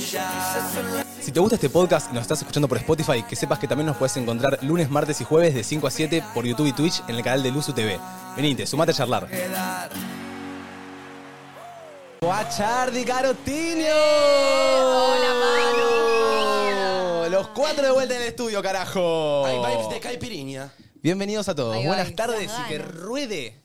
Si te gusta este podcast y nos estás escuchando por Spotify, que sepas que también nos puedes encontrar lunes, martes y jueves de 5 a 7 por YouTube y Twitch en el canal de Luzu TV. Venite, sumate a charlar. Guachardi Carotinio. Hola, mano. Los cuatro de vuelta en el estudio, carajo. Hay vibes de caipirinha. Bienvenidos a todos. Ahí va, Buenas ahí. tardes Las y que ganas. ruede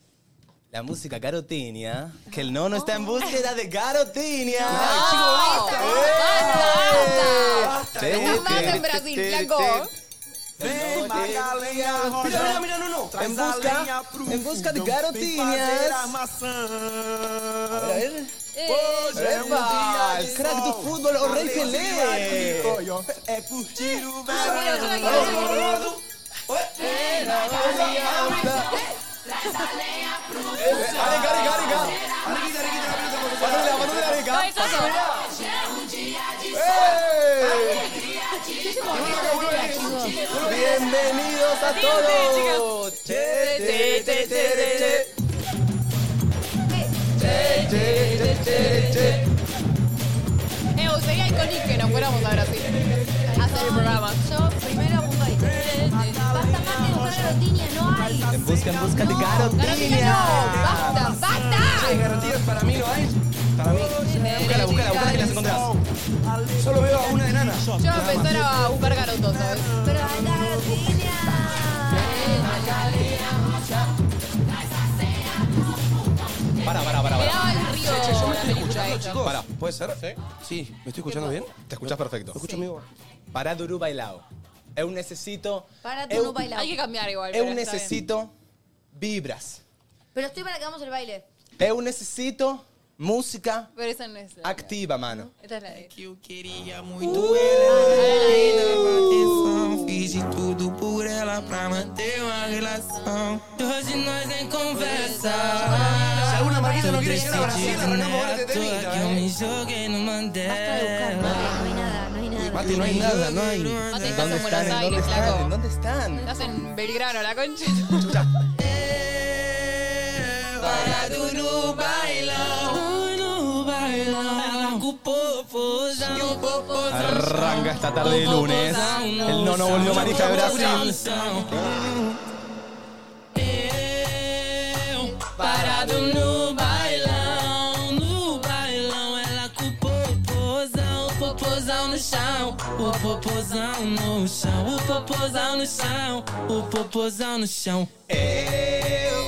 la música carotinia. Que el nono está en búsqueda de carotinia. ¡Oh! ¡Eh! Ay, chico, eh. basta, basta, basta. Estás más en Brasil, flaco. Mira, mira, mira, no, no. En busca, en busca de garotinias. A ver. Hoje é um Epa, dia de el crack sol. do fútbol, o rey Pelé. É curtir o Bienvenidos a todos. Che, che, che, che, che. Che, che, che, che, che. Eh, sería icónico que nos fuéramos a Brasil. A hacer el programa. Yo primero apunto ahí. Basta más que buscar garotinia, no hay. En busca, en busca de Garotinia garotinias. no, basta, basta. Garantías para mí no hay. Para mí. Búscala, búscala, búscala que las encontrás. Solo veo a una enana. Yo voy a empezar a buscar garotos, ¿sabes? Pero anda garotinia. Para, para, para, Me para. daba el río la película escuchando, esta. chicos? Para. ¿Puede ser? Sí. ¿Me estoy escuchando bien? Te escuchás perfecto. ¿Me escucho amigo? Para Duru Bailao. Eu necesito. Para tu eu, no bailar. Hay que cambiar igual. Eu pero está necesito vibras. Pero estoy para que hagamos el baile. Eu necesito música bien. Pero esa no es la. activa, mano. Esta es la de. que eu queria muito ela era ainda atenção Fiz de tudo por ela pra manter uma relação E hoje nós nem conversa Si alguna marquita no quiere llegar a Brasil, arrancamos ahora este temita, Eu eh. me joguei no Basta de buscar, no hay, Mandela no hay nada, no hay nada. Mati, no hay nada, no hay. Mate, estás ¿Dónde en Buenos están? ¿En ¿Dónde Aires, están? ¿En flaco. ¿Dónde están? Estás en Belgrano, la concha. Chucha. Parado no bailão No bailão Com o popozão E o popozão Arranca esta tarde de lunes. El nono volvió manija de Brasil. Eu parado no bailão, no bailão, ela com o popozão, o popozão no chão, o popozão no chão, o popozão no chão, o popozão no chão. Eu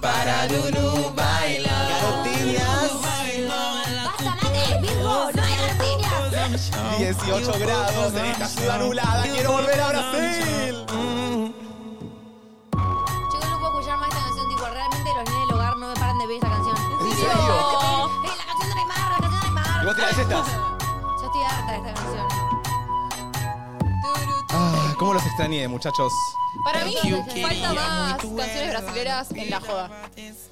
parado no bailão, Garotinias, no bailão, ela com Basta, mate, Virgo, no hay garotinia. 18 grados en esta ciudad anulada. Quiero volver a Brasil. Chicos, no puedo escuchar más esta canción, tipo, realmente los niños del hogar no me paran de pedir esta canción. ¿En Tipo, serio? eh, La canción de Neymar, la canción de ¿Y vos Neymar. tirás estas? Yo estoy harta de esta canción. Ah, ¿Cómo los extrañé, muchachos? Para mí Yo falta quería más muy tu canciones era. brasileras en la joda.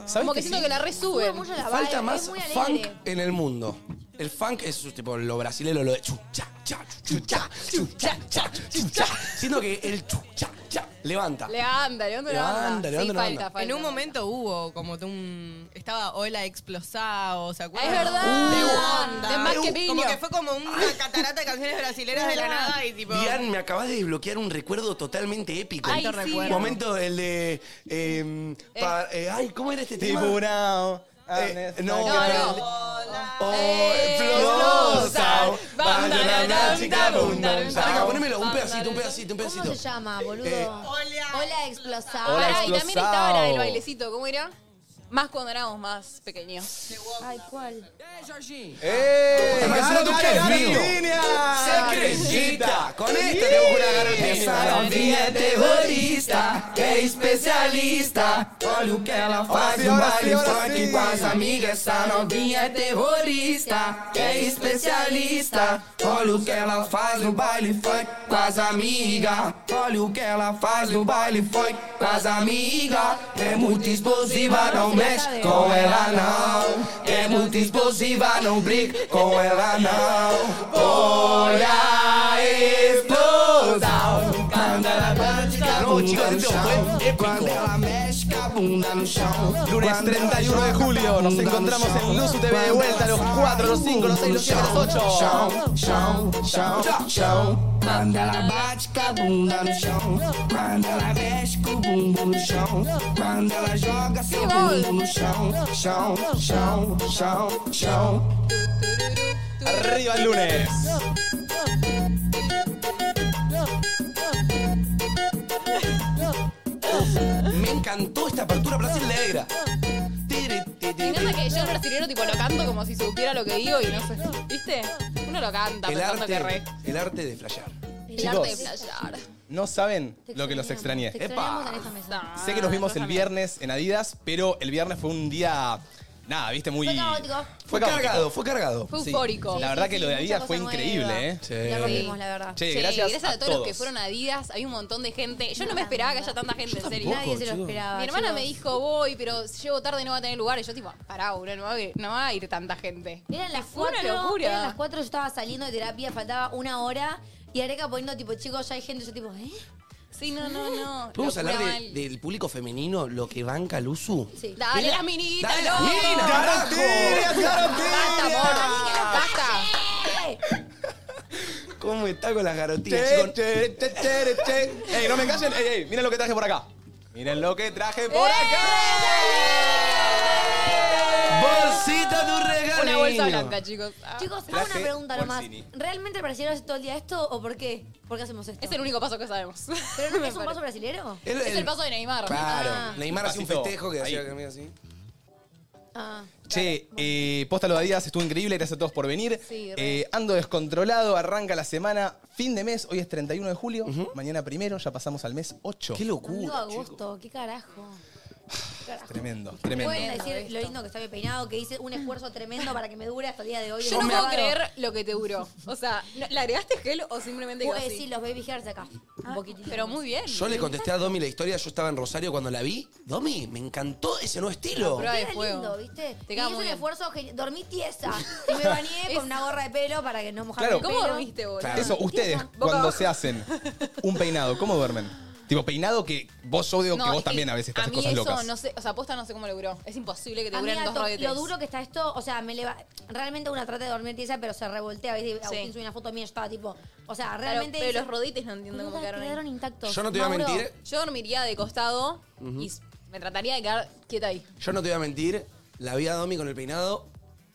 ¿Sabés Como que que sí? siento que la Sube resuben. mucho la vibe, Falta es más muy funk alegre. en el mundo. El funk es tipo lo brasilero, lo de chucha, cha, chucha, chucha, cha, chucha. Siento que el chucha, cha levanta. Le anda, le anda, le Levanta, anda. Sí, levanta, falta, levanta. falta. En un momento hubo como de un. Estaba Ola explosado, ¿se acuerdan? Es verdad. De Wanda. De más que Como piña. que fue como una catarata de canciones brasileras de la nada y tipo. Dian, me acabas de desbloquear un recuerdo totalmente épico. Ay, sí. Momento el de. eh, pa- eh, ay, ¿cómo era este tema? Tiburón. Eh, no, No, no. Oh, Eh, explosao, banda, banda, banda, chica, bunda, banda, Venga, banda, ponémelo, un banda, pedacito, un pedacito, un ¿Cómo pedacito. se llama, boludo? Eh, hola. Hola, explosada. Hola, Pará, y también estaba la del bailecito, ¿cómo era? Más cuando éramos más pequeños. Ay, ¿cuál? ¡Eh! Está Ah, pensando ¡Garota que es mío. Gardinia! Secrecita, con este esta te busco una Essa novinha é terrorista, que é especialista. Olha o que ela faz no Ora, baile ora, funk sim. com as amigas. Essa novinha é terrorista, que é especialista. Olha o que ela faz no baile funk com as amigas. Olha o que ela faz no baile funk com as amigas. É muito explosiva, não mexe com ela não. É muito explosiva, não briga com ela não. Olha a explosão. Quando ela bate, No, chicos, no este chão. fue épico. Quando ela mexe com a bunda no chão. Lunes 31 de julio, nos encontramos en Luzu TV de vuelta, los 4, los 5, los 6, los 7, los 8. Chão, chão, chão, chão. Quando ela bate com a bunda no chão. Quando ela mexe com o bumbum no chão. Quando ela joga seu bumbum no chão. Chão, chão, chão, chão. Arriba el lunes. Me encantó esta apertura brasileira. Tiri, ti, ti, Me encanta ti. que yo el brasileño tipo lo canto como si supiera lo que digo y no sé. ¿Viste? Uno lo canta El pensando que arte, re. el arte de flashear. El arte de Chicos. playar. No saben Te lo que los extrañamos, extrañé. Te extrañamos en esta mesa. No, Sé que nos Ah, vimos el nosotros viernes en Adidas, pero el viernes fue un día. Nada, viste, muy. Fue caótico. Fue caótico. cargado, fue cargado. Fue Sí. eufórico. La verdad Sí, que sí, lo de sí, Adidas mucha fue cosa increímos, nueva. ¿eh? Sí. La rompimos, la verdad. Che, Che, gracias, a, todos los que todos. fueron a Adidas. Había un montón de gente. Yo no me esperaba que haya tanta gente, en serio. Nadie se lo esperaba. Mi hermana chicos. me dijo, voy, pero si llego tarde no va a tener lugar. Y yo, tipo, pará, boludo, no va a ir, no va a ir tanta gente. Eran las Fue una cuatro. locura. Eran las cuatro, yo estaba saliendo de terapia, faltaba una hora. Y Areca poniendo, tipo, chicos, ya hay gente. Yo, tipo, ¿eh? Sí, no, no, no. ¿Podemos Locura hablar de- mal. del público femenino, lo que banca Luzu? Sí. Dale Mira, las minitas, dale las loco. minitas, ¡Carajo! Basta, amor. Basta. ¿Cómo está con las garotillas, Che, chicos? che, che, che, che. Ey, no me callen. Ey, ey, miren lo que traje por acá. Miren lo que traje Eh, por acá. Bolsita de un regalo. Una bolsa blanca, chicos. Ah. Chicos, hago Traje una pregunta nomás. Orsini. ¿Realmente el brasileño hace todo el día esto o por qué? ¿Por qué hacemos esto? Es el único paso que sabemos. ¿Pero no es Me un paso parece. brasilero? Es el paso de Neymar. Claro. Ah. Neymar hacía un Pasito. festejo que hacía Ahí. que me así. Ah. Che, eh, posta lo de Adidas, estuvo increíble, gracias a todos por venir. Sí, re. Eh, ando descontrolado, arranca la semana, fin de mes, hoy es 31 de julio, mañana primero, ya pasamos al mes 8. Qué Uh, Domingo, locura, chicos. agosto, qué carajo. Tremendo, tremendo. Pueden Tremendo decir esto. lo lindo que está mi peinado, que hice un esfuerzo tremendo para que me dure hasta el día de hoy. Yo no Un puedo sábado. creer lo que te duró. O sea, ¿no- ¿le agregaste gel o simplemente Uy, iba así? Ah, sí, los baby hairs de acá. Un poquitito. Pero muy bien. Yo le contesté a Domi la historia, yo estaba en Rosario cuando la vi. Domi, me encantó ese nuevo estilo. prueba de Era fuego. lindo, ¿viste? Te Te queda hice muy un bien. esfuerzo, geni- dormí tiesa y me bañé Es- con una gorra de pelo para que no mojara Claro. el pelo. ¿Cómo dormiste vos? Claro. Eso, ustedes, Boca cuando abajo. se hacen un peinado, ¿cómo duermen? Tipo, peinado que vos, yo digo No, que es vos también a veces te a haces mí cosas eso locas. no sé, o sea, aposta no sé cómo lo duró. Es imposible que te duren Amiga, dos to- rodetes. lo duro que está esto, o sea, me leva, realmente una trata de dormir tiesa, pero se revoltea, ¿viste? Agustín subió una foto mía, yo estaba tipo, o sea, Claro, realmente... pero dice, los rodetes no entiendo cómo "Boluda, quedaron ahí. quedaron intactos. Yo no te voy a Mauro, mentir, Yo dormiría de costado y s- me trataría de quedar quieta ahí. yo no te voy a mentir. La vi a Domi con el peinado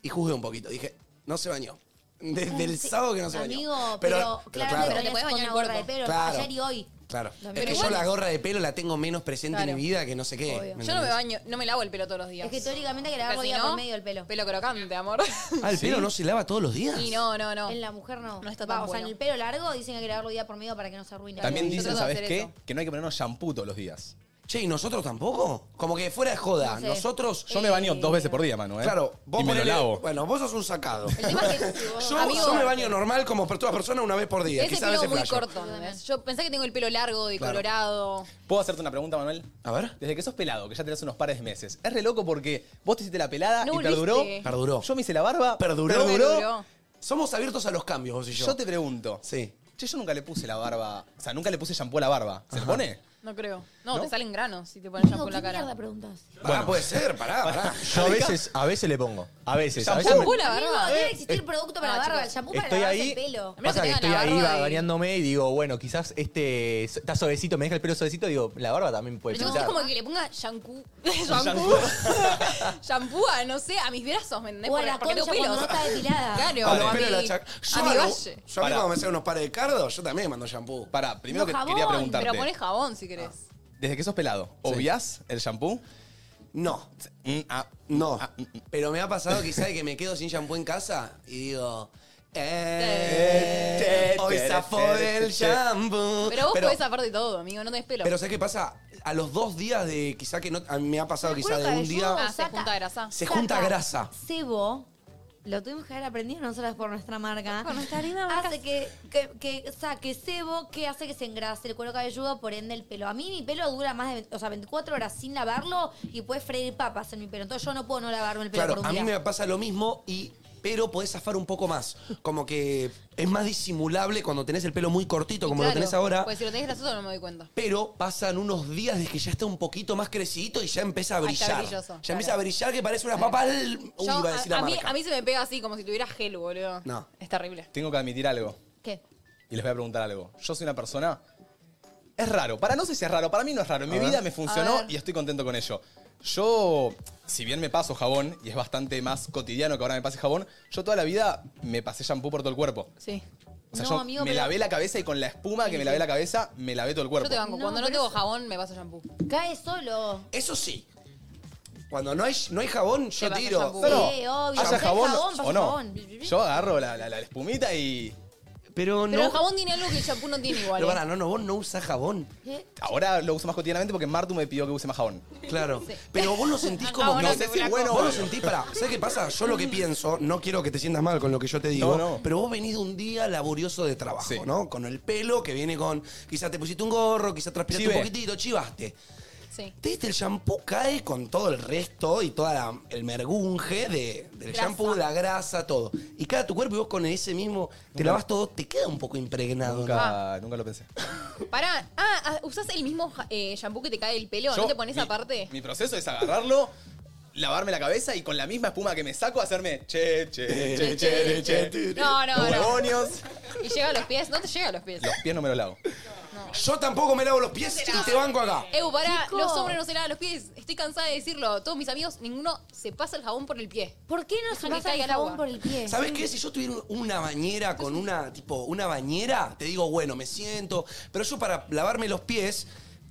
y juzgué un poquito. Dije, no se bañó. Desde el sábado que no se bañó. Amigo, pero, claro, claramente Eh. Pero te podés claro, bañar con el una gorra de cuerpo. pelo, Claro. ayer y hoy. claro. Lo Es mismo. que yo igual- la gorra de pelo la tengo menos presente en Claro. mi vida que no sé qué. Obvio. ¿me Yo no me entendés? baño, no me lavo el pelo todos los días. Es que teóricamente hay que Porque lavarlo si día no, por medio el pelo. Pelo crocante, amor. Ah, el pelo no se lava todos los días. y no, no, no. En la mujer no. No está Va, tan O sea, bueno. en el pelo largo dicen que hay que lavarlo día por medio para que no se arruine. También Yo dicen, trato de ¿sabés hacer qué? eso. Que no hay que ponernos shampoo todos los días. Che, ¿y nosotros tampoco? Como que fuera de joda. No sé. Nosotros. Yo me baño dos veces por día, Manu, ¿eh? Claro, vos y me lo ponele- lavo. Bueno, vos sos un sacado. El tema es que si vos- Yo, Amigo. yo me baño normal como per- toda persona una vez por día. Ese quizá a pelo veces muy flasho. corto. ¿entendés? Yo pensé que tengo el pelo largo, decolorado. ¿Puedo hacerte una pregunta, Manuel? A ver. Desde que sos pelado, que ya tenés unos pares de meses, es re loco porque vos te hiciste la pelada No y perduró. volviste. Perduró. Yo me hice la barba, Perduró. Perduró. Somos abiertos a los cambios, vos y yo. Yo te pregunto. Sí. Che, yo nunca le puse la barba. O sea, nunca le puse shampoo a la barba. ¿Se le pone? No creo. No, ¿No? te salen granos si te pones shampoo Amigo, en ¿qué la cara. mierda preguntas? Pará, Ah, puede ser, pará, pará. Yo a veces, a veces le pongo. A veces. A veces Shampoo. me- Uh, la Amigo, barba. Eh, debe existir producto para Ah, la barba, el chicos. shampoo para Estoy lavarse ahí. el pelo. A menos Pasa que que tenga estoy la ahí barba va y- bañándome y digo, bueno, quizás este está suavecito, me deja el pelo suavecito, digo, la barba también Pues puede Pero chicos, es pintar. como que le ponga shampoo. shampoo. shampoo a, no sé, a mis brazos, ¿me entendés? O a la Porque tengo concha cuando pelos. no está depilada. Claro, Para, o a mi, espera, la a chac- Yo, mi a lo- valle. yo a mí Pará. cuando me hacen unos pares de cardo, yo también mando shampoo. Pará, primero No, que jabón, quería preguntarte. Pero pones jabón si querés. Ah. Desde que sos pelado, ¿obviás el shampoo? No, Mm, ah, no. ah, mm, mm. Pero me ha pasado quizá de que me quedo sin shampoo en casa y digo... Eh, Eh, te, hoy te, zafó te, te, el te. shampoo. Pero vos podés aparte todo, amigo, no tenés pelo. Pero ¿sabes qué pasa? A los dos días de quizá que no... A mí me ha pasado quizá de un día... Ah, se junta grasa. Se junta grasa. Sebo, lo tuvimos que haber aprendido nosotros por nuestra marca. Por nuestra linda marca. Hace que, que, que saque sebo, que hace que se engrase el cuero cabelludo, por ende el pelo. A mí mi pelo dura más de ve- o sea, 24 horas sin lavarlo y puede freír papas en mi pelo. Entonces yo no puedo no lavarme el pelo Claro, por un a mí día. me pasa lo mismo y pero podés zafar un poco más. Como que es más disimulable cuando tenés el pelo muy cortito, como Claro, lo tenés ahora. Pues si lo tenés grasoso no me doy cuenta. Pero pasan unos días desde que ya está un poquito más crecidito y ya empieza a Ah, está brillar. Ya brilloso, claro. empieza a brillar que parece una papa. al- Uy, Yo, iba a a- decir la a, mí, marca. a mí se me pega así, como si tuviera gel, boludo. No. Es terrible. Tengo que admitir algo. ¿Qué? Y les voy a preguntar algo. Yo soy una persona. Es raro. Para no sé si es raro, para mí no es raro. En mi vida me A funcionó ver. y estoy contento con ello. Yo, si bien me paso jabón, y es bastante más cotidiano que ahora me pase jabón, yo toda la vida me pasé shampoo por todo el cuerpo. Sí. O sea, No, yo amigo, me pero- lavé la cabeza y con la espuma que me lavé la cabeza, me lavé todo el Yo cuerpo. te banco. No, Cuando no pero tengo eso- jabón, me paso shampoo. Cae solo. Eso sí. Cuando no hay, no hay jabón, yo vas a tiro. shampoo. No, no. Sí, obvio. Haya Usted jabón, pasa o no. jabón. Yo agarro la, la- la espumita y Pero Pero no. el jabón tiene algo que el shampoo no tiene igual. Pero ¿eh? pará, no, no, vos no usás jabón. ¿Qué? ahora lo uso más cotidianamente porque Martu me pidió que use más jabón. Claro. Pero vos lo sentís como. Jabón no hace sé si flaco. bueno. Vos lo sentís para. ¿Sabes qué pasa? Yo lo que pienso, no quiero que te sientas mal con lo que yo te digo. No, no. Pero vos venís de un día laborioso de trabajo, Sí. ¿no? Con el pelo que viene con. Quizás te pusiste un gorro, quizás transpiraste un Chive. poquitito, chivaste. Sí. Te diste el shampoo, cae con todo el resto y todo el mergunje de, del Grasa. shampoo, la grasa, todo. Y cada tu cuerpo y vos con ese mismo, te lavas todo, te queda un poco impregnado. ¿no? Ah. Nunca, nunca lo pensé. Pará. Ah, ah, ¿usás el mismo ja- eh, shampoo que te cae el pelo? ¿No Yo- te pones mi- aparte? Mi proceso es agarrarlo, lavarme la cabeza y con la misma espuma que me saco hacerme che, che, che, che, che, che. No, no, Los no. huevonios. ¿Y llega a los pies? No te llega a los pies. Los pies no me los lavo. Yo tampoco me lavo los pies y te banco acá. Eu, pará, Chico. los hombres no se lavan los pies. Estoy cansada de decirlo. Todos mis amigos, ninguno se pasa el jabón por el pie. ¿Por qué no Deja se que pasa el caiga el jabón agua. por el pie? eh. ¿Sabes qué? Si yo tuviera una bañera con una, tipo, una bañera, te digo, bueno, me siento. Pero yo para lavarme los pies,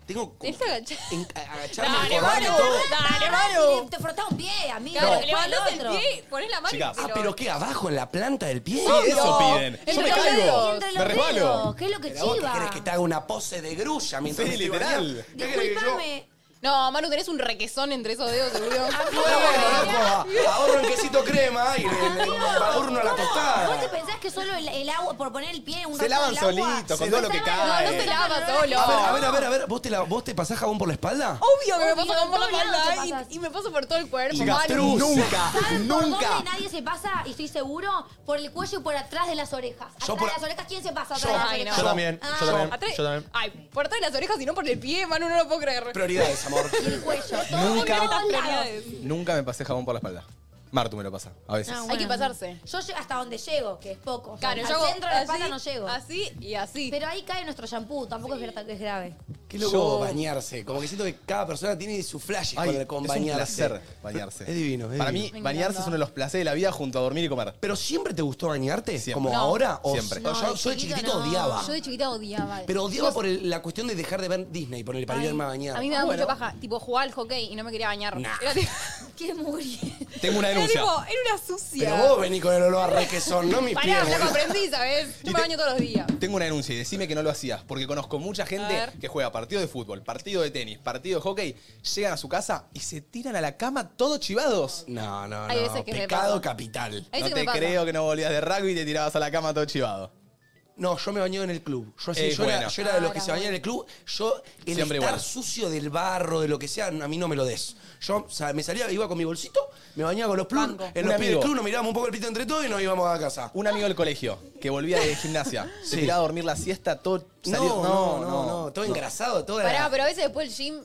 tengo como Tenés que agachar. en- a- agacharme, Dale, encorvarme Maru. todo. Dale, Maru! Maru. Te frotás un pie, amigo. Claro, ¿cuál levantás el otro? pie, ponés la mano y Chicas. te Ah, lo- pero ¿qué? ¿Abajo en la planta del pie? Sí, eso piden. Entre Yo me los caigo. dedos. Entre los Me resbalo. dedos, ¿Qué es lo que Pero vos, ¿Qué chiva? querés que te haga una pose de grulla mientras Sí, me estoy literal. bañando? ¿Qué querés que yo- Disculpame. No, Manu, tenés un requesón entre esos dedos, seguro. Bueno, bueno, loco, ahorro en quesito crema y le, le- adorno a la ¿Vos te tostada. pensás que solo el, el agua, por poner el pie un Se rato en lavan el agua, solitos, con se todo lo que saca- cae. No, no se lava solo. A ver, a ver, a ver, a ver, ¿vos te, la- vos te pasás jabón por la espalda? Obvio que me Obvio, paso jabón por la en todos lados te espalda pasas. y, y me paso por todo el cuerpo. Chicas, Manu. trus. nunca, ¿Saben por nunca. dónde nadie se pasa? Y estoy seguro, por el cuello y por atrás de las orejas. Atrás Yo por- de las orejas, ¿quién se pasa atrás Yo. de las Ay, no. orejas? Yo también, yo Ah, también. Atrás- Yo también. Ay, por todas las orejas y no por el pie, Manu, no lo puedo creer. Prioridades, amor. Y el cuello. todo No puedo por creer todos estas lados. prioridades. Nunca me pasé jabón por la espalda. Martu me lo pasa, a veces. Ah, Hay que pasarse. Yo llego hasta donde llego, que es poco. Claro, al yo hago centro de la así, espalda no llego. Así y así. Pero ahí cae nuestro shampoo, tampoco es verdad que es grave. Qué loco bañarse. Como que siento que cada persona tiene su flash Ay, con, con es un bañarse. placer bañarse. Es divino, es Para mí, divino. Me bañarse encanta. es uno de los placeres de la vida junto a dormir y comer. ¿Pero siempre te gustó bañarte? Siempre. ¿Como No. ahora? O, Siempre. o No, yo, de yo de chiquita chiquito no. odiaba. Yo de chiquita odiaba. Pero odiaba por el- la cuestión de dejar de ver Disney, por el para irme a bañar. A Ah, mí me daba mucha paja. Tipo, jugaba al hockey y no me quería bañar. Nah. Era, tipo- Qué muriendo. Tengo una era denuncia. tipo, era una sucia. Pero vos venís con el olor a requesón, no mis Pará, pies. ya boludo. comprendí, ¿sabes? Yo Y me te- baño todos los días. Tengo una denuncia y decime que no lo hacías, porque conozco mucha gente ver. que juega partido de fútbol, partido de tenis, partido de hockey, llegan a su casa y se tiran a la cama todos chivados. No, no, no. Hay veces que me Pecado pasa. capital. Ahí no sí que me te pasa. creo que no volvías de rugby y te tirabas a la cama todo chivado. No, yo me bañaba en el club. Yo, así, Eh, yo, era, bueno. yo era de los Ah, que era se bañaba en el club. Yo, el Siempre estar igual. sucio del barro, de lo que sea, a mí no me lo des. Yo o sea, me salía, iba con mi bolsito, me bañaba con los plus. Banco. En Un los pies del amigo. club nos mirábamos un poco el pito entre todos y nos íbamos a casa. Un amigo del colegio que volvía de gimnasia, se tiraba a dormir la siesta todo No, salido- no, no, no, Todo engrasado, todo era- Pará, pero a veces después del gym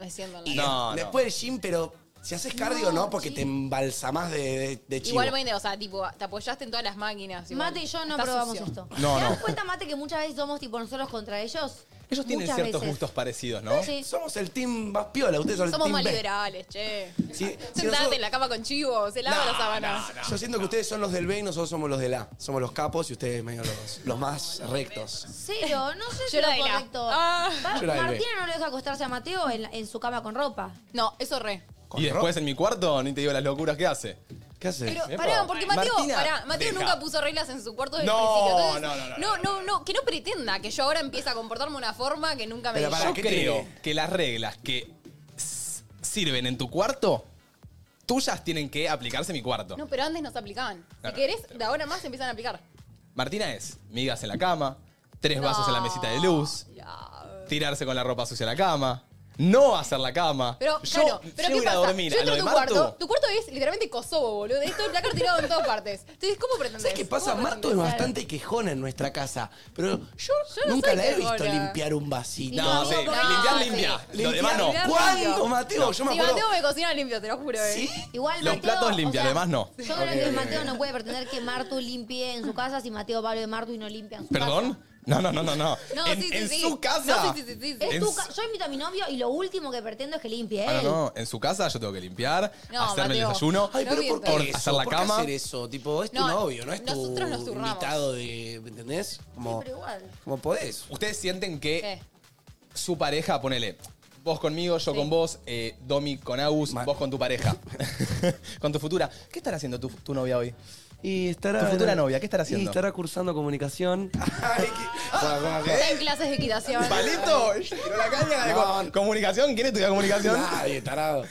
me siento en la- Y No, de- no. Después del gym, pero si haces cardio, no, porque te embalsamás de, de, de chivo. Igualmente, o sea, tipo, te apoyaste en todas las máquinas. igual. Mate y yo no Está probamos sucio. esto. No, ¿Te das no. cuenta, Mate, que muchas veces somos tipo nosotros contra ellos? Ellos tienen Muchas ciertos veces. gustos parecidos, ¿no? Sí. Somos el team más piola, ustedes son el Somos team más B. liberales, che. Sí, sí, Sentate nosotros- en la cama con chivo, se lava No, las sábanas. Yo siento que ustedes son los del B y nosotros somos los del A. Somos los capos y ustedes medio los, los más rectos. Cero, no sé si Yo es era de la- correcto. Ah. Va- Yo era de Martina no le deja acostarse a Mateo en, la- en su cama con ropa. No, eso re. Y después en mi cuarto, ni te digo las locuras que hace. ¿Qué haces? Pero Epa. pará, porque Mateo, Martina, pará, Mateo deja. nunca puso reglas en su cuarto desde No, el principio. Entonces, no, no, no, no, no, que no pretenda que yo ahora empiece a comportarme de una forma que nunca me Pero dio. pará, Yo ¿qué creo tiene? que las reglas que s- sirven en tu cuarto, tuyas tienen que aplicarse en mi cuarto. No, pero antes nos aplicaban. Si Claro. querés, de ahora más se empiezan a aplicar. Martina es migas en la cama, tres vasos en la mesita de luz, tirarse con la ropa sucia a la cama, no hacer la cama. Pero, yo claro, pero llego ¿qué a ir a pasa? dormir. Yo a entro lo a de tu Martu, cuarto, tu cuarto es literalmente Kosovo, boludo. Es todo el placar tirado en todas partes. Entonces, ¿cómo pretendés? ¿Sabes qué pasa? ¿Cómo Marto es pretendés? bastante quejona en nuestra casa, pero yo, no nunca soy la he visto quejona. limpiar un vasito. No, sí, No, limpiar, sí. limpia. Lo Limpiar, demás no. limpiar. ¿Cuándo, Mateo? Yo me Si acuerdo. Mateo me cocina limpio, te lo juro, eh. ¿Sí? Igual Los Mateo, platos limpian, o sea, además no. Yo creo que Mateo no puede pretender que Martu limpie en su casa si Mateo va a lo de Martu y no limpia en su casa. ¿Perdón? No, no, no, no, no. No, en sí, sí, en sí. su casa. No, sí, sí, sí, sí. Es En tu su- ca- yo invito a mi novio y lo último que pretendo es que limpie Ah, él. no, no. En su casa yo tengo que limpiar, No, hacerme el Mateo. desayuno. Ay, No pero ¿por mientas. Por qué eso? hacer la ¿Por qué cama. hacer eso? Tipo, es tu No, novio, no es tu nosotros nos turnamos. invitado de... ¿Me entendés? Como, Pero igual. como podés. ¿Ustedes sienten que ¿Qué? su pareja, ponele, vos conmigo, yo con vos, eh, Domi con Agus, Ma- vos con tu pareja, con tu futura? ¿Qué estará haciendo tu, tu novia hoy? Y estará. Tu futura novia, ¿qué estará haciendo? Y estará cursando comunicación. Ay, qué- Guau, guau, guau. En clases de equitación. ¡Palito! Tiró la caña de co- ¿Comunicación? ¿Quién estudia comunicación? Nadie, tarado.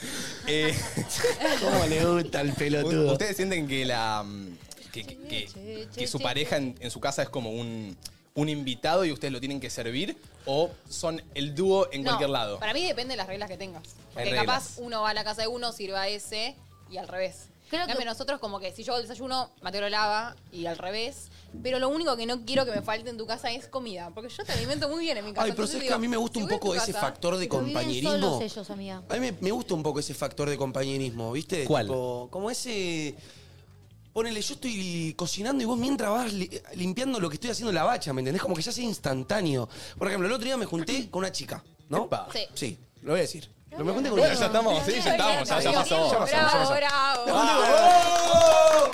Eh, ¿Cómo le gusta el pelotudo? ¿Ustedes sienten que la. mm, que, que- que- que su pareja en, en su casa es como un, un invitado y ustedes lo tienen que servir? ¿O son el dúo en No, cualquier lado? Para mí depende de las reglas que tengas. Porque reglas. capaz uno va a la casa de uno, sirve a ese y al revés. Creo Creo que que- nosotros como que si yo hago el desayuno, Mateo lo lava y al revés. Pero lo único que no quiero que me falte en tu casa es comida. Porque yo te alimento muy bien en mi casa. Ay, pero Entonces es que digo, a mí me gusta si un voy a poco tu ese casa- factor de Pero viven compañerismo. solos ellos, amiga. A mí me, me gusta un poco ese factor de compañerismo, ¿viste? ¿Cuál? Tipo, como ese. Ponele, yo estoy cocinando y vos mientras vas li- limpiando lo que estoy haciendo en la bacha, ¿me entendés? Como que ya es instantáneo. Por ejemplo, el otro día me junté con una chica, ¿no? Epa. Sí. Sí, lo voy a decir. Lo me junté con Bueno, ya una chica. estamos, sí, ya estamos, ya, ya pasó. Bravo, bravo. ¡Oh!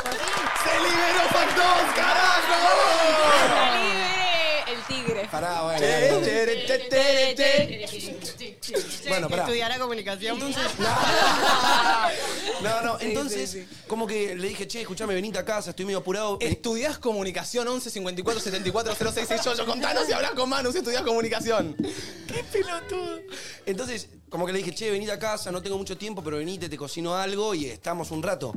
¡Se liberó Factos, carajo! Está libre el tigre. Pará, Che, bueno. che, che, che, che. Bueno, pará. Estudiará comunicación. No, no, entonces, como que le dije, che, escuchame, venite a casa, estoy medio apurado. Vení- Estudiás comunicación 11 54 74 06 yo, contanos y hablás con Manu si estudiás comunicación. Entonces, como que le dije, che, venite a casa, no tengo mucho tiempo, pero venite, te cocino algo y estamos un rato.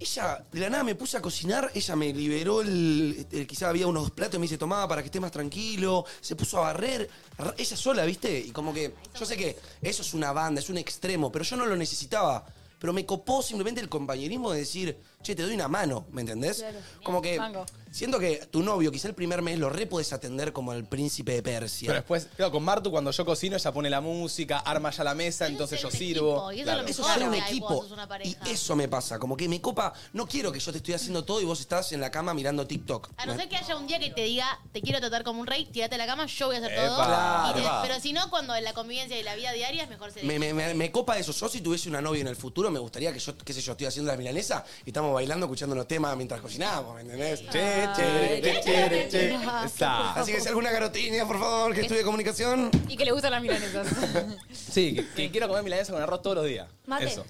Ella, de la nada me puse a cocinar, ella me liberó el, el- quizá había unos platos, me dice, tomá para que estés más tranquilo, se puso a barrer, Ra- ella sola, ¿viste? Y como que, yo sé que eso es una banda, es un extremo, pero yo no lo necesitaba. Pero me copó simplemente el compañerismo de decir, che, te doy una mano, ¿me entendés? Como que Banco. siento que tu novio, quizá el primer mes, lo re podés atender como al príncipe de Persia. Pero después, claro, con Martu cuando yo cocino ella pone la música, arma ya la mesa, entonces yo sirvo. y eso es Claro. lo Eso mejor. es ser un Ahora, y equipo. vos sos una Y pareja. eso me pasa. Como que me copa. No quiero que yo te estoy haciendo todo y vos estás en la cama mirando TikTok. A no ser que haya un día que te diga, te quiero tratar como un rey, tirate a la cama, yo voy a hacer todo. Epa, Y te- epa. pero si no, cuando en la convivencia y la vida diaria es mejor ser me, me- me- me copa eso. Yo si tuviese una novia en el futuro, me gustaría que yo, qué sé yo, estoy haciendo la milanesa y estamos bailando, escuchando los temas mientras cocinamos, ¿me entendés? Che, che, che, che, che. Está. Así que si alguna garotina, por favor, que estudie comunicación. Y que le gustan las milanesas. Sí, que, que quiero comer milanesa con arroz todos los días. Mate. Eso.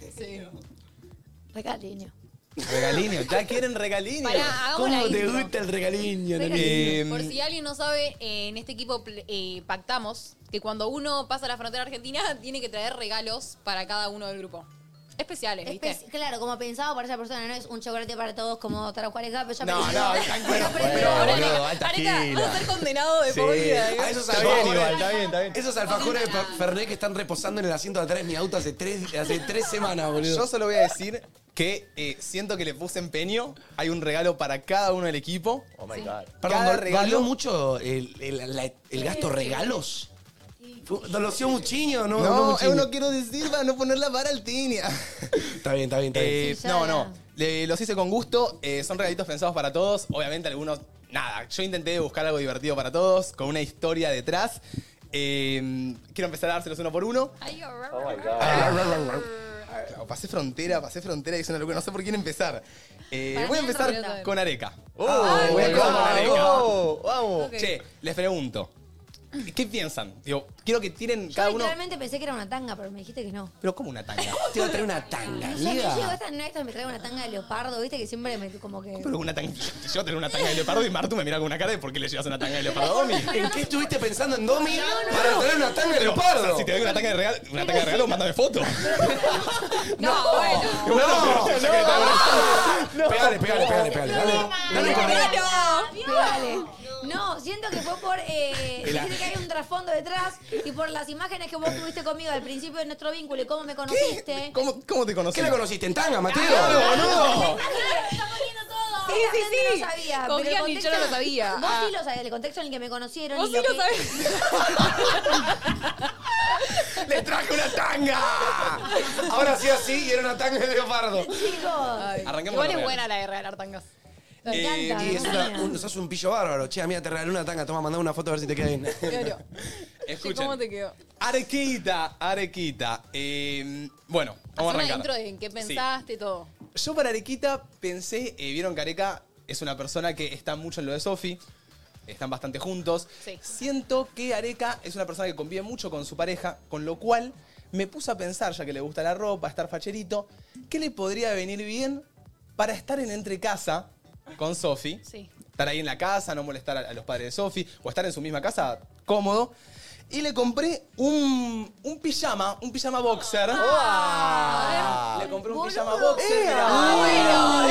Regaliño. Regaliño, ya quieren regaliño. Pará, hagamos la intro. el regaliño, nene? Eh, Por si alguien no sabe, eh, en este equipo pl- eh, pactamos que cuando uno pasa la frontera argentina tiene que traer regalos para cada uno del grupo. Especiales, ¿viste? Espe- claro, como pensado para esa persona, no es un chocolate para todos como tal cual acá, pero ya No, pensé- no, tranquilo. Pero Bueno, ahora- boludo, alta Areca, gila. vas a ser condenado de por vida. ¿eh? A Ah, esos Está bien alfajores- igual, está bien, está bien. Esos alfajores de Fer- Fernet que están reposando en el asiento de atrás de mi auto hace tres, hace tres semanas, boludo. Yo solo voy a decir que eh, siento que le puse empeño. Hay un regalo para cada uno del equipo. Oh my god. Perdón, Cada ¿dol- ¿dolió regalo. mucho el, el- la- el gasto regalos? ¿Doloció muchiño no? No, eh, muchiño. yo no quiero decir para no poner la vara al tinia. Está bien, está bien, está bien. Eh, Sí, ya no, era. no. Le- los hice con gusto. eh, son regalitos pensados para todos. Obviamente algunos, nada. Yo intenté buscar algo divertido para todos, con una historia detrás. Eh, quiero empezar a dárselos uno por uno. Oh Claro, pasé frontera, pasé frontera y es una locura. No sé por quién empezar. Eh, Para voy a mí es empezar otra. con Areca. Ay, Oh, voy a empezar vamos, con Areca. vamos, vamos. Che, les pregunto. ¿Qué piensan? Digo, quiero que tiren Yo cada uno. literalmente pensé que era una tanga, pero me dijiste que no. Pero como una tanga. Te iba a traer una tanga, O sea, yo llego amiga. esta no, esta me trae una tanga de leopardo, viste, que siempre me como que. Pero una tanga. Yo tener una tanga de leopardo y Martu me mira con una cara de por qué le llevas una tanga de leopardo a mí. ¿En qué estuviste pensando en Domi para traer una tanga de leopardo? si te doy una tanga de regalo, una tanga de regalo, mándame foto. No, bueno. No, no, no. Pegale, pegale, pegale, pegale. Dale, dale, Dale, corre. dale. Pegale. No, siento siento que fue por. Eh, El a- dijiste que hay un trasfondo detrás y por las imágenes que vos tuviste conmigo al principio de nuestro vínculo y cómo me conociste. ¿Cómo, cómo te conocí? ¿Qué la conociste en tanga, Mateo? boludo! Está poniendo todo. Sí, la sí, gente sí. No sabía, Confían pero el y yo no lo sabía. Vos Ah. sí lo sabías, el contexto en el que me conocieron. Vos y sí que- lo sabés. ¡Le traje una tanga! Ahora sí así y era una tanga de leopardo. Chicos, Arranquemos Igual con es la buena la de regalar tangas. me Eh, encanta. Y es me una, encanta. un, sos un pillo bárbaro. Che, mira, te regalé una tanga. Toma, mandame una foto a ver si te queda bien. Claro. Sí, Escuchen. ¿Cómo te quedó? Arequita, Arequita. Eh, bueno, Hacé vamos a una arrancar. intro de en qué pensaste y todo. Yo para Arequita pensé, eh, vieron que Areca es una persona que está mucho en lo de Sofi, están bastante juntos. Sí. Siento que Areca es una persona que convive mucho con su pareja, con lo cual me puse a pensar, ya que le gusta la ropa, estar facherito, ¿qué le podría venir bien para estar en entrecasa con Sofi? Sí. Estar ahí en la casa, no molestar a, a los padres de Sofi, o estar en su misma casa cómodo. Y le compré un, un pijama, un pijama boxer. Le compré un pijama boxer. mirá.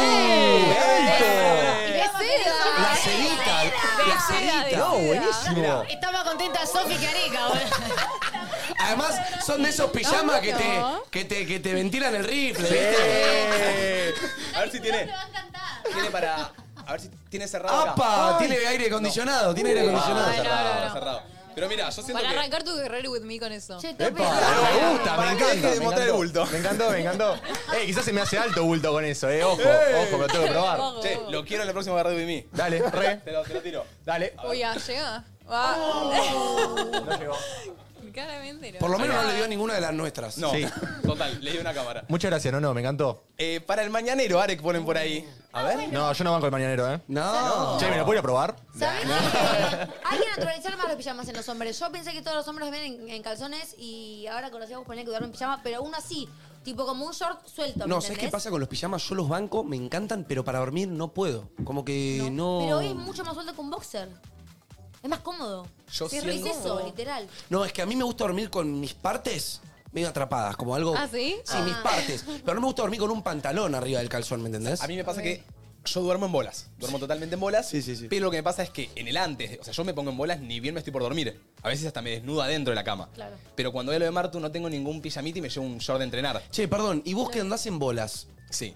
Y de seda. La cerita. La cerita. No, buenísimo. Estaba contenta Sofi Careca, boludo. Además, son de esos pijamas que te, que te, que te ventilan el rifle, ¿viste? Eh, A ver si tiene. Tiene para. A ver si tiene cerrado. acá. ¡Apa! Tiene aire acondicionado, tiene aire acondicionado. Ah, cerrado, no, no, no. cerrado. Pero mira, yo siento Para que. arrancar tu guerrero with me con eso. Che, Epa, estoy pensando- me gusta, Para me que encanta. deje de me mostrar el encantó, bulto. Me encantó, me encantó. Eh, quizás se me hace alto bulto con eso, eh. Ojo, Ey. ojo, me lo tengo que probar. Ojo. Che, lo quiero en el próximo Garde de mí. Dale, re. Te lo, te lo tiro. Dale. Oye, ah, llega. Va. No llegó. Claramente no. Ah. Por lo menos no le dio ninguna de las nuestras. No, Sí. total, le di una cámara. Muchas gracias, no, no, me encantó. Eh, para el mañanero, Arek ponen por ahí. A ver. No, yo no banco el mañanero, eh. No. Che, ¿me lo puedo ir a probar? ¿Sabés qué? Hay que naturalizar más los pijamas en los hombres. Yo pensé que todos los hombres ven en, en calzones y ahora conocí a vos ponés que duermen en pijama, pero uno así, tipo como un short suelto. ¿me No, ¿sabes qué entendés? pasa con los pijamas? Yo los banco, me encantan, pero para dormir no puedo. Como que no. Pero hoy es mucho más suelto que un boxer. Es más cómodo. Yo Sí, siento- es eso, literal. No, es que a mí me gusta dormir con mis partes medio atrapadas, como algo. ¿Ah, sí? Sí, mis partes. Pero no me gusta dormir con un pantalón arriba del calzón, ¿me entendés? A mí me pasa que yo duermo en bolas. Duermo totalmente en bolas. Sí, sí, sí. Pero lo que me pasa es que en el antes, o sea, yo me pongo en bolas ni bien me estoy por dormir. A veces hasta me desnudo adentro de la cama. Claro. Pero cuando veo lo de Martu no tengo ningún pijamita y me llevo un short de entrenar. Che, perdón, y vos que andás en bolas, Sí.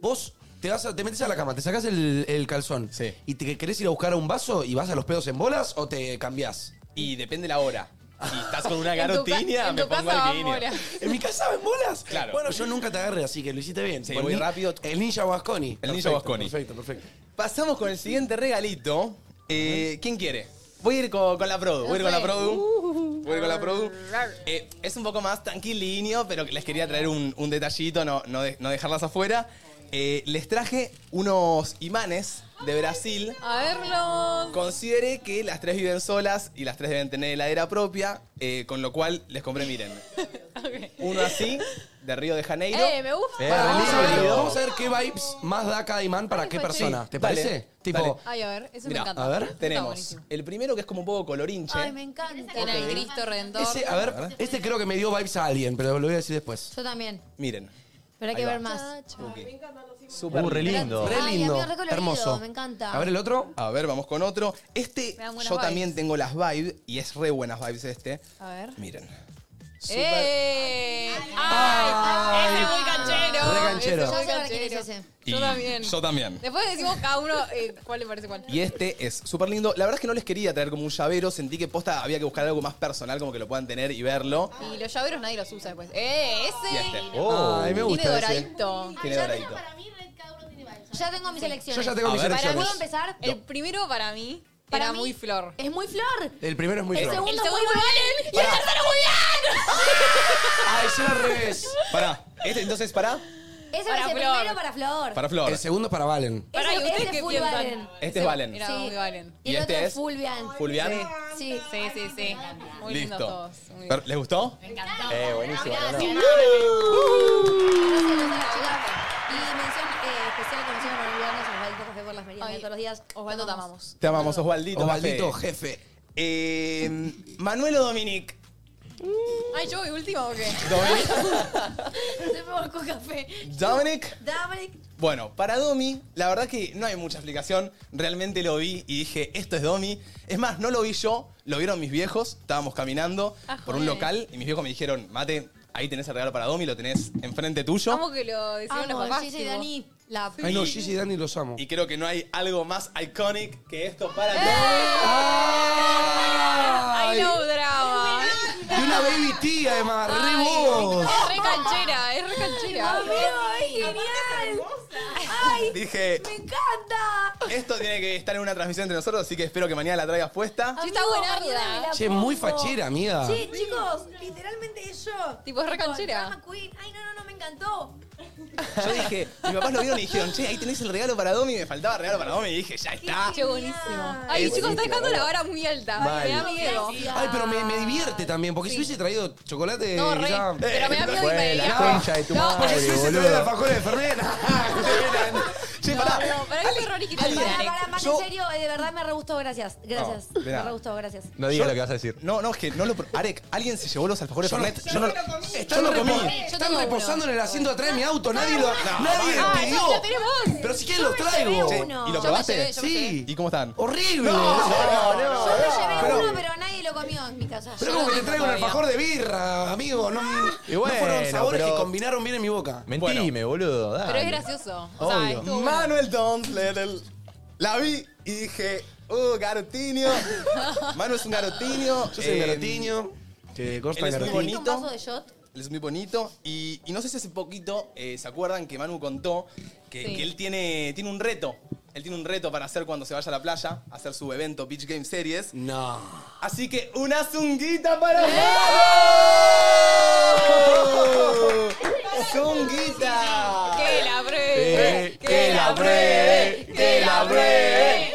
vos te vas a- te metes a la cama, te sacás el, el calzón Sí. y te querés ir a buscar un vaso y vas a los pedos en bolas o te cambiás. Y depende la hora. Si estás con una En tu ca- garotinia, en me tu pongo casa al vamos ahora. guineo. ¿En mi casa en bolas? Claro. Bueno, yo nunca te agarré, así que lo hiciste bien. Sí, Por voy ni- rápido. El ninja Wasconi. El ninja Wasconi. Perfecto, perfecto. Pasamos con el siguiente regalito. Eh, ¿Quién quiere? Voy a ir con, con la Produ. Voy a ir con la Produ. Voy a ir con la Produ. Eh, es un poco más tranquilinho, pero les quería traer un, un detallito, no, no, de- no dejarlas afuera. Eh, les traje unos imanes de Brasil. A verlo. Considere que las tres viven solas y las tres deben tener heladera propia, eh, con lo cual les compré, miren, uno así, de Río de Janeiro. Eh, me gusta. Eh, Pará, vamos, a ver, lindo. vamos a ver qué vibes más da cada imán para Ay, qué fue persona. Sí, ¿Te dale, parece? Tipo, dale. Ay, a ver, eso Mirá, me encanta. a ver, Está Tenemos buenísimo. el primero que es como un poco colorinche. Ay, me encanta. Tiene el Cristo Redentor. ese, a ver, este creo que me dio vibes a alguien, pero lo voy a decir después. Yo también, Miren. pero hay que Ahí va. ver más. Súper Uh, re lindo. lindo. Re Ay, lindo, amigo, re colorido, hermoso. me encanta. A ver el otro. A ver, vamos con otro. Este, Me dan yo buenas también vibes. tengo las vibes y es re buenas vibes este. A ver. Miren. Súper- ¡Eh! ¡Ay! Ese es Ah. muy canchero. Re canchero. Ese es muy Yo sé para quién es canchero. ese. Y Yo también. Yo también. Después decimos cada uno eh, cuál le parece cuál. Y este es súper lindo. La verdad es que no les quería traer como un llavero. Sentí que posta había que buscar algo más personal, como que lo puedan tener y verlo. Y los llaveros nadie los usa después. ¡Eh! Y Ese. este. Oh, Ay, me Tiene gusta ese. doradito. Tiene doradito. Ya tengo mis Yo elecciones. ya tengo mis ver. ¿Para elecciones. ¿Puedo empezar? El primero para mí Para era mí muy flor. Es muy flor. El primero es muy El claro. segundo El es muy segundo Valen. y el tercero muy Ay, yo al revés. Pará. Este entonces para Ese Para es el Flor. primero para flor. para Flor. El segundo es para Valen. Pará, ¿y Ese- ustedes ese qué full piensan? Valen. Este es Valen. bien. Era muy Valen. Y ¿Y el este otro es es? Fulvian. Fulvian. Sí. Sí, sí, sí. Muy lindos Listo. todos. Muy Pero, ¿Les gustó? Eh, buenísimo. no, no. Gracias a las chicas. Y mención eh, especial como siempre para olvidarnos Osvaldo Café por las meriendas Ay, de todos los días. Osvaldo te amamos. Te amamos, Osvaldito. Osvaldito, Mafe. jefe. Eh, Manuelo Dominic. Ay, ¿yo voy última o qué? Dominic. Se me volcó café. Dominic. Dominic. Bueno, para Domi, la verdad que no hay mucha explicación. Realmente lo vi y dije, esto es Domi. Es más, no lo vi yo, lo vieron mis viejos. Estábamos caminando Ah, por un joder. local y mis viejos me dijeron, mate, ahí tenés el regalo para Domi, lo tenés enfrente tuyo. Amo que lo decían los Amo, papás. Gigi y tipo. Dani, la Ay, no, Gigi y Dani los amo. Eh. Y creo que no hay algo más iconic que esto para ¡Eh! I know drama. Y una baby tía, además, re bobo. Es re canchera, es re canchera. ti. Dije, ¡Me encanta! esto tiene que estar en una transmisión entre nosotros, así que espero que mañana la traigas puesta. Sí, está Amigo, buena, mañana Arda. me la Che, muy pongo. fachera, amiga. Sí, chicos, literalmente es yo. Tipo, es re canchera. Drama queen. Ay, no, no, no, me encantó. Yo dije, mis papás lo vieron y dijeron, che, ahí tenés el regalo para Domi. Me faltaba regalo para Domi y dije, ya está. Che, buenísimo. Ay, Ah. Es chicos, está dejando la vara muy alta. Mal. Me da miedo. Ay, pero me, me divierte también, porque si hubiese traído chocolate, No, re. quizá- Eh, Pero me da miedo y me Fue la diría. concha de tu No, Porque madre, si hubiese traído boludo. alfajores de Che, No, Fernet. Eh, pará. no, para mí fue Rory que Para, te para, Darek. para, más Yo- en serio, eh, de verdad me re gustó, gracias. Gracias. No, de me nada. re gustó, gracias. No digas lo que vas a decir. No, no, es que no lo. pro- Arek, alguien se llevó los alfajores Yo no- Fernet. yo Yo no lo. Están, Yo lo repo- comí. Yo están tengo uno. reposando en el asiento de atrás de mi auto, nadie lo nadie no, pidió. no, lo tenemos. Pero si quieren los llevé traigo. Che, uno. ¿Y Yo lo me probaste? llevé, yo me Sí. llevé. ¿Y cómo están? Horrible. Yo me llevé Pero- uno, pero nadie lo comió en mi casa. Pero como que te traigo un alfajor de birra, amigo. No, Y no bueno, fueron sabores pero- que combinaron bien en mi boca. Mentime, boludo. dale. Pero es gracioso. O sea, Obvio. estuvo bueno. Manuel Donsledel. La vi y dije, uh, garotinio. Manu es un garotinio. Yo soy eh, garotinio. Che, él Costa es muy garotinio. ¿Viste un bonito. vaso de shot? Él es muy bonito. Y, y no sé si hace poquito eh, se acuerdan que Manu contó que, Sí. que él tiene, tiene un reto. Él tiene un reto para hacer cuando se vaya a la playa, hacer su evento Beach Game Series. No. Así que una zunguita ¡Eh! para Manu. ¡Zunguita! ¡Eh! Que la breve. Eh, que la breve, que la breve.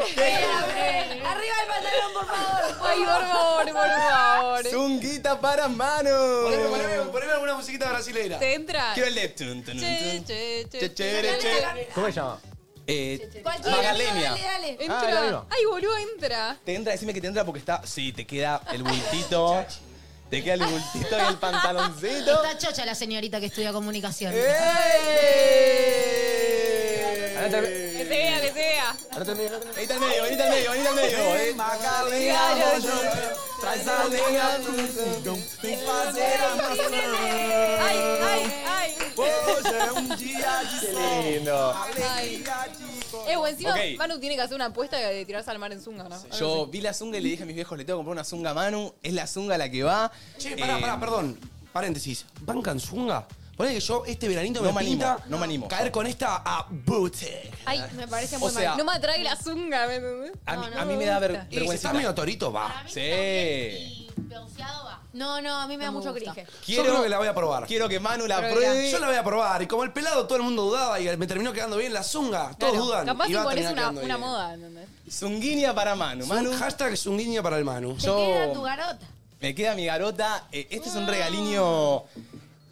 Arriba el pantalón, por favor. Ay, por favor, por favor. ¡Zunguita para Manu! Poneme, poneme alguna musiquita brasileira. ¿Te entra? Quiero el de... tun, tun, Che, tun. che, Che, che, chere, che. ¿Cómo se llama? Eh, Cualquiera. Magalemia. Dale, dale. Ah, la Entra. misma. Ay, boludo, entra. Te entra, decime que te entra porque está... Sí, te queda el bultito. te queda el bultito y el pantaloncito. Está chocha la señorita que estudia comunicación. ¡Eh! Ahora termi- Que se vea, que se vea. ahora termina, ahora termina. Venite al medio, venite al medio, venite al medio. Eh, Ay, ay, ay. Qué lindo. ay. Eh, o encima Ok. Manu tiene que hacer una apuesta de tirarse al mar en zunga, ¿no? Yo vi la zunga y le dije a mis viejos, le tengo que comprar una zunga a Manu. Es la zunga la que va. Che, pará, Eh, pará, perdón. Paréntesis. ¿Bancan zunga? Ponele que yo este veranito No me me animo, pinta no me animo. caer con esta a booty. Ay, Me parece O muy sea, mal. no me atrae la zunga, ¿me entendés? A mí, No, no a mí me da ver- gusta. Y si vergüenza. está medio torito, va. Para mí Sí. está bien y bronceado va. No, no, a mí me da No me mucho gusta. cringe. Quiero, Yo creo que la voy a probar. quiero que Manu la Pero pruebe. mira, Yo la voy a probar. Y como el pelado todo el mundo dudaba y me terminó quedando bien la zunga, todos Claro, dudan. Capaz y si va a pones terminar una, quedando una bien. moda, ¿entendés? Zunguinia para Manu. Manu, Manu. Hashtag zunguiña para el Manu. Te Yo- queda tu garota. me queda mi garota. Eh, este es un regaliño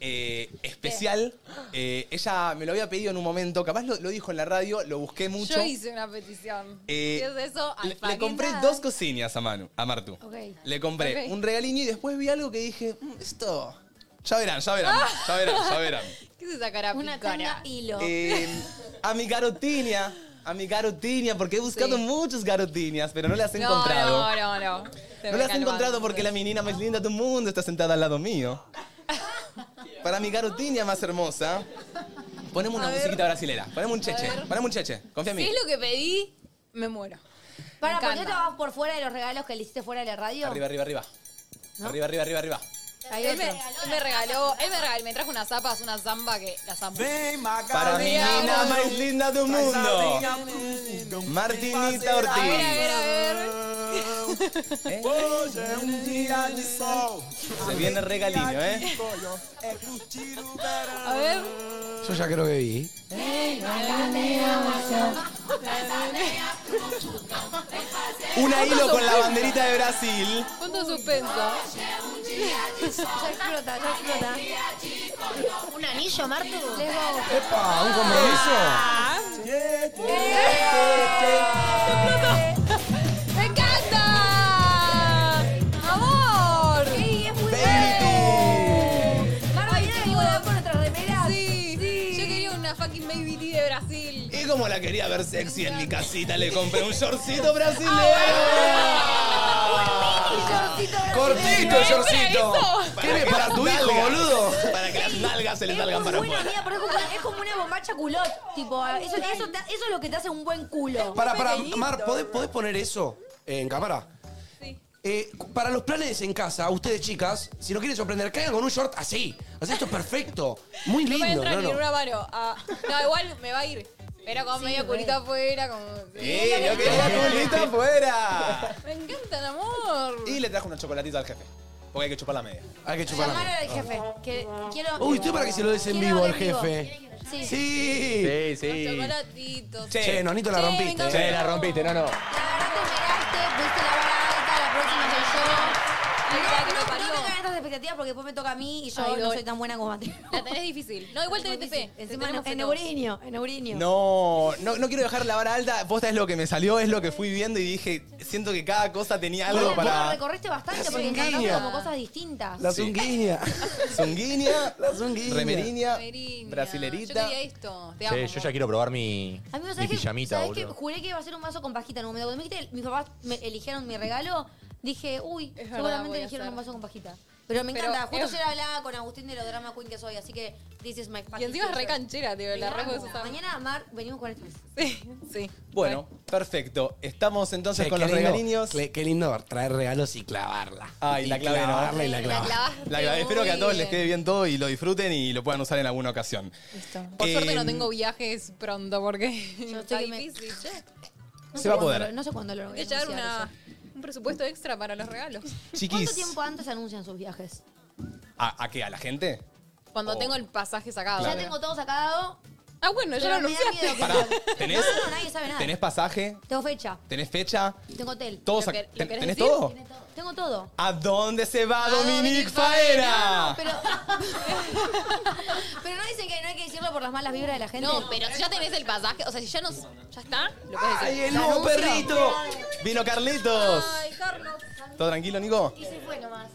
eh, especial. Eh, ella me lo había pedido en un momento. Capaz lo, lo dijo en la radio, lo busqué mucho. Yo hice una petición. Eh, ¿Qué es eso? le- le, Alfagueta. compré dos cosillas a Manu, a Martu. Ok. Le compré Ah, Ok. un regaliño y después vi algo que dije, "Mm, esto... Ya verán, ya verán, Ah. ya verán, ya verán. ¿Qué se sacará Una picona? tanga hilo. Eh, a mi garotinia, a mi garotinia, porque he buscado Sí. muchas garotinias, pero no las he No, encontrado. no, no, no. Te pues. No la me has calmas. encontrado porque la menina más linda del mundo está sentada al lado mío. Para mi garotinha más hermosa, ponemos una musiquita brasilera. Ponemos un cheche. Ponemos un cheche. Confía en Si mí. es lo que pedí, me muero. Para, Me ¿por qué encanta. te vas por fuera de los regalos que le hiciste fuera de la radio? Arriba, arriba, arriba. ¿No? Arriba, arriba, arriba, arriba. Hay Él me, otro. él me regaló, él me regaló, me trajo unas zapas, una zamba que las amo. Para mi nena más linda del mundo. Martinita eh, A ver, a Ortiz. ¿Eh? ver, a ver. Se viene regalino, ¿eh? A ver. Yo ya creo que vi. Una hilo con la banderita de Brasil. Punto suspenso. Ya explota, ya explota. ¿Un anillo, Martu? Les hago. ¡Epa! ¿Un compromiso? ¡Me encanta! ¡Amor! ¡Ey, es muy Baby. bueno! Marta, mira que voy a dar por nuestra remera. Sí. Yo quería una fucking baby tea de Brasil. como la quería ver sexy en mi casita, le compré un shortcito brasileño. Cortito el shortcito. Tiene para tu hijo, boludo? Para que las nalgas se le salgan para Buena afuera. amiga, pero es como, es como una bombacha culot. Tipo, eso, eso, te- eso es lo que te hace un buen culo. Para, para, Mar, ¿podés, podés poner eso en cámara? Eh, cu- para los planes en casa, ustedes chicas, si no quieren sorprender, caigan con un short así. Así esto es perfecto. Muy No me lindo, entra no, ni no. en una mano. Ah, no, igual me va a ir. Pero con medio culito afuera, como. ¡Eh, no quería culito afuera! Me encanta el amor. Y le trajo una chocolatita al jefe. Porque hay que chupar la media. Hay que Llamar al jefe. Que quiero. Uy, estoy para que se lo des en Quiero vivo al en vivo. jefe. Sí. Sí. Chocolatitos. Che, Nonito, la rompiste. Sí, la rompiste, no, no. La próxima soy yo. Ay, la que me No, no, parió. no tengan estas expectativas porque después me toca a mí y yo Ay, no Lord. soy tan buena como Mateo. La tenés difícil. No, igual tenés fe. Encima Tenemos fe en todos. Eurinio, en Eurinio. No, no, no quiero dejar la vara alta. Posta es lo que me salió, es lo que fui viendo y dije, siento que cada cosa tenía algo Bueno, vos para. recorriste bastante La porque encontraste zunguilla. como cosas distintas. La Sí. zunguiña. Zunguiña, La zunguiña. remeriña, Meriña. Yo brasilerita. quería esto. Te amo. Sí, yo ya quiero probar mi, Amigo, mi ¿sabes, que, pijamita, ¿sabes que boludo. juré que iba a ser un vaso con pajita en un momento? Cuando me dijiste, mis papás me eligieron mi regalo, dije, uy, verdad, voy seguramente a eligieron hacer. un vaso con pajita. Pero me Pero- encanta. Justo eh. ayer hablaba con Agustín de lo drama queen que soy, así que this is my Y pajita. encima es re canchera, tío. La re Mañana, está. Mañana, Mar, venimos con esto. Sí, sí. Bueno, perfecto. Estamos entonces Che, con qué los lindo, regaliños. Qué, qué lindo traer regalos y clavarla. Ay, Y la clave, ¿no? clavarla y la La clavarla. clavaste La verdad, espero muy que a todos les bien. quede bien todo y lo disfruten y lo puedan usar en alguna ocasión. Listo. Por Eh, suerte no tengo viajes pronto porque Yo está estoy que me- difícil, che. No Se sé va a cuándo poder. lo- No sé cuándo lo Hay voy a que llevar anunciar una- eso. un presupuesto extra para los regalos. Chiquis. ¿Cuánto tiempo antes anuncian sus viajes? ¿A, a qué? ¿A la gente? Cuando Oh. tengo el pasaje sacado. Ya tengo todo sacado. Ah, bueno, ya pero lo me da miedo anunciaste. que- Pará, ¿tenés, No, no, nadie sabe nada. ¿tenés pasaje? Tengo fecha, ¿Tenés fecha? tengo hotel. ¿Todo ¿Lo sac- que- lo ten- querés ¿Tenés decir? todo? Tengo todo. ¿A dónde se va A Dominique Dominic Faena? Pero, pero no dicen que no hay que decirlo por las malas vibras de la gente. No, pero si ya tenés el pasaje, o sea, si ya no. ¿Ya está? Lo puedes decir. ¡Ay, el nuevo perrito! Vino Carlitos. Ay, Carlos. ¿Todo tranquilo, Nico? Y se fue nomás.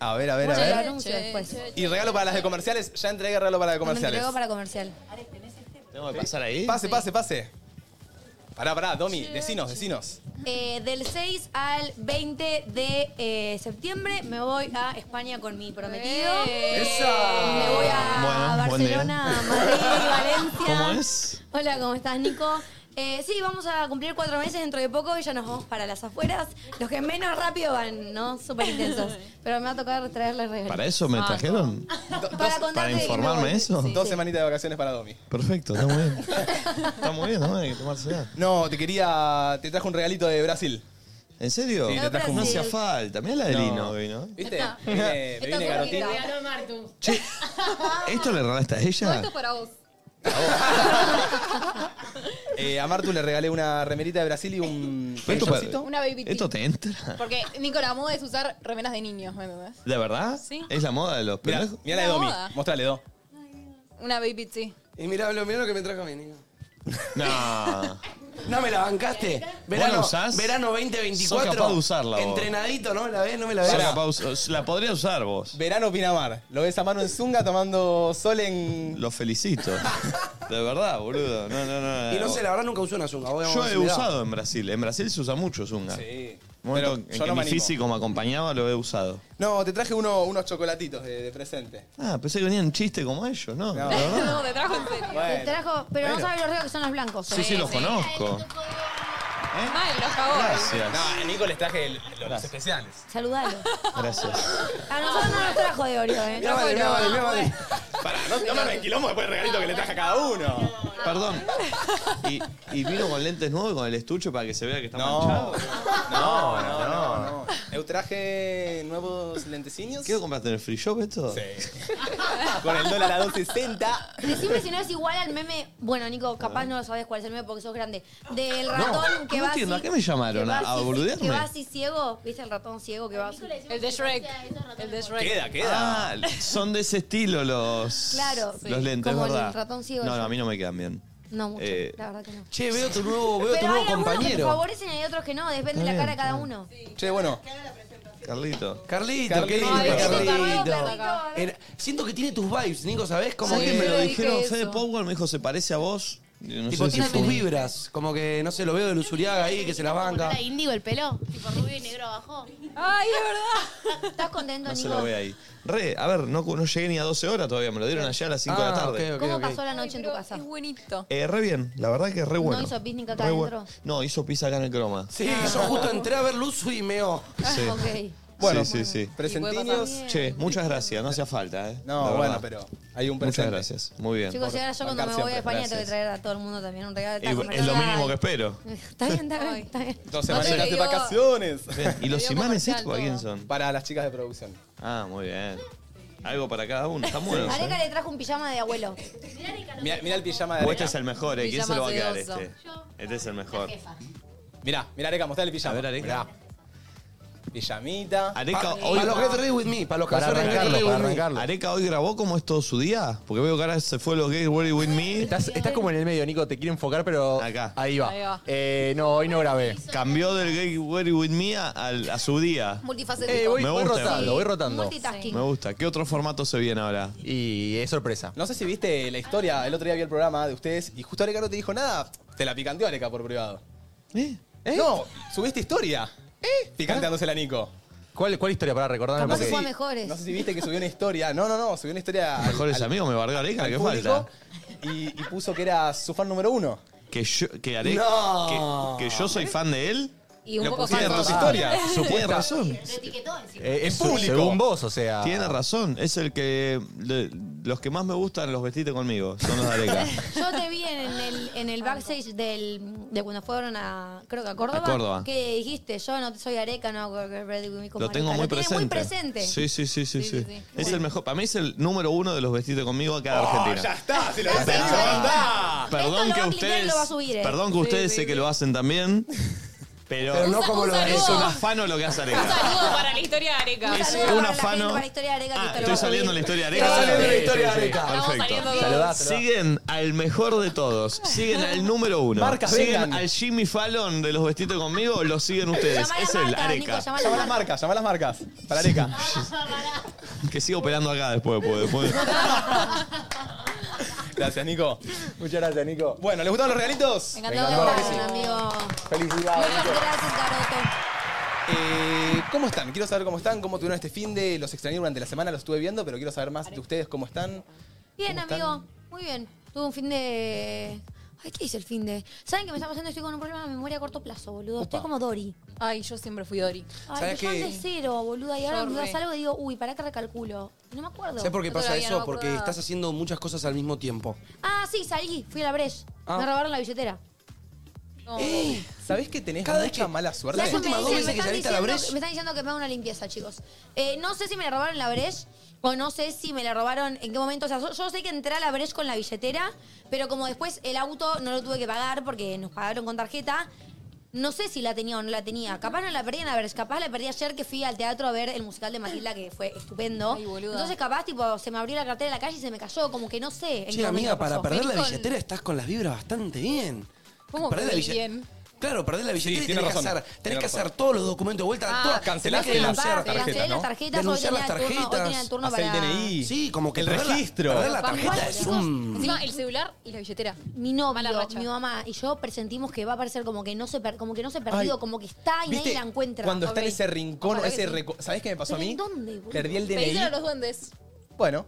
A ver, te... A ver, a ver, a Bueno, lo ver. anuncio después. Y regalo para las de comerciales. Ya entregué regalo para las de comerciales. Luego para comercial. ¿Tengo que pasar ahí? Pase, pase, pase. Pará, pará, Domi, decinos, decinos. Eh, del 6 al 20 de eh, septiembre me voy a España con mi prometido. Eh. ¡Esa! Me voy a Bueno, buen día. Barcelona, a Madrid, Valencia. ¿Cómo es? Hola, ¿cómo estás, Nico? Eh, sí, vamos a cumplir cuatro meses dentro de poco y ya nos vamos para las afueras. Los que menos rápido van, ¿no? Súper intensos. Pero me va a tocar traerles regalos. ¿Para eso me Ah. trajeron? Do- dos, Para contarte ¿Para de que me informarme voy. eso? Sí. dos semanitas de vacaciones para Domi. Perfecto, está muy bien. Está muy bien, ¿no? Hay que tomarse edad. No, te quería. Te trajo un regalito de Brasil. ¿En serio? Sí, te trajo un. no hacía falta. Mirá la de No. Lino que vino. ¿Viste? Vine, Está vine garotín. cerquita. Regaló Martu. Ah. ¿Esto le regalaste a Todo ella? esto es para vos. Eh, a Martu le regalé una remerita de Brasil y un. ¿Esto, pa- shortcito. Una baby tee. ¿Esto te entra? Porque, Nico, la moda es usar remeras de niños, ¿me entendés? ¿De verdad? Sí. ¿Es la moda de los Mirá, pendejos? mirá la de Una Domi. moda. Mostrale, Do. Una baby tee. Y mirá lo, mirá lo que me trajo a mí, Nico. No. No me la bancaste. Verano, la usás? verano 2024. Sos capaz de usarla, vos. Entrenadito, ¿no? La ves, no me la Sos ves. capaz de us- la podrías usar vos. Verano Pinamar. Lo ves a mano en Zunga tomando sol en. Los felicito. De verdad, boludo. No, no, no. Y no sé, la verdad nunca usé una zunga. voy a- Yo vamos a he decir, usado en Brasil. En Brasil se usa mucho zunga. Sí. Momento en Pero que yo no me mi animo. físico me acompañaba, lo he usado. No, te traje uno- unos chocolatitos de, de presente. Ah, pensé que venían chistes como ellos, ¿no? No. ¿De verdad? No, te trajo en serio. Te Bueno. trajo, pero no Bueno. sabes los regalos que son los blancos. Sí, sí, los conozco. ¿Eh? Mal, los favor. Gracias. No, a Nico les traje el- los especiales. Saludalo. Gracias. A nosotros no nos trajo de Oreo, ¿eh? Mirá, vale, mirá, vale, mirá, vale. Pará, no, no me requilomos después el regalito que le traje a cada uno. Perdón. Y, y vino con lentes nuevos y con el estuche para que se vea que está No. manchado. No, no, no, no. Eu traje nuevos lentecillos. ¿Qué lo compraste en el free shop esto? Sí. Con el dólar a 260. Decime si no es igual al meme. Bueno, Nico, capaz no lo sabes cuál es el meme porque sos grande. Del ratón No, que no va. entiendo, así- ¿a qué me llamaron? que va ¿A- a así- boludearme? Que va así ciego. ¿Viste el ratón ciego que va así? El de Shrek. El de Shrek. Queda, queda. Ah, son de ese estilo los, Claro. los lentes, Como el ¿verdad? ratón ciego no, ese. no, a mí no me quedan bien. No mucho, Eh, la verdad que no. Che, veo tu nuevo, veo Pero tu hay nuevo algunos que te compañero. favorecen y hay otros que no. Depende Está de la bien, cara de está cada bien. uno. Che, bueno. Carlito. Carlito, Carlito. qué lindo, Ay, yo te Carlito. cargo, Carlito, Era- siento que tiene tus vibes, Nico, ¿sabés? Como ¿Cómo que que me lo yo dije dijeron? eso. Fede Powell me dijo, ¿se parece a vos? Yo no tipo, sé si tiene tus fue- vibras. Como que, no sé, lo veo de Luzuriaga ahí, que se las banca. ¿Era índigo el pelo? Tipo rubio y negro abajo. Ay, es verdad. ¿Estás contento, No se Nico? lo ve ahí. Re, a ver, no, no llegué ni a 12 horas todavía, me lo dieron allá a las 5 de la Ah, tarde. ¿Cómo pasó la noche en tu casa? Es buenito. Eh, re bien, la verdad que re bueno. ¿No hizo picnic acá Re adentro? bueno. No, hizo pizza acá en el croma. Sí, yo justo entré a ver Luzu y oh, meo. Sí. Ok. Bueno, sí, sí, sí. Presentinios. Che, muchas gracias, no hacía falta, ¿eh? No, La verdad. bueno, pero hay un presente. Muchas gracias, muy bien. Chicos, y ahora yo cuando me voy a España tengo que traer a todo el mundo también un regalo de Y taco. bu- es lo mínimo que espero. Está bien, está bien, está bien. Dos No te semanas de digo- vacaciones. ¿Y los imanes estos para quién son? Para las chicas de producción. Ah, muy bien. Algo para cada uno, está bueno. ¿eh? Areca le trajo un pijama de abuelo. Mirá, mirá el pijama de O Areca. este es el mejor, ¿eh? ¿Quién se lo va a quedar Pijama este? Este es el mejor. Mirá, mirá Areca, mostrá el pijama. A ver, Areca. Pijamita. Areca, Pa- hoy. pa' los Get Ready With Me, pa' los cazadores Get Ready With Me. Areca hoy grabó como es todo su día. Porque veo que ahora se fue a los Get Ready With Me. Estás, estás como en el medio, Nico, te quiero enfocar, pero. Acá. Ahí va. Ahí va. Eh, no, hoy no grabé. Cambió del Get Ready With Me a, al- a su día. Multifacético. Eh, voy, Me voy gusta. rotando, Sí. voy rotando. Multitasking. Me gusta. ¿Qué otro formato se viene ahora? Y es sorpresa. No sé si viste la historia, el otro día vi el programa de ustedes y justo Areca no te dijo nada. Te la picanteó Areca por privado. ¿Eh? No, subiste historia. ¿Eh? ¿Ah? Picanteándosela a Nico. ¿Cuál, cuál historia para recordarme? Capaz Porque- que fue a mejores. Ah, No sé si viste que subió una historia. No, no, no, subió una historia. al- Mejores al- amigos me bargó Areca, al ¿qué público falta? Y, y puso que era su fan número uno. Que yo, que Areca. No. Que, que yo soy fan de él. Y un Lo poco pusiste fan en de tus vos. historias. Ah. Tiene razón. Lo etiquetó encima. Eh, es En público. según vos, o sea. Tiene razón. Es el que. de- los que más me gustan los vestiste conmigo. Son los de Areca. Yo te vi en el, en el backstage del, de cuando fueron a, creo que a Córdoba. A Córdoba. Que dijiste, yo no soy areca, no hago Get Ready With Me con Lo tengo Marica. muy Lo tenés presente. muy presente. Sí, sí, sí, sí, sí. sí. Es el mejor. Para mí es el número uno de los vestidos conmigo acá de Oh, Argentina. ya está, se lo Perdón, dice, ya está. Esto Perdón lo que va a clipear y ustedes. lo va a subir, eh. Perdón que Sí, ustedes sí, sé que lo hacen también. Pero, Pero no Un sa- como un lo de- es saludo. un afano lo que hace Un Areca. saludo para la historia de Areca. Saludos Es para un la gente, afano. para la historia de Areca, que Ah, esto lo va estoy a subir. saliendo la historia de Areca. Está saliendo la Sí, historia de sí, sí. Areca. Estamos Perfecto. saliendo todos. Siguen al mejor de todos. Siguen al número uno. Marcas siguen vengan. al Jimmy Fallon de los vestidos conmigo. Lo siguen ustedes. Llamá a Es la el marca, Areca. Nico, llamá a la Llamá a las marcas, llamá a las marcas. Para Areca. Que siga operando acá después. pues, después. Gracias, Nico. Muchas gracias, Nico. Bueno, ¿les gustaron los regalitos? Me Ah. encantó, amigo. Muchas gracias, Caroto. Eh, ¿Cómo están? Quiero saber cómo están, cómo tuvieron este fin de. Los extrañé durante la semana, los estuve viendo, pero quiero saber más de ustedes cómo están. Bien, ¿Cómo están? amigo. Muy bien. Tuve un fin de. Ay, ¿qué hice el fin de? ¿Saben que me está pasando? Estoy con un problema de memoria a corto plazo, boludo. Estoy Upa. como Dory. Ay, yo siempre fui Dori. Ay, ¿Sabes yo qué? de cero, boluda. Y ahora Yo me re. salgo y digo, uy, ¿para qué recalculo? No me acuerdo. ¿Sabes por qué Yo pasa todavía no eso? me Porque acordaba. estás haciendo muchas cosas al mismo tiempo. Ah, sí, salí. Fui a la Breche. Ah. Me robaron la billetera. No. ¡Eh! ¿Sabés que tenés Cada vez mucha que- mala suerte? Las Me últimas dos dicen- veces me que están saliste a la diciendo- Breche. Me están diciendo que me haga una limpieza, chicos. Eh, no sé si me la robaron en la Breche o no sé si me la robaron en qué momento. O sea, yo, yo sé que entré a la Breche con la billetera, pero como después el auto no lo tuve que pagar porque nos pagaron con tarjeta, no sé si la tenía o no la tenía. Capaz no la perdí en la Breche, capaz la perdí ayer que fui al teatro a ver el musical de Matilda, que fue estupendo. Ay, boluda. Entonces capaz, tipo, se me abrió la cartera en la calle y se me cayó, como que no sé. en Che, qué amiga, momento para pasó. perder la Vení con- billetera estás con las vibras bastante bien. ¿Cómo Perdés la perdí bille- bien? Claro, perdés la billetera Sí, y tiene tenés que razón. hacer, tenés Tiene que hacer razón. todos los documentos de vuelta. Ah, todas- cancelás tenés que las denunciar tarjetas, Cancelé ¿no? las tarjetas, hoy Denunciar tenía, las el turno, hoy tenía el tarjetas. turno Hacé el para... DNI. Sí, como que El perder la- registro. perder la Papá, tarjeta es chicos, un... Encima el celular y la billetera. Mm. mi novio, Mala racha. mi mamá y yo presentimos que va a parecer como que no se per- como que no se perdió, Ay. como que está y nadie la encuentra. Cuando está en Ok. ¿eh? ese rincón, Ojalá ese que sí. reco- ¿Sabés qué me pasó a ¿Pero mí? en dónde, boludo? Perdí el DNI. Pedíselo a los duendes. Bueno,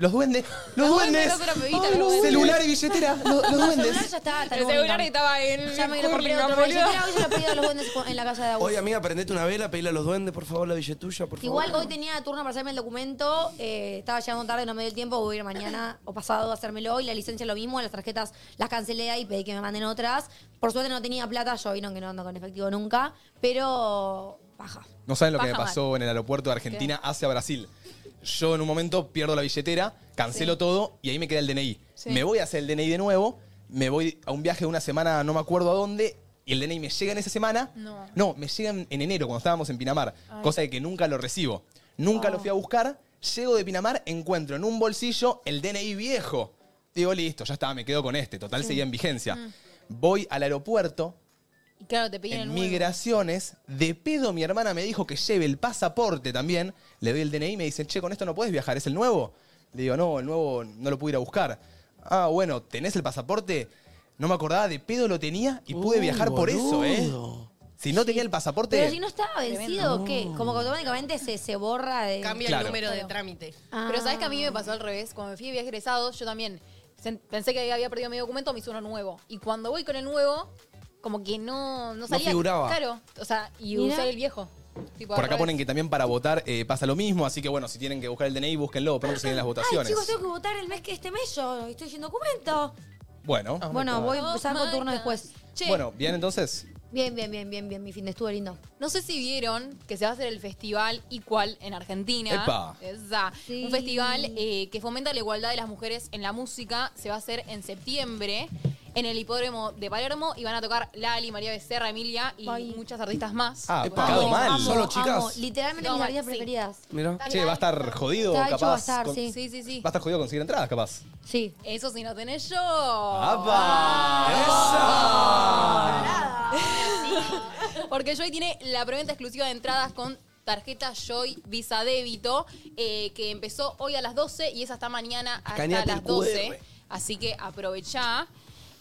los duendes. Ah, ¡Los duendes! no, pero me evita, Ay, los duendes. Celular y billetera. Los, los El duendes. celular ya está, está El celular bonito. estaba en. Ya me lo compré curling, otro boludo. billetera, hoy se lo pedí a los duendes en la casa de Agus. Hoy, amiga, prendete una vela, pedile a los duendes, por favor, la billetuya, por favor. Igual hoy tenía turno para hacerme el documento, eh, estaba llegando tarde, no me dio el tiempo, voy a ir mañana o pasado a hacérmelo hoy, la licencia lo mismo, las tarjetas las cancelé y pedí que me manden otras. Por suerte no tenía plata, yo vieron que no ando con efectivo nunca, pero baja. No saben lo que me Paja pasó en el aeropuerto de Argentina hacia Brasil. Yo en un momento pierdo la billetera, cancelo todo y ahí me queda el DNI. Sí. Me voy a hacer el DNI de nuevo, me voy a un viaje de una semana, no me acuerdo a dónde, y el DNI me llega en esa semana. No. me llega en, en enero, cuando estábamos en Pinamar, cosa de que nunca lo recibo. Nunca lo fui a buscar, llego de Pinamar, encuentro en un bolsillo el DNI viejo. Digo, listo, ya está, me quedo con este, total seguía en vigencia. Voy al aeropuerto, Y claro, te piden el en nuevo. migraciones, de pedo mi hermana me dijo que lleve el pasaporte también. Le doy el DNI y me dicen, che, con esto no puedes viajar, ¿es el nuevo? Le digo, no, el nuevo no lo pude ir a buscar. Ah, bueno, ¿tenés el pasaporte? No me acordaba de pedo lo tenía y pude Uy, viajar por eso, ¿eh? boludo. Si no tenía el pasaporte. Uh, Pero si no estaba vencido, ¿qué? Como que automáticamente se, se borra de... Cambia el Claro. número de trámite. Ah. Pero sabes que a mí Ah. me pasó al revés. Cuando me fui de viaje egresado, yo también sen- pensé que había perdido mi documento, me hizo uno nuevo. Y cuando voy con el nuevo, como que no, no salía. figuraba. Claro. O sea, y Mira. usé el viejo. Tipo, Por al acá revés. ponen que también para votar eh, pasa lo mismo, así que bueno, si tienen que buscar el DNI, búsquenlo, pronto se vienen las Ay, votaciones. chicos, tengo que votar el mes que este mes yo. Estoy sin documento. Bueno. Ah, bueno, voy a usar my con turno después. Bueno, bien entonces. Bien, bien, bien, bien, bien. Mi fin de estuvo lindo. No sé si vieron que se va a hacer el festival Igual en Argentina. ¡Epa! Esa. Sí. Un festival eh, que fomenta la igualdad de las mujeres en la música. Se va a hacer en septiembre en el hipódromo de Palermo y van a tocar Lali, María Becerra, Emilia y muchas artistas más. Ah, Tipo, pecado amo, mal. amo, Solo amo. chicas. Literalmente No, mis mal, salidas sí. preferidas. Mira. Che, va a estar jodido, Está hecho, capaz. va a estar, con- sí. Sí, sí, sí. Va a estar jodido conseguir entradas, capaz. Sí. Eso si no tenés yo. Porque Joy tiene la preventa exclusiva de entradas con tarjeta Joy Visa Débito, eh, que empezó hoy a las 12 y es hasta mañana hasta Escaneate el las 12. QR. Así que aprovechá.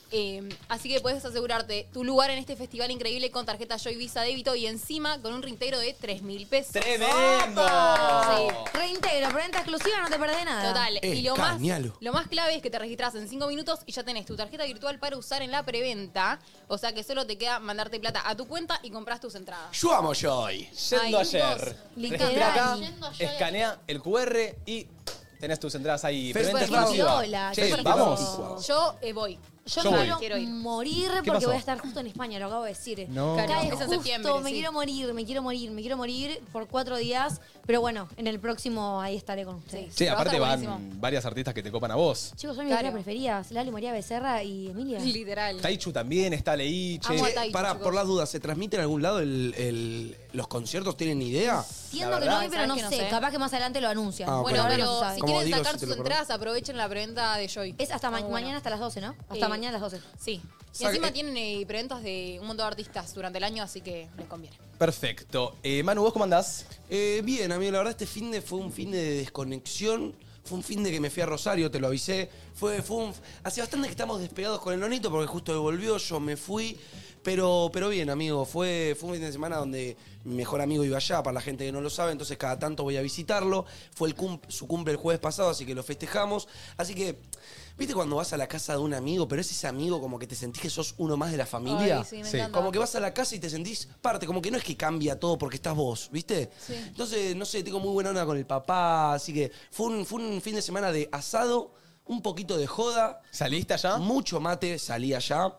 Eh, así que puedes asegurarte tu lugar en este festival increíble con tarjeta Joy Visa Débito y encima con un reintegro de 3 mil pesos. ¡Tremendo! Sí. Reintegro, preventa exclusiva, no te perdés nada. Total. y lo más, Escanealo. lo más clave es que te registras en 5 minutos y ya tenés tu tarjeta virtual para usar en la preventa. O sea que solo te queda mandarte plata a tu cuenta y compras tus entradas. Yo amo Joy. Yendo Ay, ayer. Dios, Registra literal. acá, Yendo ayer. escanea el QR y tenés tus entradas ahí. Festival Preventa Cloud. exclusiva. Hola, Che, chicos. vamos. Yo eh, voy. Yo, Yo me voy. Quiero quiero ir. morir ¿Qué porque pasó? voy a estar justo en España, lo acabo de decir. No. Claro, Cae es en justo, septiembre, me sí. quiero morir, me quiero morir, me quiero morir por cuatro días. Pero bueno, en el próximo ahí estaré con ustedes. Che, aparte Va a van estar buenísimo. varias artistas que te copan a vos. Chicos, son mis Claro. claro. preferidas. Lali, María Becerra y Emilia. Literal. Taichu también está Leí, che. Amo a Taichu, Pará, chicos. por las dudas, ¿se transmite en algún lado el- el- los conciertos? ¿Tienen idea? Entiendo que no hay, pero ¿Sabes no, que no sé. sé? Capaz que más adelante lo anuncian. Ah, bueno, ok, ahora ok. no se sabe. Como Quieren digo, sacar si te tus lo perdés. entradas, aprovechen la preventa de Joy. Es hasta ma- Está muy bueno. mañana hasta las 12, ¿no? Hasta Eh, mañana a las 12. Sí. Y Saca- encima eh. tienen eh, preventas de un montón de artistas durante el año, así que les conviene. Perfecto. Eh, Manu, ¿vos cómo andás? Eh, bien, amigo, la verdad este fin de fue un fin de desconexión. Fue un fin de que me fui a Rosario, te lo avisé. Fue, fue un- Hace bastante que estamos despegados con el nonito porque justo devolvió, yo me fui. Pero, pero bien, amigo, fue, fue un fin de semana donde mi mejor amigo iba allá, para la gente que no lo sabe, entonces cada tanto voy a visitarlo. Fue el cum- su cumple el jueves pasado, así que lo festejamos. Así que, ¿viste cuando vas a la casa de un amigo, pero es ese amigo como que te sentís que sos uno más de la familia? Ay, sí, me Sí. encanta. Como que vas a la casa y te sentís parte, como que no es que cambia todo porque estás vos, ¿viste? Entonces, no sé, tengo muy buena onda con el papá, así que fue un, fue un fin de semana de asado, un poquito de joda. ¿Saliste allá? Mucho mate, salí allá.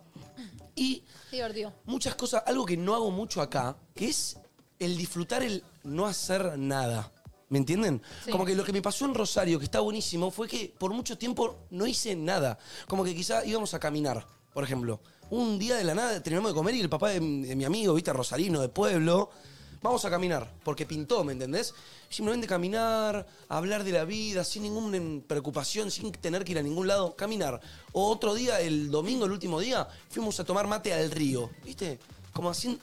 Y Divertido. muchas cosas, algo que no hago mucho acá, que es el disfrutar el no hacer nada. ¿Me entienden? Sí. Como que lo que me pasó en Rosario, que está buenísimo, fue que por mucho tiempo no hice nada. Como que quizá íbamos a caminar, por ejemplo. Un día de la nada terminamos de comer y el papá de, de mi amigo, viste, Rosarino de pueblo, vamos a caminar, porque pintó, ¿me entendés? Simplemente caminar, hablar de la vida, sin ninguna preocupación, sin tener que ir a ningún lado, caminar. O otro día, el domingo, el último día, fuimos a tomar mate al río, ¿viste? Como así,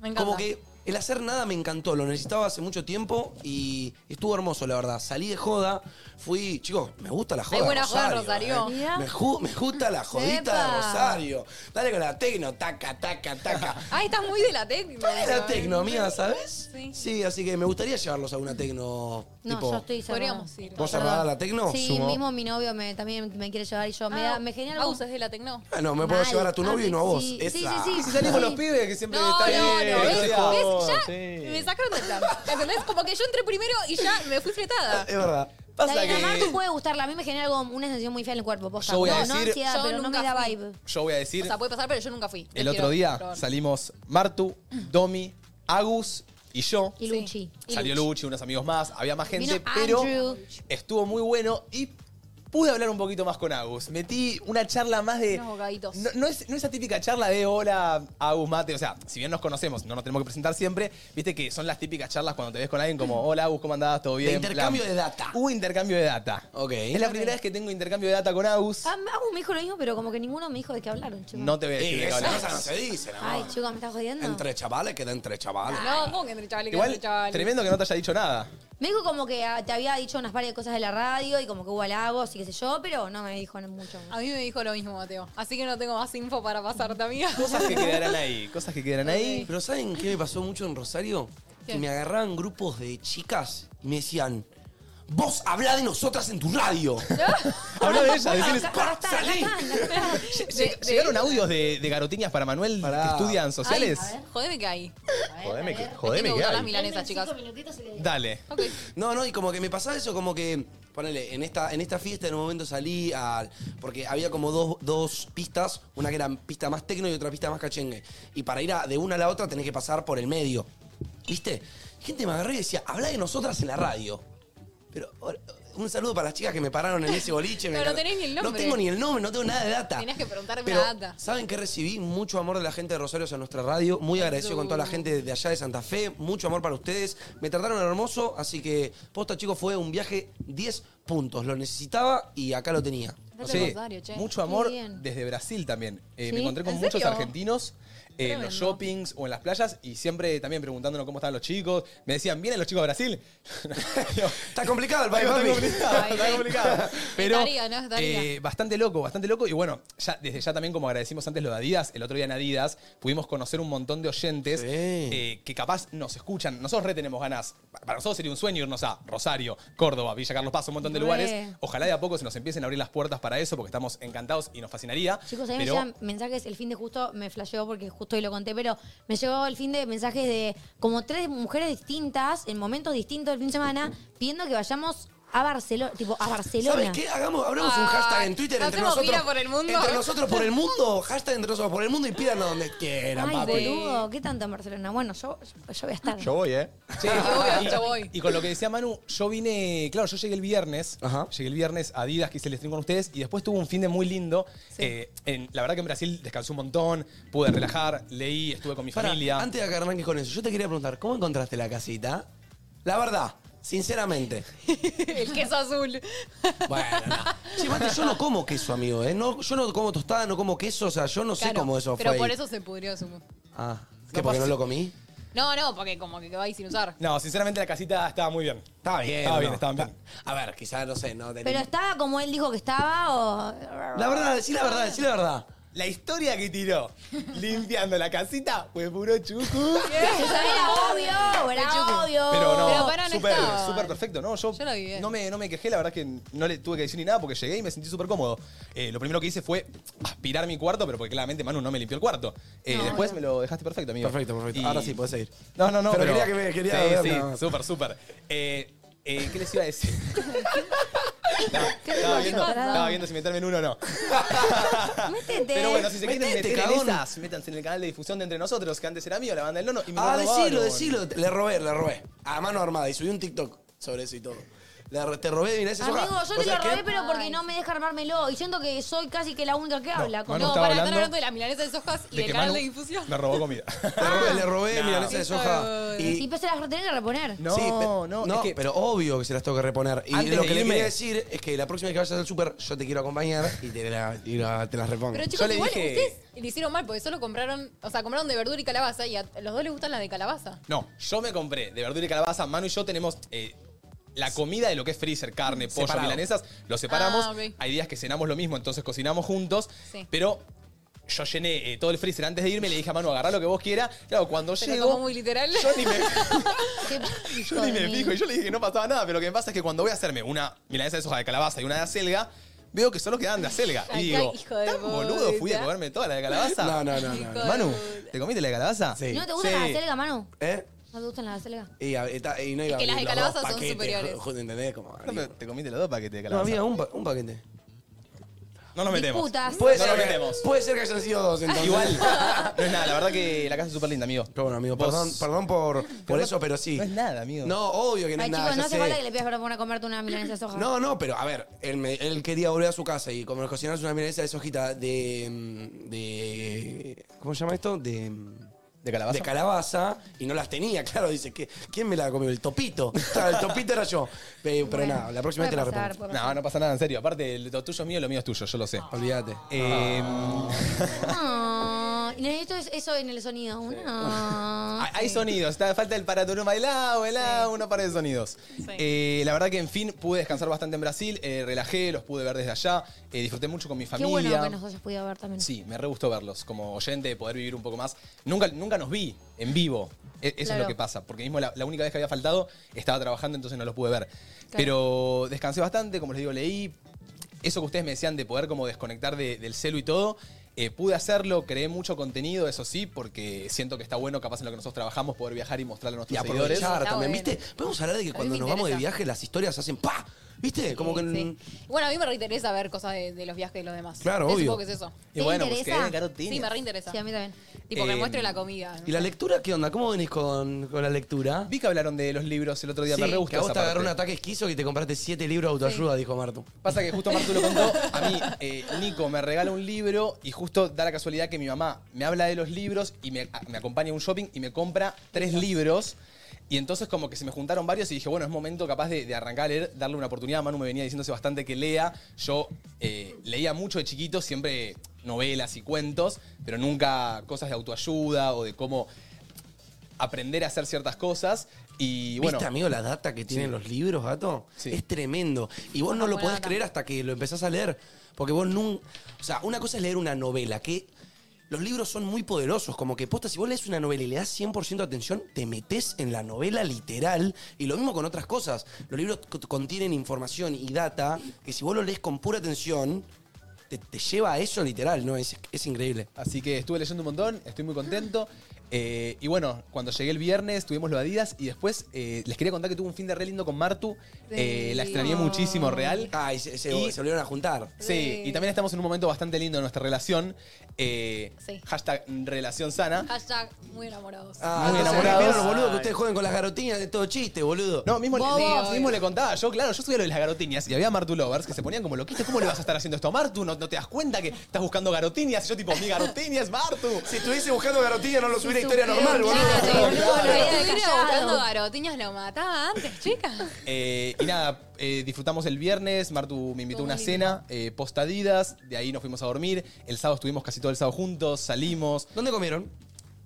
Me encanta. como que el hacer nada me encantó, lo necesitaba hace mucho tiempo y estuvo hermoso, la verdad. Salí de joda, fui, chicos, me gusta la joda. Hay buena de joda en Rosario. ¿eh? Mirá. Me, ju- me gusta la jodita de Epa. Rosario. Dale con la tecno, taca, taca, taca. Ay, estás muy de la técnica. Dale la tecno, amiga, ¿sabes? Sí. así que me gustaría llevarlos a una tecno. No, tipo, yo estoy cerrada. Podríamos ir. ¿Vos cerrada a la tecno? Sí, mismo mi novio me, también me quiere llevar y yo me, da, me genera Ah, algo- usas de la tecno. Ah, no, me puedo Mal. llevar a tu novio y no a vos. Sí, sí, Esa. sí, sí, Si salimos los pibes que siempre están bien, estudiados. Ya me eh. sacaron del plan. ¿Entendés? Como que yo entré primero y ya me fui fletada. Es verdad. Pasa la que- Martu puede gustarla, a mí me genera algo, una sensación muy fea en el cuerpo. posta. Yo voy a no, no decir- ansiedad, Yo pero no nunca me da fui. vibe. Yo voy a decir, O sea, puede pasar, pero yo nunca fui. el otro Les quiero- día perdón. salimos Martu, Domi, Agus y yo. Y Luchi. Salió Luchi, unos amigos más, había más gente, Vino pero Andrew. estuvo muy bueno y pude hablar un poquito más con Agus. Metí una charla más de... Unos bocaditos. Eh, No, no es, no esa típica charla de hola, Agus Mate. O sea, si bien nos conocemos, no nos tenemos que presentar siempre. Viste que son las típicas charlas cuando te ves con alguien como hola, Agus, ¿cómo andás? ¿Todo bien? De intercambio Plan. de data. Hubo intercambio de data. Ok. Es la primera vez que tengo intercambio de data con Agus. Ah, Agus me dijo lo mismo, pero como que ninguno me dijo de qué hablaron, chicos. No te voy a decir Ey, de qué esas hablamos. cosas no se dicen, amor. Ay, chicos, me estás jodiendo. Entre chavales queda entre chavales. No, ¿cómo que entre chavales? que Igual, entre chavales? tremendo que no te haya dicho nada. Me dijo como que ah, te había dicho unas par de cosas de la radio y como que hubo halagos y qué sé yo, pero no me dijo mucho. A mí me dijo lo mismo, Mateo. Así que no tengo más info para pasarte, amiga. Cosas que quedarán ahí, cosas que quedarán ahí. Pero ¿saben qué me pasó mucho en Rosario? ¿Qué? Que me agarraban grupos de chicas y me decían, vos hablá de nosotras en tu radio. Habla de ella, decirles, salí. Lle- ¿Llegaron audios de, de garotinas para Manuel que estudian sociales? Ay, jodeme que hay. Jodeme que, me jodeme que gustan las hay. milanesas, chicas. Dale. No, no, y como que me pasaba eso, como que, ponele, en esta, en esta fiesta en un momento salí al. Porque había como dos, dos pistas, una que era pista más tecno y otra pista más cachengue. Y para ir a- de una a la otra tenés que pasar por el medio. ¿Viste? Gente me agarré y decía, habla de nosotras en la radio. Pero hola, un saludo para las chicas que me pararon en ese boliche. me Pero no car- tenés ni el nombre. No tengo ni el nombre, no tengo nada de data. Tenías que preguntarme Pero, la data. ¿saben que recibí? Mucho amor de la gente de Rosario hacia nuestra radio. Muy agradecido con toda la gente de allá de Santa Fe. Mucho amor para ustedes. Me trataron hermoso, así que posta, chicos, fue un viaje 10 puntos. Lo necesitaba y acá lo tenía. Dale Sí, Rosario, che. mucho Qué amor bien. desde Brasil también. Eh, Me ¿Sí? encontré con ¿En muchos serio? argentinos eh, en los shoppings o en las playas y siempre también preguntándonos cómo estaban los chicos. Me decían, ¿vienen los chicos a Brasil? Está complicado el país, Está papi. complicado, está complicado. Pero Estaría, ¿no? Estaría. eh, bastante loco, bastante loco. Y bueno, ya, desde ya también como agradecimos antes lo de Adidas, el otro día en Adidas pudimos conocer un montón de oyentes eh, que capaz nos escuchan. Nosotros re tenemos ganas. Para nosotros sería un sueño irnos a Rosario, Córdoba, Villa Carlos Paz, un montón de Re. lugares. Ojalá de a poco se nos empiecen a abrir las puertas para eso porque estamos encantados y nos fascinaría. Chicos, a mí pero me llegan mensajes, el fin de justo me flasheó porque justo hoy lo conté, pero me llegó el fin de mensajes de como tres mujeres distintas, en momentos distintos del fin de semana, pidiendo que vayamos a Barcelona, tipo a Barcelona. ¿Sabes qué? Hagamos, abramos un Ah, hashtag en Twitter entre ¿hacemos nosotros. gira por el mundo? Entre nosotros por el mundo. Hashtag entre nosotros por el mundo y pídanos donde quieran, Ay, papi. boludo, ¿qué tanto en Barcelona? Bueno, yo, yo voy a estar. voy, ¿eh? Sí, voy, y- yo voy. Y con lo que decía Manu, yo vine, claro, yo llegué el viernes, llegué el viernes a Adidas, que hice el stream con ustedes, y después tuve un fin de muy lindo. Eh, en- la verdad que en Brasil descansé un montón, pude relajar, leí, estuve con mi Pará, familia. Antes de que arranques con eso, yo te quería preguntar, ¿cómo encontraste la casita? La verdad, sinceramente. el queso azul. Bueno, no. Che, Mate, yo no como queso, amigo, ¿eh? No, yo no como tostada, no como queso, o sea, yo no sé Claro, cómo eso Pero fue. por ahí. eso se pudrió, sumo. Ah, ¿qué? ¿Porque no lo comí? No, no, porque como que quedó ahí sin usar. No, sinceramente la casita estaba muy bien. Estaba bien. Estaba bien, ¿no? estaba bien. A ver, quizás, no sé, no tenía- Pero estaba como él dijo que estaba o. La verdad, decí la verdad, decí la verdad. La historia que tiró limpiando la casita fue puro chucu. Eso era obvio, era obvio. Pero no, Pero para, no súper estaba. súper perfecto. No, yo, Yo lo vi bien. no, me, no me quejé, la verdad es que no le tuve que decir ni nada porque llegué y me sentí súper cómodo. Eh, lo primero que hice fue aspirar mi cuarto, pero porque claramente Manu no me limpió el cuarto. Eh, después me lo dejaste perfecto, amigo. Perfecto, perfecto. Y- Ahora sí, podés seguir. No, no, no. Pero quería que me- quería Sí, ver, sí, nada más. súper, súper. Eh, eh, ¿Qué les iba a decir? ¿Qué Estaba te viendo, pasa? estaba viendo si meterme en uno o no. Métete. Pero bueno, si se quieren Metete, meter en cagón. esas, métanse en el canal de difusión de Entre Nosotros, que antes era mío, la banda del nono. Y me Ah, lo decilo, robaron. decilo. Le robé, le robé. A mano armada. Y subí un TikTok sobre eso y todo. Le ro- te robé, mirá esa Amigo, yo te lo robé, pero porque Ay. no me deja armármelo. Y siento que soy casi que la única que habla. con- Manu No, estaba para, están hablando hablando de la milanesa de sojas y de del que canal Manu de difusión. Me robó comida. Le robé, le robé No. milanesa de soja. Y, Y pues se las tenés que reponer. No, Sí, pe- no, es que- pero obvio que se las tengo que reponer. Y Antes lo de que le irme- quería decir es que la próxima vez que vayas al súper, yo te quiero acompañar y te, la- y la- te las repongo. Pero Yo chicos, le igual dije- ustedes le hicieron mal porque solo compraron, o sea, compraron de verdura y calabaza y a los dos les gustan las de calabaza. No, yo me compré de verdura y calabaza. Manu y yo tenemos eh, la comida de lo que es freezer, carne, pollo, Separado. milanesas. Lo separamos. Ah, ok. Hay días que cenamos lo mismo, entonces cocinamos juntos. Sí. Pero yo llené eh, todo el freezer antes de irme. Le dije a Manu, agarrá lo que vos quieras. Claro, cuando Se lo llego... tomó muy literal. Yo ni me, Qué yo ni me fijo. Y yo le dije que no pasaba nada. Pero lo que me pasa es que cuando voy a hacerme una milanesa de soja de calabaza y una de acelga... Veo que solo quedan de acelga. Y Ay, digo, ay, hijo de ¿tan boludo fui a puta". comerme toda la de calabaza? No, no, no, no, no. Manu, ¿te comiste la de calabaza? Sí. ¿No te gustan las Sí. acelgas, Manu? ¿Eh? ¿No te gustan las acelgas? Y, a- eta- y no Es iba que a las de abrir los dos calabaza son paquetes, superiores. ju- ¿Entendés? Como, No, pero te comiste los dos paquetes de no, calabaza. había un, pa- un paquete. No nos metemos. Disputas. Puede, No lo ser que, metemos. puede ser que hayan sido dos, entonces. Igual. No es nada, la verdad que la casa es súper linda, amigo. Pero bueno, amigo, Vos- perdón, perdón por, por eso, pero sí. No es nada, amigo. No, obvio que no es Ay, nada, chicos, no ya hace sé. falta que le pidas perdón por comerte una milanesa de soja. No, no, pero a ver, él, me- él quería volver a su casa y como nos cocinamos una milanesa de sojita de, mm, de... ¿Cómo se llama esto? De... mm, ¿De calabaza? De calabaza y no las tenía, claro. Dice, que ¿quién me la comió? El topito. Claro, el topito era yo. Pero, pero nada, la próxima vez te la repongo. No, no pasa nada, en serio. Aparte, lo tuyo es mío, lo mío es tuyo, yo lo sé. Olvídate. Eh, No. necesito es- eso en el sonido. Una. Ah, Hay- Hay sonidos, está- falta el para tu rumba, el au, el au, una par de sonidos. Eh, la verdad que, en fin, pude descansar bastante en Brasil, eh, relajé, los pude ver desde allá, eh, disfruté mucho con mi Qué familia. bueno que nos hayas podido ver también. Sí, me re gustó verlos como oyente, de poder vivir un poco más. Nunca, nunca nos vi en vivo. E- Eso es Claro. lo que pasa, porque mismo la, la única vez que había faltado estaba trabajando, entonces no los pude ver. Pero descansé bastante, como les digo, leí. Eso que ustedes me decían de poder como desconectar de- del celu y todo, eh, pude hacerlo, creé mucho contenido, eso sí, porque siento que está bueno, capaz en lo que nosotros trabajamos, poder viajar y mostrarle a Y nuestros seguidores. aprovechar también, ¿viste? Podemos hablar de que cuando me nos vamos de interesa. viaje las historias hacen ¡pa! ¿Viste? Como que... Bueno, a mí me reinteresa ver cosas de, de los viajes de los demás. Claro, Entonces, obvio. Supongo que es eso. Y ¿Te bueno, pues, que interesa? venga, Caro Sí, Tines. me reinteresa. Sí, a mí también. Tipo, que Eh, muestre la comida. ¿Y la lectura qué onda? ¿Cómo venís con, con la lectura? Vi que hablaron de los libros el otro día, me re gustó que a vos esa te agarró parte. un ataque esquizo y te compraste siete libros de autoayuda, dijo Martu. Pasa que justo Martu lo contó, a mí eh, Nico me regala un libro y justo da la casualidad que mi mamá me habla de los libros y me, me acompaña a un shopping y me compra tres libros. Y entonces como que se me juntaron varios y dije, bueno, es momento capaz de, de arrancar a leer, darle una oportunidad. Manu me venía diciéndose bastante que lea. Yo eh, leía mucho de chiquito, siempre novelas y cuentos, pero nunca cosas de autoayuda o de cómo aprender a hacer ciertas cosas. Y bueno... ¿Viste, amigo, la data que tienen Sí. los libros, gato? Es tremendo. Y vos no lo podés creer hasta que lo empezás a leer. Porque vos nunca... O sea, una cosa es leer una novela, que los libros son muy poderosos. Como que, posta, si vos lees una novela y le das 100% de atención, te metes en la novela literal. Y lo mismo con otras cosas. Los libros co- contienen información y data que si vos lo lees con pura atención, te, te lleva a eso literal, ¿no? Es, es increíble. Así que estuve leyendo un montón, estoy muy contento. Eh, y bueno, cuando llegué el viernes tuvimos lo de Adidas y después eh, les quería contar que tuve un fin de re lindo con Martu. Eh, Sí. la extrañé muchísimo, real. Ay, se, se- se volvieron a juntar. Sí, y también estamos en un momento bastante lindo de nuestra relación. Eh, Sí. Hashtag relación sana. Hashtag muy enamorados. Ah, Muy muy enamorados. enamorados. boludo, que Ay. ustedes juegan con las garotinas de todo chiste, boludo. No, mismo, le, Vos, sí, vos. mismo le contaba. Yo, claro, yo subía lo de las garotinias y había Martu Lovers que se ponían como loquitos. ¿Cómo le vas a estar haciendo esto a Martu? ¿No, no te das cuenta que estás buscando garotinias? Y yo, tipo, mi garotinia es Martu. Si estuviese buscando garotinia, no lo subiera historia normal, Si estuviera buscando garotiñas, lo mataba antes, chicas. Eh, y nada, eh, disfrutamos el viernes. Martu me invitó a una cena, eh, postadidas. De ahí nos fuimos a dormir. El sábado estuvimos casi todo el sábado juntos, salimos. ¿Dónde comieron?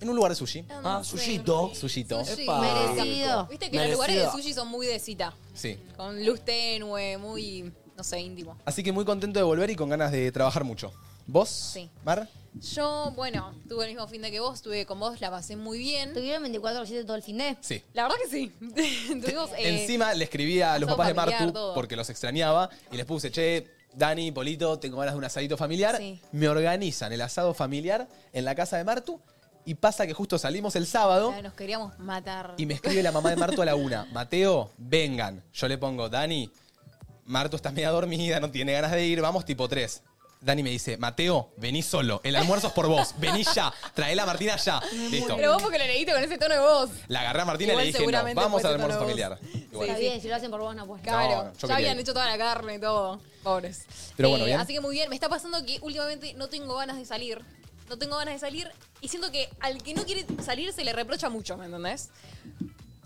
En un lugar de sushi. Ah, sushito. Sushito. Sushi. Epa. Viste que los lugares de sushi son muy de cita. Sí. Con luz tenue, muy, no sé, íntimo. Así que muy contento de volver y con ganas de trabajar mucho. ¿Vos? Sí. Mar. Yo, bueno, tuve el mismo fin de que vos, tuve con vos, la pasé muy bien. ¿Tuvieron 24-7 todo el fin de? Sí. La verdad que sí. Tuvimos, eh, Encima le escribí a los asado papás de familiar, Martu todo. porque los extrañaba y les puse, che, Dani, Polito, tengo ganas de un asadito familiar. Me organizan el asado familiar en la casa de Martu y pasa que justo salimos el sábado. Nos queríamos matar. Y me escribe la mamá de Marto a la una. Mateo, vengan. Yo le pongo, Dani, Marto está media dormida, no tiene ganas de ir, vamos tipo 3. Dani me dice, Mateo, vení solo, el almuerzo es por vos, vení ya, traela a Martina ya. Listo. Pero vos porque lo leíste con ese tono de voz. La agarré a Martina Igual y le dije, no, seguramente vamos fue al tu almuerzo tono de familiar. voz. Igual. Está bien, si lo hacen por vos, no No, pues. Claro, no, yo ya quería habían ir. hecho toda la carne y todo. Pobres. Pero bueno, Eh, bien. Así que muy bien. Me está pasando que últimamente no tengo ganas de salir. No tengo ganas de salir. Y siento que al que no quiere salir se le reprocha mucho, ¿me entendés?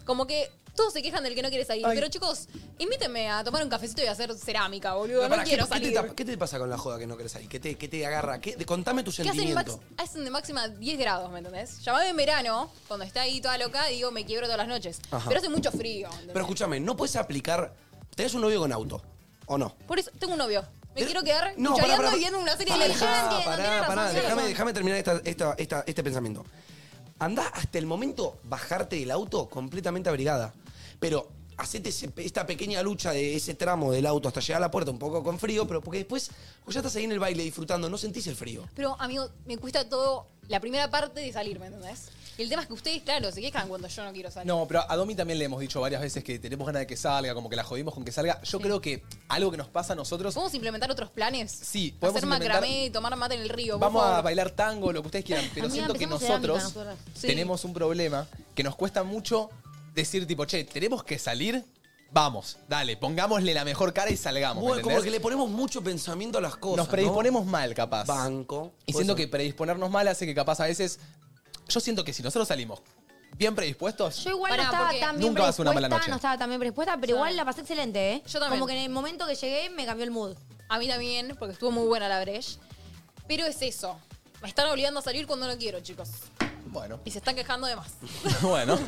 Como que todos se quejan del que no quiere salir. Ay. Pero chicos, invítenme a tomar un cafecito y a hacer cerámica, boludo. No, pará, quiero ¿qué, qué salir. te, tapa- qué te pasa con la joda que no querés salir? ¿Qué te, qué te agarra? ¿Qué, de- contame tu Que hacen, sentimiento. max- hacen de máxima 10 grados, ¿me entendés? Llamame en verano, cuando está ahí toda loca, digo, me quiebro todas las noches. Ajá. Pero hace mucho frío. ¿entendés? Pero escúchame, no puedes aplicar. ¿Tenés un novio con auto? ¿O no? Por eso, tengo un novio. Me quiero quedar No, no, pará, pará, y viendo una serie Pará, de Yo no entiendo, pará, tiene razón, pará, tiene déjame- razón. déjame terminar esta- esta- esta- este pensamiento. Andá hasta el momento bajarte del auto completamente abrigada. Pero hacete ese- esta pequeña lucha de ese tramo del auto hasta llegar a la puerta un poco con frío, pero porque después vos ya estás ahí en el baile disfrutando, no sentís el frío. Pero, amigo, me cuesta todo la primera parte de salir, ¿me entendés? Y el tema es que ustedes, claro, se quejan cuando yo no quiero salir. No, pero a Domi también le hemos dicho varias veces que tenemos ganas de que salga, como que la jodimos con que salga. Yo creo que algo que nos pasa a nosotros. ¿Podemos implementar otros planes? Sí, podemos Hacer implementar- macramé, tomar mate en el río. por Vamos a favor. bailar tango, lo que ustedes quieran, pero Amiga, siento que empecemos cerámica nosotros nosotras. Sí. tenemos un problema que nos cuesta mucho decir tipo, che, tenemos que salir, vamos, dale, pongámosle la mejor cara y salgamos. ¿me Bueno, como entendés? que le ponemos mucho pensamiento a las cosas. Nos predisponemos mal, capaz. Banco. Y siento que predisponernos mal hace que capaz a veces, yo siento que si nosotros salimos bien predispuestos, Yo igual Pará, no estaba porque tan bien nunca vas a predispuesta, una mala noche. no estaba tan bien predispuesta, pero igual la pasé excelente, ¿eh? Yo también. Como que en el momento que llegué me cambió el mood. A mí también, porque estuvo muy buena la Breche. Pero es eso. Me están obligando a salir cuando no quiero, chicos. Bueno. Y se están quejando de más. bueno.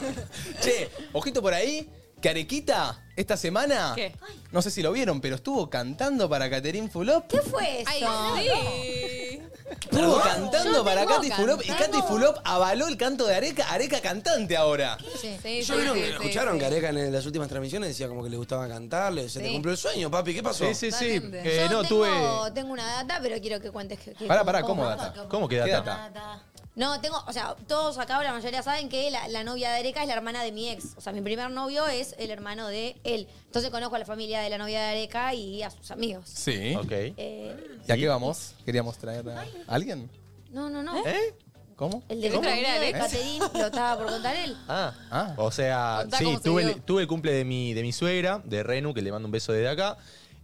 Che, ojito por ahí. Que Arequita, esta semana, ¿Qué? no sé si lo vieron, pero estuvo cantando para Caterín Fulop. ¿Qué fue eso? Ay, sí. Estuvo cantando Yo para tengo Katy Fulop y cantando. Katy Fulop avaló el canto de Areca, Areca cantante ahora. Sí, Yo vieron que escucharon que Areca en las últimas transmisiones decía como que le gustaba cantarle. Se te Sí. cumplió el sueño, papi. ¿Qué pasó? Sí, sí, sí. Yo Eh, no, tengo, tuve. tengo una data, pero quiero que cuentes. Que, que- Pará, pará, ¿cómo data? ¿Cómo que data? No, tengo, o sea, todos acá, la mayoría saben que la, la novia de Areca es la hermana de mi ex. O sea, mi primer novio es el hermano de él. Entonces conozco a la familia de la novia de Areca y a sus amigos. Sí. Ok. Eh, ¿Y a qué vamos? ¿Queríamos traer a alguien? no, no, no. ¿Eh? ¿Cómo? El del ¿Cómo? otro amigo de ¿Eh? Caterín lo estaba por contar él. Ah, o sea, Contá sí, cómo se tuve dio. el, tuve el cumple de mi, de mi suegra, de Renu, que le mando un beso desde acá.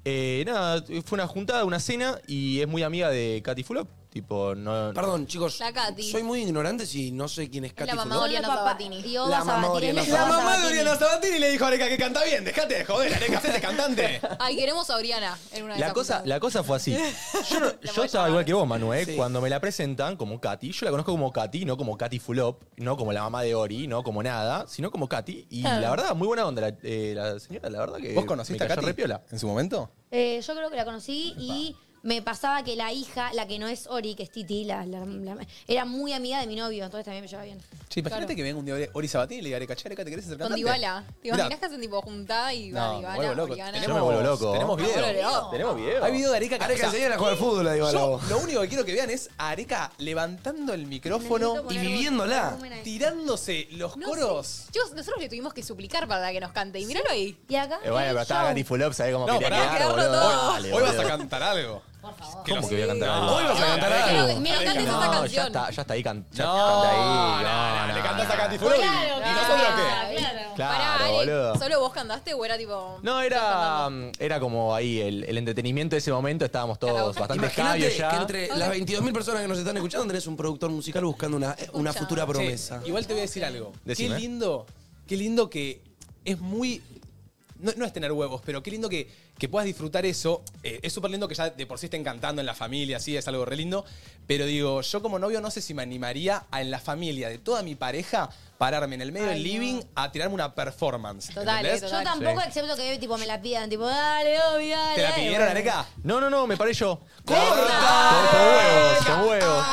Eh, nada, fue una juntada, una cena, y es muy amiga de Katy Fulop. Tipo, no. Perdón, chicos. La Katy. Soy muy ignorante si no sé quién es Es Katy la mamá de Fulop. Oriana Hola, papá. Sabatini. Y Oba La mamá Sabatini. de Oriana La mamá de Oriana Sabatini le dijo a Areca que canta bien. Dejate de joder, Areca, hacete cantante. Ay, queremos a Oriana en una de La esas cosa, la cosa fue así. Yo, no- yo estaba igual que vos, Manuel. Cuando me la presentan como Katy, yo la conozco como Katy, no como Katy Fulop, no como la mamá de Ori, no como nada, sino como Katy. Y Claro. la verdad, muy buena onda la, eh, la señora, la verdad que. ¿Vos conociste me a cayó Katy repiola. en su momento? Eh, yo creo que la conocí y me pasaba que la hija, la que no es Ori, que es Titi, la, la- la- era muy amiga de mi novio, entonces también me llevaba bien. Che, imagínate Claro. que venga un día Ori- Ori Sabatini y le diga Areca, che, Areca, ¿te querés hacer Con cantante? Dybala. ¿Te Mirá. imaginas que hacen tipo juntada y va No, me vuelvo Dybala, loco. Oriana? Tenemos, Tenemos Me vuelvo video. loco. Tenemos video. Hay video de Areca. Areca, o sea, enseñala a jugar al fútbol a Dybala, Yo vos. lo único que quiero que vean es a Areca levantando el micrófono Y viviéndola. tirándose los No coros. sé. Chicos, nosotros le tuvimos que suplicar para que nos cante. Y míralo ahí. Y acá. Eh, bueno, pero estaba Katy Fulop, ¿sabés cómo No, quería pará. quedar, boludo? Hoy- Dale, hoy vas a boludo. cantar algo. ¿Cómo que voy a cantar No, algo? hoy vas a cantar algo. Quiero que- mira, Areca. cantes esa No, ya canción. está, ya está ahí. can- ya No, canta ahí. no, no, le cantás a Katy Fulop. Claro, ¿Y nosotros qué? Claro. Claro, Pará, Ale, boludo. ¿Solo vos cantaste o era tipo.? No, era, mm, era como ahí el, el entretenimiento de ese momento. Estábamos todos bastante escabios Imagínate ya. que entre las 22.000 personas que nos están escuchando tenés un productor musical buscando una, una futura Che, promesa. igual te voy a decir algo. Decime. Qué lindo, qué lindo que es muy. No, no es tener huevos, pero qué lindo que, que puedas disfrutar eso. Eh, es súper lindo que ya de por sí estén cantando en la familia, así es algo re lindo. Pero digo, yo como novio no sé si me animaría a en la familia de toda mi pareja pararme en el medio del living a tirarme una performance. Total, ¿entendés? Yo tampoco, excepto que tipo me la pidan, tipo, dale, obvio, dale. ¿Te la pidieron, Bueno. Areca? No, no, no, me paré yo. ¡Corta! Con huevos, con huevos.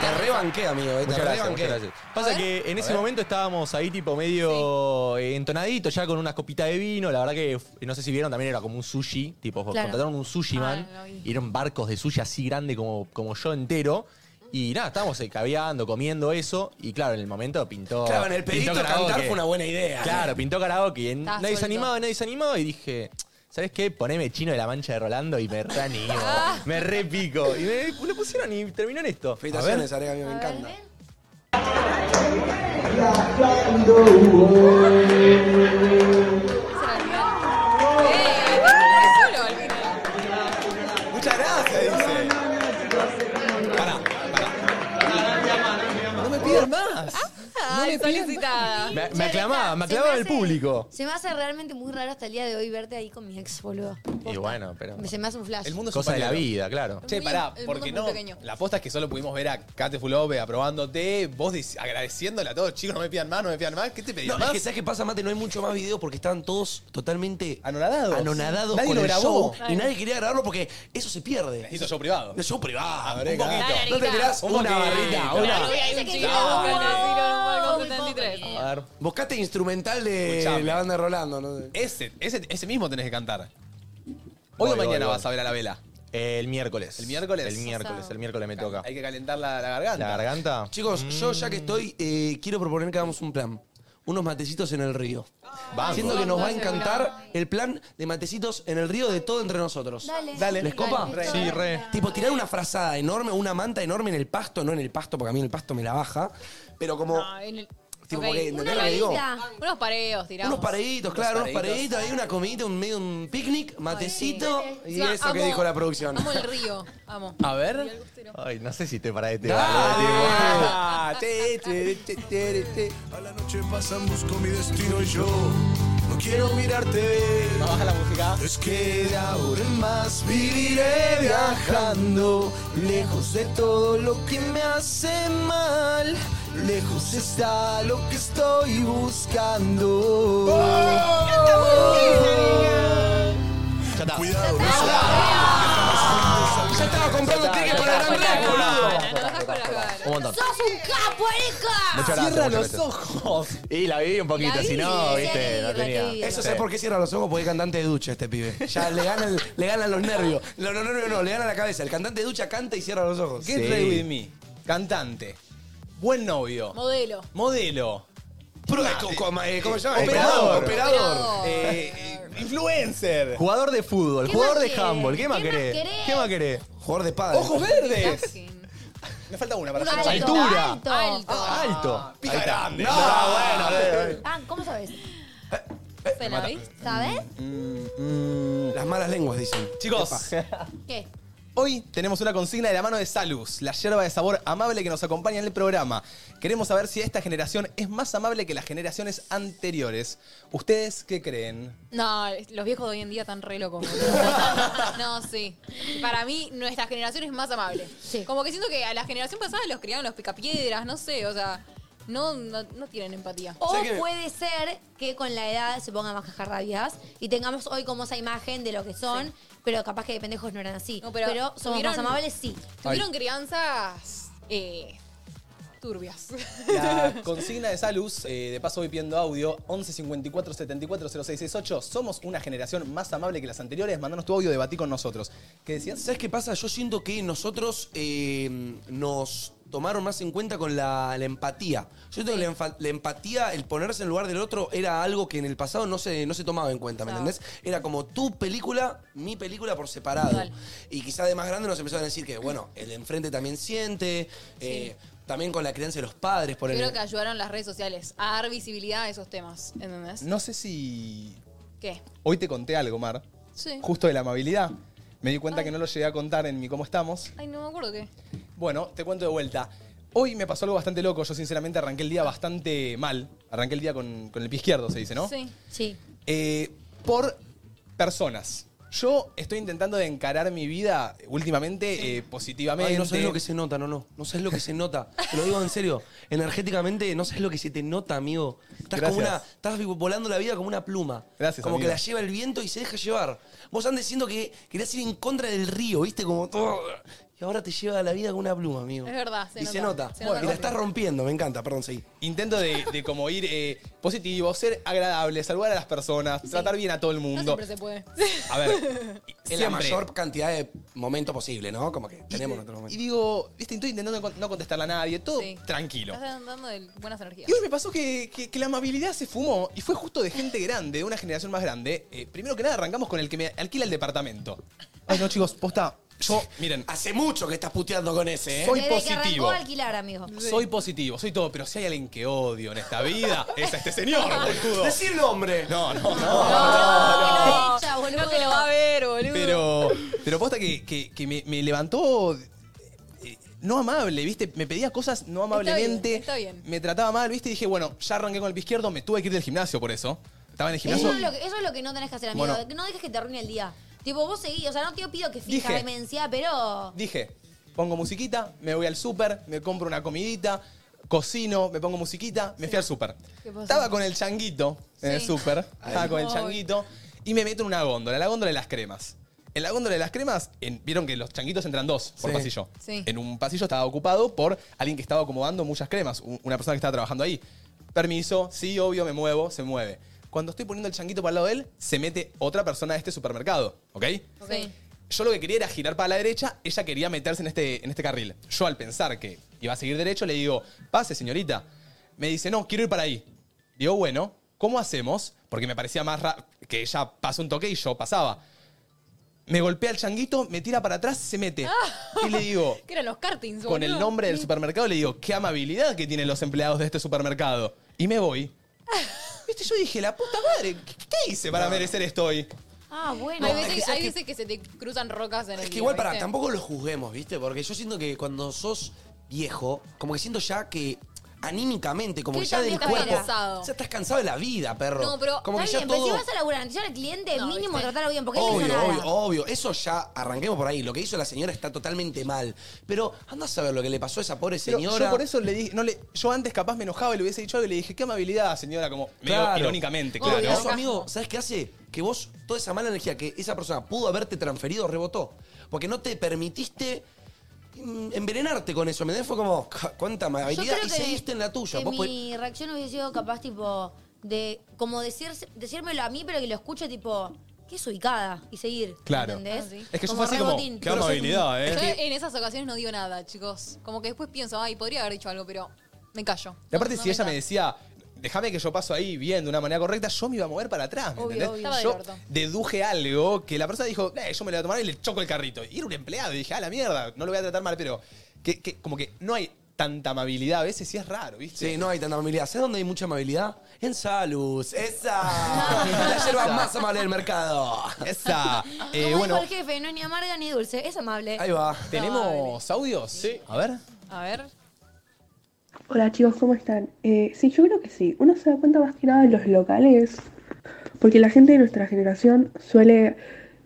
Te rebanqué, amigo. eh, Muchas te gracias, rebanqué. muchas gracias. Pasa que en ese momento estábamos ahí tipo medio eh, entonaditos, ya con unas copitas de vino. La verdad que, f- no sé si vieron, también era como un sushi. Tipo, Claro. contrataron un sushi man. y eran barcos de sushi así grande como, como yo entero. Y nada, estábamos eh, caviando, comiendo eso. Y claro, en el momento pintó. Claro, en el pintó pedito cantar karaoke. fue una buena idea. ¿eh? Claro, pintó karaoke. Y en- Estaba nadie se suelto. animaba, nadie se animaba. Y dije, ¿sabes qué? Poneme chino de la mancha de Rolando y me reanimo. me repico. Y me lo pusieron y terminó en esto. Felicitaciones, Arega, amigo, me encanta. ¡Eh! ¡Te solo al final! Muchas gracias, dice. Pará, pará. No me pidan Ah, más. ¡Ay, solicitada! Me, me aclamaba, me aclamaba el público. Se me hace realmente muy raro hasta el día de hoy verte ahí con mi ex, boludo. Y bueno, pero. Me- Se me hace un flash. El mundo es un Cosa de la pañuelo. vida, claro. Che, Muy- pará, el mundo porque es muy no. pequeño. La posta es que solo pudimos ver a Kate Fulove aprobándote, vos dis- agradeciéndole a todos, chicos, no me pidan más, no me pidan más. ¿Qué te pedí No, es más? que sabes qué pasa, Mate, no hay mucho más video porque estaban todos totalmente Anonadados. anonadados Nadie con lo el grabó. show y nadie quería grabarlo porque eso se pierde. Hizo show privado. El show privado, un Areca. poquito. No te tirás Un una poquito. barrita, una. Ahí hay un que chico no. que nació en un balcón 73. A ver. Buscate instrumental de Escuchame. la banda de Rolando, no sé. Ese, ese, ese mismo tenés que cantar. Hoy Voy, o mañana voy, vas a ver a la vela. El miércoles. ¿El miércoles? El miércoles, el miércoles me toca. Hay que calentar la, la garganta. La garganta. Chicos, yo ya que estoy, eh, quiero proponer que hagamos un plan. Unos matecitos en el río. Siento que nos va a encantar el plan de matecitos en el río de todo entre nosotros. Dale. Dale. ¿Les copa? Dale. Sí, re. Tipo, tirar una frazada enorme, una manta enorme en el pasto, no en el pasto, porque a mí en el pasto me la baja, pero como, Ah, en el- tipo, Ok, porque, una ¿entendés lo que digo? lanita. Unos pareos, tiramos. Unos pareditos, claro, unos pareitos. pareditos, ahí una comidita, un medio un picnic, matecito, y Encima, eso que amo- dijo la producción. Amo el río, amo. A ver. Ay, no sé si te pará de este Dale. boludo, tipo. Ah, che, A la noche pasamos con mi destino y yo no quiero mirarte. Baja la música. Es que de ahora en más viviré viajando, lejos de todo lo que me hace mal. Lejos está lo que estoy buscando. Ya está. Cuidado, Ya estaba comprando tickets para el Gran Rex, boludo. Un montón. ¡Sos un capo, Erika! Muchas gracias, Cierra muchas los ojos. Y la viví un poquito, La si no, viví, viste, la no viví, la viví. tenía. Eso sé por qué cierra los ojos, porque es cantante de ducha este pibe. Ya le ganan, le ganan los nervios. No, no, no, no, no, le ganan la cabeza. El cantante de ducha canta y cierra los ojos. Get ready with me. Cantante. Buen novio. Modelo. Modelo. ¿Cómo, cómo- eh, cómo se llama? Operador. Operador. Operador. Eh, eh, influencer. Jugador de fútbol, ¿Qué jugador más de querés? handball, ¿qué más ¿Qué más querés? querés? ¿Qué más querés? Jugador de padre. ¡Ojos verdes! Me falta una para Alto, hacer Altura. Alto. Ah, Alto. Pija grande. No, Ah, bueno. Ah, ¿Cómo sabes? Eh, ¿Se la viste? ¿Sabes? Mm, Las malas lenguas dicen. Chicos, ¿Qué? hoy tenemos una consigna de la mano de Salus, la yerba de sabor amable que nos acompaña en el programa. Queremos saber si esta generación es más amable que las generaciones anteriores. ¿Ustedes qué creen? No, los viejos de hoy en día están re locos. no, sí. Para mí, nuestra generación es más amable. Como que siento que a la generación pasada los criaron los picapiedras, no sé, o sea, no, no, no tienen empatía. O puede ser que con la edad se pongan más cajarrabias y tengamos hoy como esa imagen de lo que son, pero capaz que de pendejos no eran así. pero, somos tuvieron- más amables, sí. Tuvieron crianzas eh, turbias. La consigna de Salus, eh, de paso voy pidiendo audio, 11 54 74 0668. Somos una generación más amable que las anteriores. Mandanos tu audio, debatí con nosotros. ¿Qué decías? ¿Sabes qué pasa? Yo siento que nosotros eh, nos tomaron más en cuenta con la, la empatía. Yo siento que la, enfa- la empatía, el ponerse en lugar del otro, era algo que en el pasado no se, no se tomaba en cuenta, ¿me entendés? Era como tu película, mi película por separado. Y quizá de más grande nos empezaron a decir que, bueno, el de enfrente también siente, eh, también con la crianza de los padres, por Creo el... que ayudaron las redes sociales a dar visibilidad a esos temas, ¿entendés? No sé si. ¿Qué? Hoy te conté algo, Mar. Sí. Justo de la amabilidad. Me di cuenta que no lo llegué a contar en mi cómo estamos. Ay, no me acuerdo qué. Bueno, te cuento de vuelta. Hoy me pasó algo bastante loco. Yo, sinceramente, arranqué el día bastante mal. Arranqué el día con, con el pie izquierdo, se dice, ¿no? Sí. Sí. Eh, por personas. Yo estoy intentando de encarar mi vida últimamente eh, positivamente. Ay, no sabes lo que se nota, no, no. No sabes lo que se nota. Te lo digo en serio. Energéticamente, no sabes lo que se te nota, amigo. Estás como Gracias. una. Estás volando la vida como una pluma. Gracias, Como amigo. que la lleva el viento y se deja llevar. Vos andes diciendo que querías ir en contra del río, ¿viste? Como todo. Y ahora te lleva la vida como una pluma, amigo. Es verdad, se y se nota, nota. se nota y la rápido. estás rompiendo, me encanta, perdón, seguí. Intento de, de como ir eh, positivo, ser agradable, saludar a las personas, tratar bien a todo el No mundo. siempre se puede. A ver, En la siempre. mayor cantidad de momento posible, ¿no? Como que tenemos nuestro momento. Y digo, viste, estoy intentando con- no contestarle a nadie, todo tranquilo. Estás dando de buenas energías. Y hoy me pasó que, que- que la amabilidad se fumó y fue justo de gente grande, de una generación más grande. Eh, primero que nada, arrancamos con el que me alquila el departamento. Ay, no, chicos, posta. Yo, miren. Hace mucho que estás puteando con ese, ¿eh? Soy Desde que arrancó positivo. a alquilar, amigo. Soy positivo, soy todo, pero si hay alguien que odio en esta vida, es a este señor, boludo. Decir nombre. No, no, no. Ah. No, Ah. que lo echa, boludo. No te lo va a ver, boludo. Pero, pero posta que, que- que me, me levantó eh, no amable, ¿viste? Me pedía cosas no amablemente. está bien. Me trataba mal, ¿viste? Y dije, bueno, ya arranqué con el pie izquierdo, me tuve que ir del gimnasio por eso. Estaba en el gimnasio. Eso es, lo que, eso es lo que no tenés que hacer, amigo. Bueno. No dejes que te arruine el día. Tipo, vos seguís, o sea, no te pido que fija Dije. demencia, pero. Dije, pongo musiquita, me voy al súper, me compro una comidita, cocino, me pongo musiquita, me fui al súper. ¿Qué pasó? Estaba con el changuito en el Sí. súper, estaba con el Ay. changuito y me meto en una góndola, la góndola de las cremas. En la góndola de las cremas, en- vieron que los changuitos entran dos por Sí. pasillo. Sí. En un pasillo estaba ocupado por alguien que estaba acomodando muchas cremas, u- una persona que estaba trabajando ahí. Permiso, sí, obvio, me muevo, se mueve. Cuando estoy poniendo el changuito para el lado de él, se mete otra persona de este supermercado, ¿ok? Sí. Yo lo que quería era girar para la derecha, ella quería meterse en este, en este carril. Yo al pensar que iba a seguir derecho, le digo, pase señorita. Me dice, no, quiero ir para ahí. Digo, bueno, ¿cómo hacemos? Porque me parecía más ra- que ella pasó un toque y yo pasaba. Me golpea el changuito, me tira para atrás, se mete. Y le digo, Ah. Que eran los kartings, boludo. con el nombre del supermercado, le digo, qué amabilidad que tienen los empleados de este supermercado. Y me voy. Viste, yo dije, la puta madre, ¿qué, qué hice para merecer esto hoy? Ah, bueno. Hay es que veces, sabes hay que- veces que se te cruzan rocas en el Es que día, igual para, ¿viste? tampoco lo juzguemos, ¿viste? Porque yo siento que cuando sos viejo, como que siento ya que anímicamente, como Que que ya del también cuerpo. estás cansado. Ya estás cansado de la vida, perro. No, pero. como que está ya bien, todo. pero si vas a laburar atención al cliente, mínimo tratarlo bien, porque él no hizo Obvio, nada. obvio, obvio. Eso ya arranquemos por ahí. Lo que hizo la señora está totalmente mal. Pero anda a saber lo que le pasó a esa pobre Pero señora. yo por eso le dije, no le, yo antes capaz me enojaba y le hubiese dicho algo y le dije, qué amabilidad, señora, como medio Claro. irónicamente, Obvio, claro. Eso, amigo, ¿sabes qué hace? Que vos, toda esa mala energía que esa persona pudo haberte transferido, rebotó. Porque no te permitiste mm, envenenarte con eso. Me fue como, "Ca- cuánta Yo amabilidad. creo Y que- seguiste en la tuya. que Vos podés- mi reacción hubiese sido capaz, tipo, de como decir, decírmelo a mí, pero que lo escuche, tipo, que es ubicada y seguir. Claro. ¿Entendés? Ah, sí. Es que yo fue así como, rebotín. qué amabilidad, Yo eh. en esas ocasiones no digo nada, chicos. Como que después pienso, ay, podría haber dicho algo, pero me callo. Y aparte, si ella me decía, déjame que yo paso ahí bien de una manera correcta, yo me iba a mover para atrás, ¿me Obvio, entendés? obvio. Estaba del Yo orto. deduje algo que la persona dijo, "Eh, yo me lo voy a tomar y le choco el carrito. Y era un empleado y dije, ah, la mierda, no lo voy a tratar mal, pero que, que como que no hay tanta amabilidad a veces y es raro, ¿viste? Sí, no hay tanta amabilidad. ¿Sabes dónde hay mucha amabilidad? En Salus. ¡Esa! la yerba más amable del mercado. Esa. Eh, Como bueno, dijo el jefe, no es ni amarga ni dulce, es amable. ahí va. ¿Tenemos audios? Sí. A ver. A ver. Hola chicos, ¿cómo están? Eh, sí, yo creo que sí. Uno se da cuenta más que nada de los locales, porque la gente de nuestra generación suele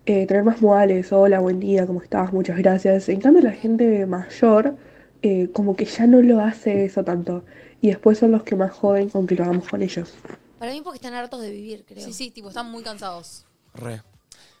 eh, tener más modales, hola, buen día, ¿cómo estás? Muchas gracias. En cambio, la gente mayor eh, como que ya no lo hace eso tanto, y después son los que más joden con que lo hagamos con ellos. Para mí porque están hartos de vivir, creo. Sí, sí, tipo, están muy cansados. Re.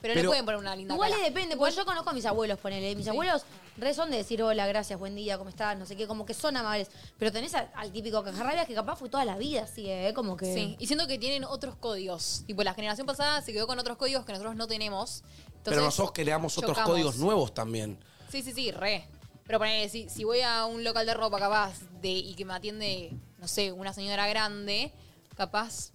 Pero, le Pero- pueden poner una linda Igual cara. le depende, porque yo conozco a mis abuelos, ponele. Mis abuelos re son de decir hola, gracias, buen día, ¿cómo estás? No sé qué, como que son amables. Pero tenés a- al típico cajarrabias que capaz fue toda la vida así, ¿eh? Como que. Sí, y siento que tienen otros códigos. Tipo, la generación pasada se quedó con otros códigos que nosotros no tenemos. Pero Entonces, nosotros creamos otros chocamos. códigos nuevos también. Sí, sí, sí, re. Pero ponele, si, si voy a un local de ropa capaz de y que me atiende, no sé, una señora grande, capaz,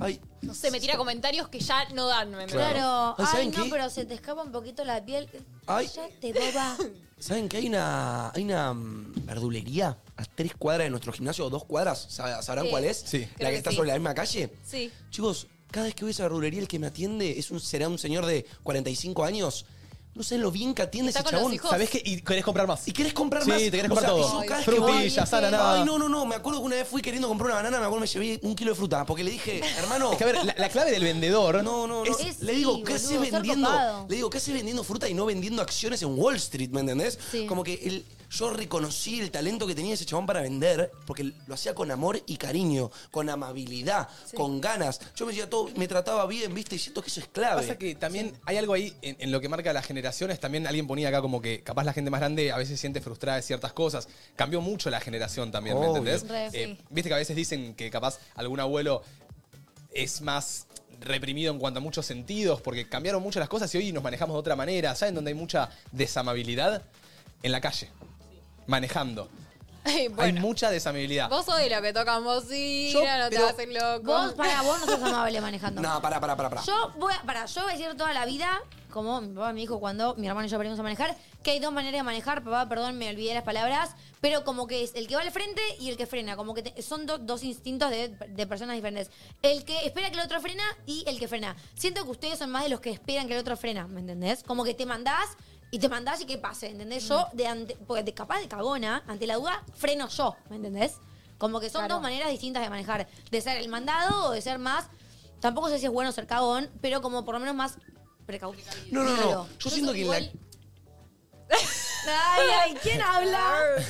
Ay, no sé, me tira comentarios que ya no dan, ¿me entendés? Claro, Ay, ay, ¿saben no, qué? pero se te escapa un poquito la piel. Ay. Ya te boba. ¿Saben que hay una, hay una mm, verdulería a tres cuadras de nuestro gimnasio o dos cuadras? ¿Sab- ¿Sabrán Sí. cuál es? Sí. La Creo que que está sí. sobre la misma calle. Sí. Chicos, cada vez que voy a esa verdulería, el que me atiende es un, será un señor de 45 años. No sé lo bien que atiende Está ese con los chabón. hijos. ¿Sabés qué? Y querés comprar más. Y querés comprar Sí, más. te querés O sea, comprar y todo. yo cada vez que voy- Frutillas, sal, nada. Ay, no, no, no. Me acuerdo que una vez fui queriendo comprar una banana, me acuerdo que me llevé un kilo de fruta. Porque le dije, hermano. Es que a ver, la, la clave del vendedor. No, no, no. es- le digo, ¿qué haces vendiendo? copado. Le digo, ¿qué haces vendiendo fruta y no vendiendo acciones en Wall Street? ¿Me entendés? Sí. Como que el- yo reconocí el talento que tenía ese chabón para vender porque lo hacía con amor y cariño, con amabilidad, con ganas. Yo me decía todo, me trataba bien, ¿viste? Y siento que eso es clave. Pasa que también hay algo ahí en, en lo que marca las generaciones. También alguien ponía acá como que capaz la gente más grande a veces siente frustrada de ciertas cosas. Cambió mucho la generación también, Obvio. ¿me entendés? Eh, Re, sí. Viste que a veces dicen que capaz algún abuelo es más reprimido en cuanto a muchos sentidos porque cambiaron mucho las cosas y hoy nos manejamos de otra manera. ¿Saben dónde hay mucha desamabilidad? En la calle. Manejando. Ay, Hay bueno, mucha desamabilidad. vos sos de lo que tocan bocina, no te pero- haces loco. Vos, para vos no sos amable manejando. No, pará, pará, pará, pará. Yo voy a, para, yo voy a decir toda la vida, como mi papá me dijo cuando mi hermano y yo aprendimos a manejar, que hay dos maneras de manejar, papá, perdón, me olvidé las palabras, pero como que es el que va al frente y el que frena, como que te- son do- dos instintos de, de personas diferentes. El que espera que el otro frena y el que frena. Siento que ustedes son más de los que esperan que el otro frena, ¿me entendés? Como que te mandás y te mandás y que pase, ¿entendés? Yo, Mm. de ante, pues, de capaz de cagona, ante la duda, freno yo, ¿me entendés? Como que son Claro. dos maneras distintas de manejar, de ser el mandado o de ser más Tampoco sé si es bueno ser cagón, pero como por lo menos más precautivo. No, no, no. Yo siento que en la- Ay, ay, ¿quién habla?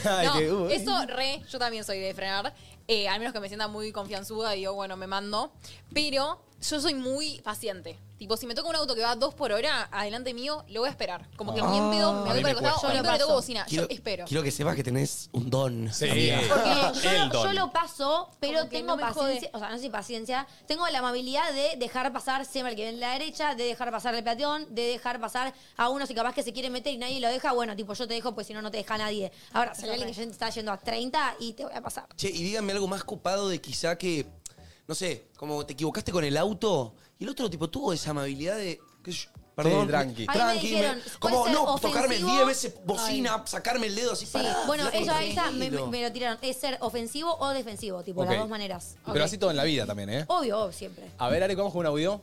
Ay, no, qué- uy. eso re, yo también soy de frenar. eh, al menos que me sienta muy confianzuda y digo, bueno, me mando. Pero yo soy muy paciente. Tipo, si me toca un auto que va a dos por hora, adelante mío, lo voy a esperar. Como que Ah. ni en pedo, me A voy para mí el me costado, cuesta. o ni en pedo le toco bocina. yo Quiero- espero. Quiero que sepas que tenés un don. Sí. Ah, Porque yo, lo- yo lo paso, pero Como que tengo no me paciencia, o sea, no sé si paciencia, tengo la amabilidad de dejar pasar siempre al que viene a la derecha, de dejar pasar el peatón, de dejar pasar a uno si capaz que se quiere meter y nadie lo deja, bueno, tipo, yo te dejo, pues si no, no te deja nadie. Ahora, si hay alguien que ya está yendo a 30 y te voy a pasar. Che, y díganme algo más copado de quizá que, no sé, como te equivocaste con el auto y el otro tipo tuvo esa amabilidad de, qué sé yo, perdón, Sí, tranqui. me- Ahí me tranqui, me- dijeron, como puede ser no ofensivo. tocarme 10 veces bocina, sacarme el dedo así Sí, pará, bueno, flaco, eso a esa me, tranquilo. me lo tiraron. Es ser ofensivo o defensivo, tipo, Ok. las dos maneras. Pero así todo en la vida también, ¿eh? Obvio, obvio, siempre. A ver, Ari, ¿cómo con un audio?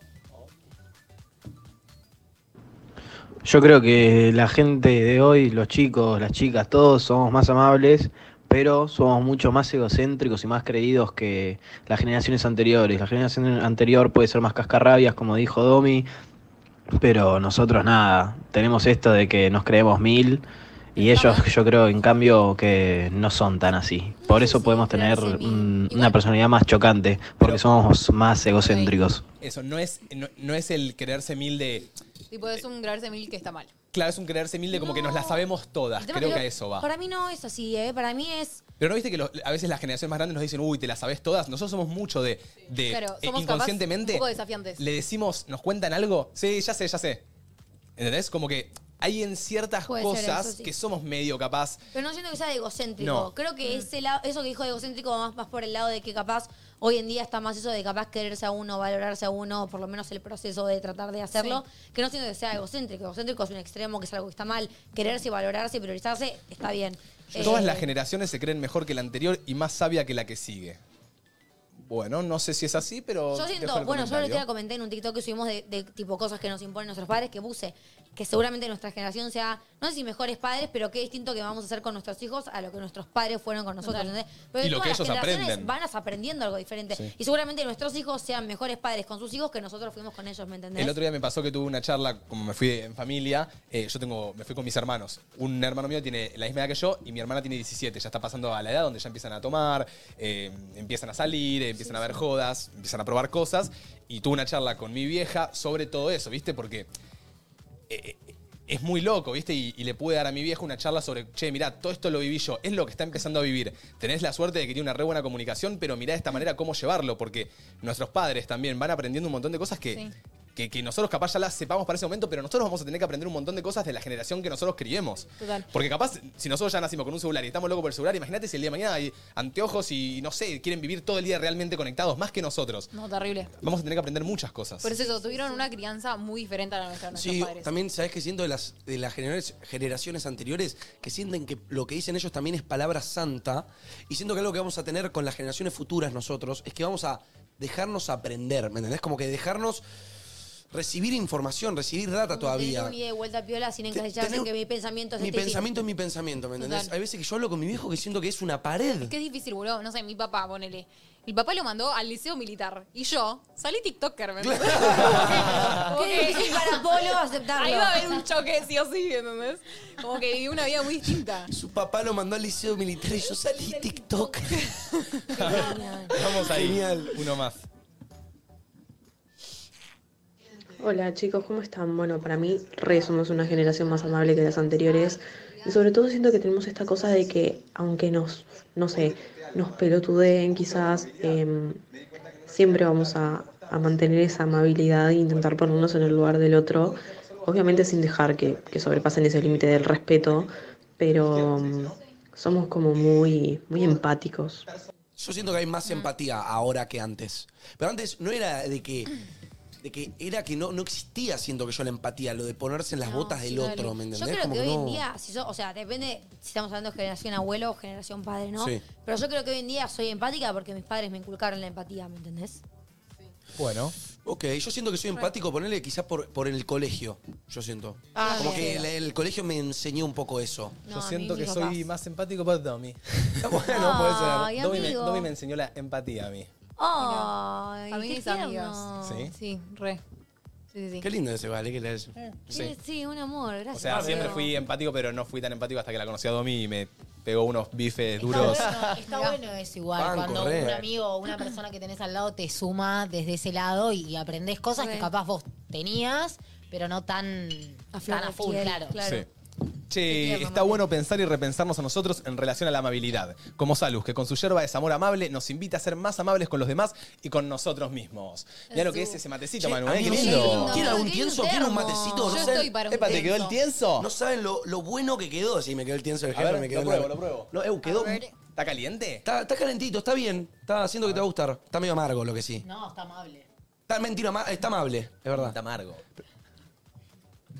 Yo creo que la gente de hoy, los chicos, las chicas, todos somos más amables pero somos mucho más egocéntricos y más creídos que las generaciones anteriores. La generación anterior puede ser más cascarrabias, como dijo Domi, pero nosotros nada, tenemos esto de que nos creemos mil y ellos yo creo en cambio que no son tan así. Por eso podemos tener mm, una personalidad más chocante, porque somos más egocéntricos. Eso, no es, no, no es el creerse mil de. Tipo, es un creerse mil que está mal. Claro, es un creerse mil de como que nos la sabemos todas. El tema Creo es que a eso va. Para mí no es así, ¿eh? Para mí es. Pero no viste que los- a veces las generaciones más grandes nos dicen, uy, te las sabes todas. Nosotros somos mucho de. de Claro, eh, somos capaz inconscientemente. un poco desafiantes. Le decimos, nos cuentan algo. Sí, ya sé, ya sé. ¿Entendés? Como que hay en ciertas Puede ser cosas eso, sí. que somos medio capaz. Pero no siento que sea de egocéntrico. No. Creo que ese lado, eso que dijo de egocéntrico va más, más por el lado de que capaz hoy en día está más eso de capaz quererse a uno, valorarse a uno, por lo menos el proceso de tratar de hacerlo, que no siento que sea egocéntrico. Egocéntrico es un extremo, que es algo que está mal. Quererse, y valorarse y priorizarse está bien. Eh, Todas las generaciones se creen mejor que la anterior y más sabia que la que sigue. Bueno, no sé si es así, pero. Yo dejo siento, el bueno, yo lo comentario. día comenté en un TikTok que subimos de, de tipo cosas que nos imponen nuestros padres, que puse que seguramente nuestra generación sea, no sé si mejores padres, pero qué distinto que vamos a hacer con nuestros hijos a lo que nuestros padres fueron con nosotros. ¿entendés? Pero Y lo todas que las ellos generaciones aprenden. van as- aprendiendo algo diferente. Sí. Y seguramente nuestros hijos sean mejores padres con sus hijos que nosotros fuimos con ellos, ¿me entendés? El otro día me pasó que tuve una charla, como me fui en familia, eh, yo tengo, me fui con mis hermanos. Un hermano mío tiene la misma edad que yo y mi hermana tiene 17. Ya está pasando a la edad donde ya empiezan a tomar, eh, empiezan a salir, eh, empiezan a ver jodas, empiezan a probar cosas. Y tuve una charla con mi vieja sobre todo eso, ¿viste? Porque eh, eh, es muy loco, ¿viste? Y, y le pude dar a mi vieja una charla sobre, che, mirá, todo esto lo viví yo, es lo que está empezando a vivir. Tenés la suerte de que tiene una re buena comunicación, pero mirá de esta manera cómo llevarlo, porque nuestros padres también van aprendiendo un montón de cosas que, que, que nosotros capaz ya las sepamos para ese momento, pero nosotros vamos a tener que aprender un montón de cosas de la generación que nosotros criemos. Total. Porque capaz, si nosotros ya nacimos con un celular y estamos locos por el celular, imagínate si el día de mañana hay anteojos y, no sé, quieren vivir todo el día realmente conectados, más que nosotros. No, terrible. Vamos a tener que aprender muchas cosas. Por eso, eso, tuvieron una crianza muy diferente a la nuestra, nuestros Sí, padres. también sabes que siento de las, de las generaciones, generaciones anteriores que sienten que lo que dicen ellos también es palabra santa y siento que algo que vamos a tener con las generaciones futuras nosotros es que vamos a dejarnos aprender, ¿me entendés? Como que dejarnos recibir información, recibir data Tener todavía. un ida y vuelta piola sin encastillar, sin que mi pensamiento es Mi este y- pensamiento es mi pensamiento, ¿me entendés? Total. Hay veces que yo hablo con mi viejo que siento que es una pared. Es que es difícil, boludo. No sé, mi papá, ponele. El papá lo mandó al liceo militar. Y yo salí TikToker, ¿me entendés? Ah. Como Qué que- difícil para Polo aceptarlo. Ahí va a haber un choque, sí o sí, ¿entendés? Como que viví una vida muy distinta. Su papá lo mandó al liceo militar y yo salí TikTok. Vamos ahí, uno más. Hola chicos, ¿cómo están? Bueno, para mí re somos una generación más amable que las anteriores. Y sobre todo siento que tenemos esta cosa de que, aunque nos, no sé, nos pelotudeen quizás, em, siempre vamos a, a mantener esa amabilidad e intentar ponernos en el lugar del otro. Obviamente sin dejar que, que sobrepasen ese límite del respeto, pero mm, somos como muy, muy empáticos. Yo siento que hay más empatía ahora que antes. Pero antes no era de que. De que era que no, no existía, siento que yo, la empatía, lo de ponerse en las botas del Sí, dale. otro, ¿me entendés? Yo creo Como que hoy en no. día, si so- o sea, depende si estamos hablando de generación abuelo o generación padre, ¿no? Sí. Pero yo creo que hoy en día soy empática porque mis padres me inculcaron la empatía, ¿me entendés? Bueno. Ok, yo siento que soy empático, ponerle quizás por, por el colegio, yo siento. Ah, Como bien. que el, el colegio me enseñó un poco eso. Yo siento que soy más empático por Domi. No, puede ser. Ay, Domi me, amigo. Domi me enseñó la empatía a mí. Ay, A mí qué mis tierno. amigas. ¿Sí? Sí, re. Sí, sí, sí. Qué lindo ese vale, que le Eh, Sí. sí, un amor, gracias. O sea, siempre amigo. fui empático, pero no fui tan empático hasta que la conocí a Domi y me pegó unos bifes duros. Está bueno, está bueno eso igual, Banco, cuando re. un amigo o una persona que tenés al lado te suma desde ese lado y aprendes cosas que capaz vos tenías, pero no tan tan a, flor de full, piel, claro. Sí. Che, está bueno pensar y repensarnos a nosotros en relación a la amabilidad. Como Salus, que con su yerba de amor amable nos invita a ser más amables con los demás y con nosotros mismos. Mira lo que es ese matecito, ¿eh? Che, Manuel. amigos, ¿Quieren algún tienso? ¿Quieren un matecito? No saben- Epa, ¿te quedó el tienso? No saben lo, lo bueno que quedó. Sí, me quedó el tienso del A jefe. ver, me quedó lo la- pruebo, lo pruebo. No, eu, quedó. ¿Está caliente? Está, está calentito, está bien. Está haciendo que te va a gustar. Está medio amargo lo que sí. No, está amable. Está mentira, ama- está amable, es verdad. Está amargo.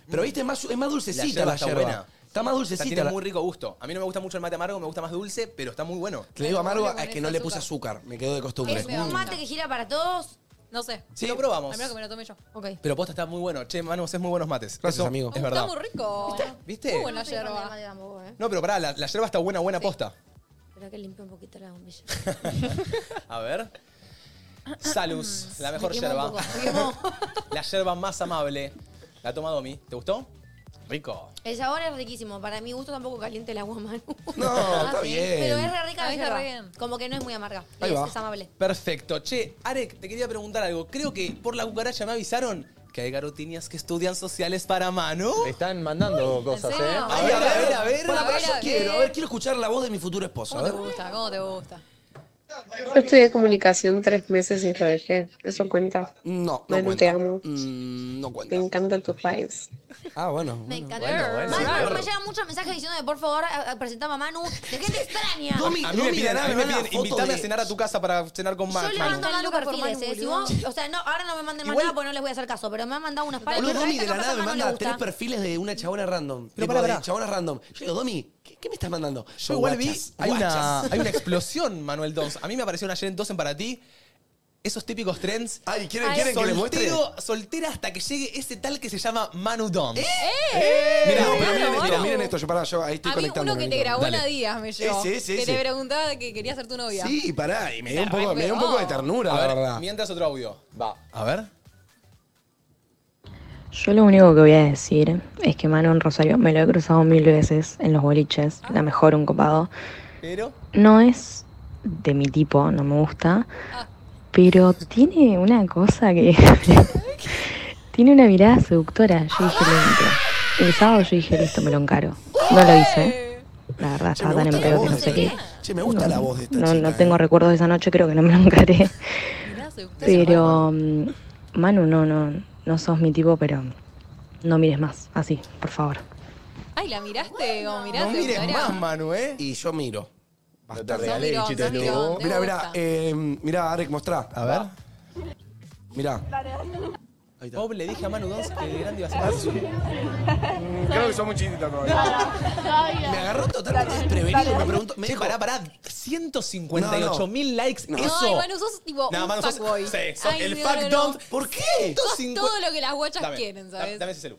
Pero viste, es más, es más dulcecita yerba la yerba. Está, más dulcecita. O sea, tiene la- muy rico gusto. A mí no me gusta mucho el mate amargo, me gusta más dulce, pero está muy bueno. Te digo amargo, es que no le puse azúcar, me quedó de costumbre. ¿Es un mate que gira para todos? No sé. Sí, lo probamos. Al menos que me lo tome yo. Ok. Pero posta está muy bueno. Che, Manu, haces muy buenos mates. Gracias, amigo. Es verdad. Está muy rico. ¿Viste? Muy buena yerba. ¿eh? No, pero pará, la, la yerba está buena, buena posta. Espera que limpie un poquito la bombilla. A ver. Salus, la mejor Me quemó yerba. un poco, la yerba más amable. La toma Domi. ¿Te gustó? Rico. El sabor es riquísimo. Para mi gusto tampoco caliente el agua, Manu. No, está bien. Pero es re rica Ah, la está yerba. re bien. Como que no es muy amarga. Ahí es, va. es amable. Perfecto. Che, Arek, te quería preguntar algo. Creo que por la cucaracha me avisaron que hay garotinias que estudian sociales para mano. Están mandando cosas, serio? ¿eh? Ay, a ver, a ver. Pará, pará, yo A ver, a quiero, a ver. ver, quiero escuchar la voz de mi futuro esposo. A ¿Cómo te ver. gusta? ¿Cómo te gusta? Yo estudié comunicación tres meses y lo dejé. ¿Eso cuenta? No, no cuenta. Mm, te amo. no cuenta. Me encanta tu país. Ah, bueno. Me bueno, encanta. bueno, bueno, Manu, bueno. me llegan muchos mensajes diciéndome, por favor, a- a- presentame a Manu. De gente extraña. a mí me piden, a mí me piden invitarme a cenar a tu casa para cenar con Yo Mar. le Manu. mando Manu Loca por perfiles, Manu, eh. Si boludo. vos- o sea, no, ahora no me manden más Igual- nada porque no les voy a hacer caso, pero me han mandado unas para Boludo, Domi de la nada me manda tres gusta. perfiles de una chabona random. Pero pará, pará. Chabona random. Yo digo, Domi, ¿qué, qué me estás mandando? Yo igual vi, hay una, hay una explosión, Manuel Dons. A mí me apareció ayer en Dosen para ti. Esos típicos trends. Ay, ¿quieren- quieren que les muestre? Soltera hasta que llegue ese tal que se llama Manu Dons. ¡Eh! Mirá, Mirá, pero miren bueno. esto, miren esto. Yo pará, yo ahí estoy A mí conectando. uno que te grabó la Díaz me llegó. Ese, ese, que ese. te preguntaba que quería ser tu novia. Sí, pará, y me dio un La poco, me dio un poco de ternura, A la ver, verdad. Mientras otro audio. Va. A ver. Yo lo único que voy a decir es que Manon Rosario me lo he cruzado mil veces en los boliches, la mejor un copado. Pero. No es de mi tipo, no me gusta, pero tiene una cosa que... tiene una mirada seductora, yo dije, le entro. El sábado yo dije, listo, me lo encaro. No lo hice. La verdad, estaba tan en pedo que no sé qué. Che, me gusta la voz de esta No, chica. ¿eh? no tengo recuerdos de esa noche, creo que no me lo encaré. Pero, mm, Manu, no, no, no sos mi tipo, pero no mires más, así, por favor. Ay, la miraste, como miraste. Victoria. Manu, ¿eh? Y yo miro. Bastante. regalé, Sos mirón, chiste, sos tú. mirón, te Mirá, gusta. mirá, eh, mirá, Arek, mostrá. A ver. Mirá. Bob le dije a Manu Dons que de grande iba a ser Ah, Creo que son muy chiquitas Me agarró totalmente desprevenido. Me pregunto. Me che, dijo, pará, pará. 158 mil likes. No. Eso. No, Manu, sos tipo No, un Manu, sos- fuckboy. sí, sos Ay, el no, fuck no, no. don't. ¿Por qué? Sos 150 todo lo que las guachas Dame, quieren, da- ¿sabes? Dame ese celu.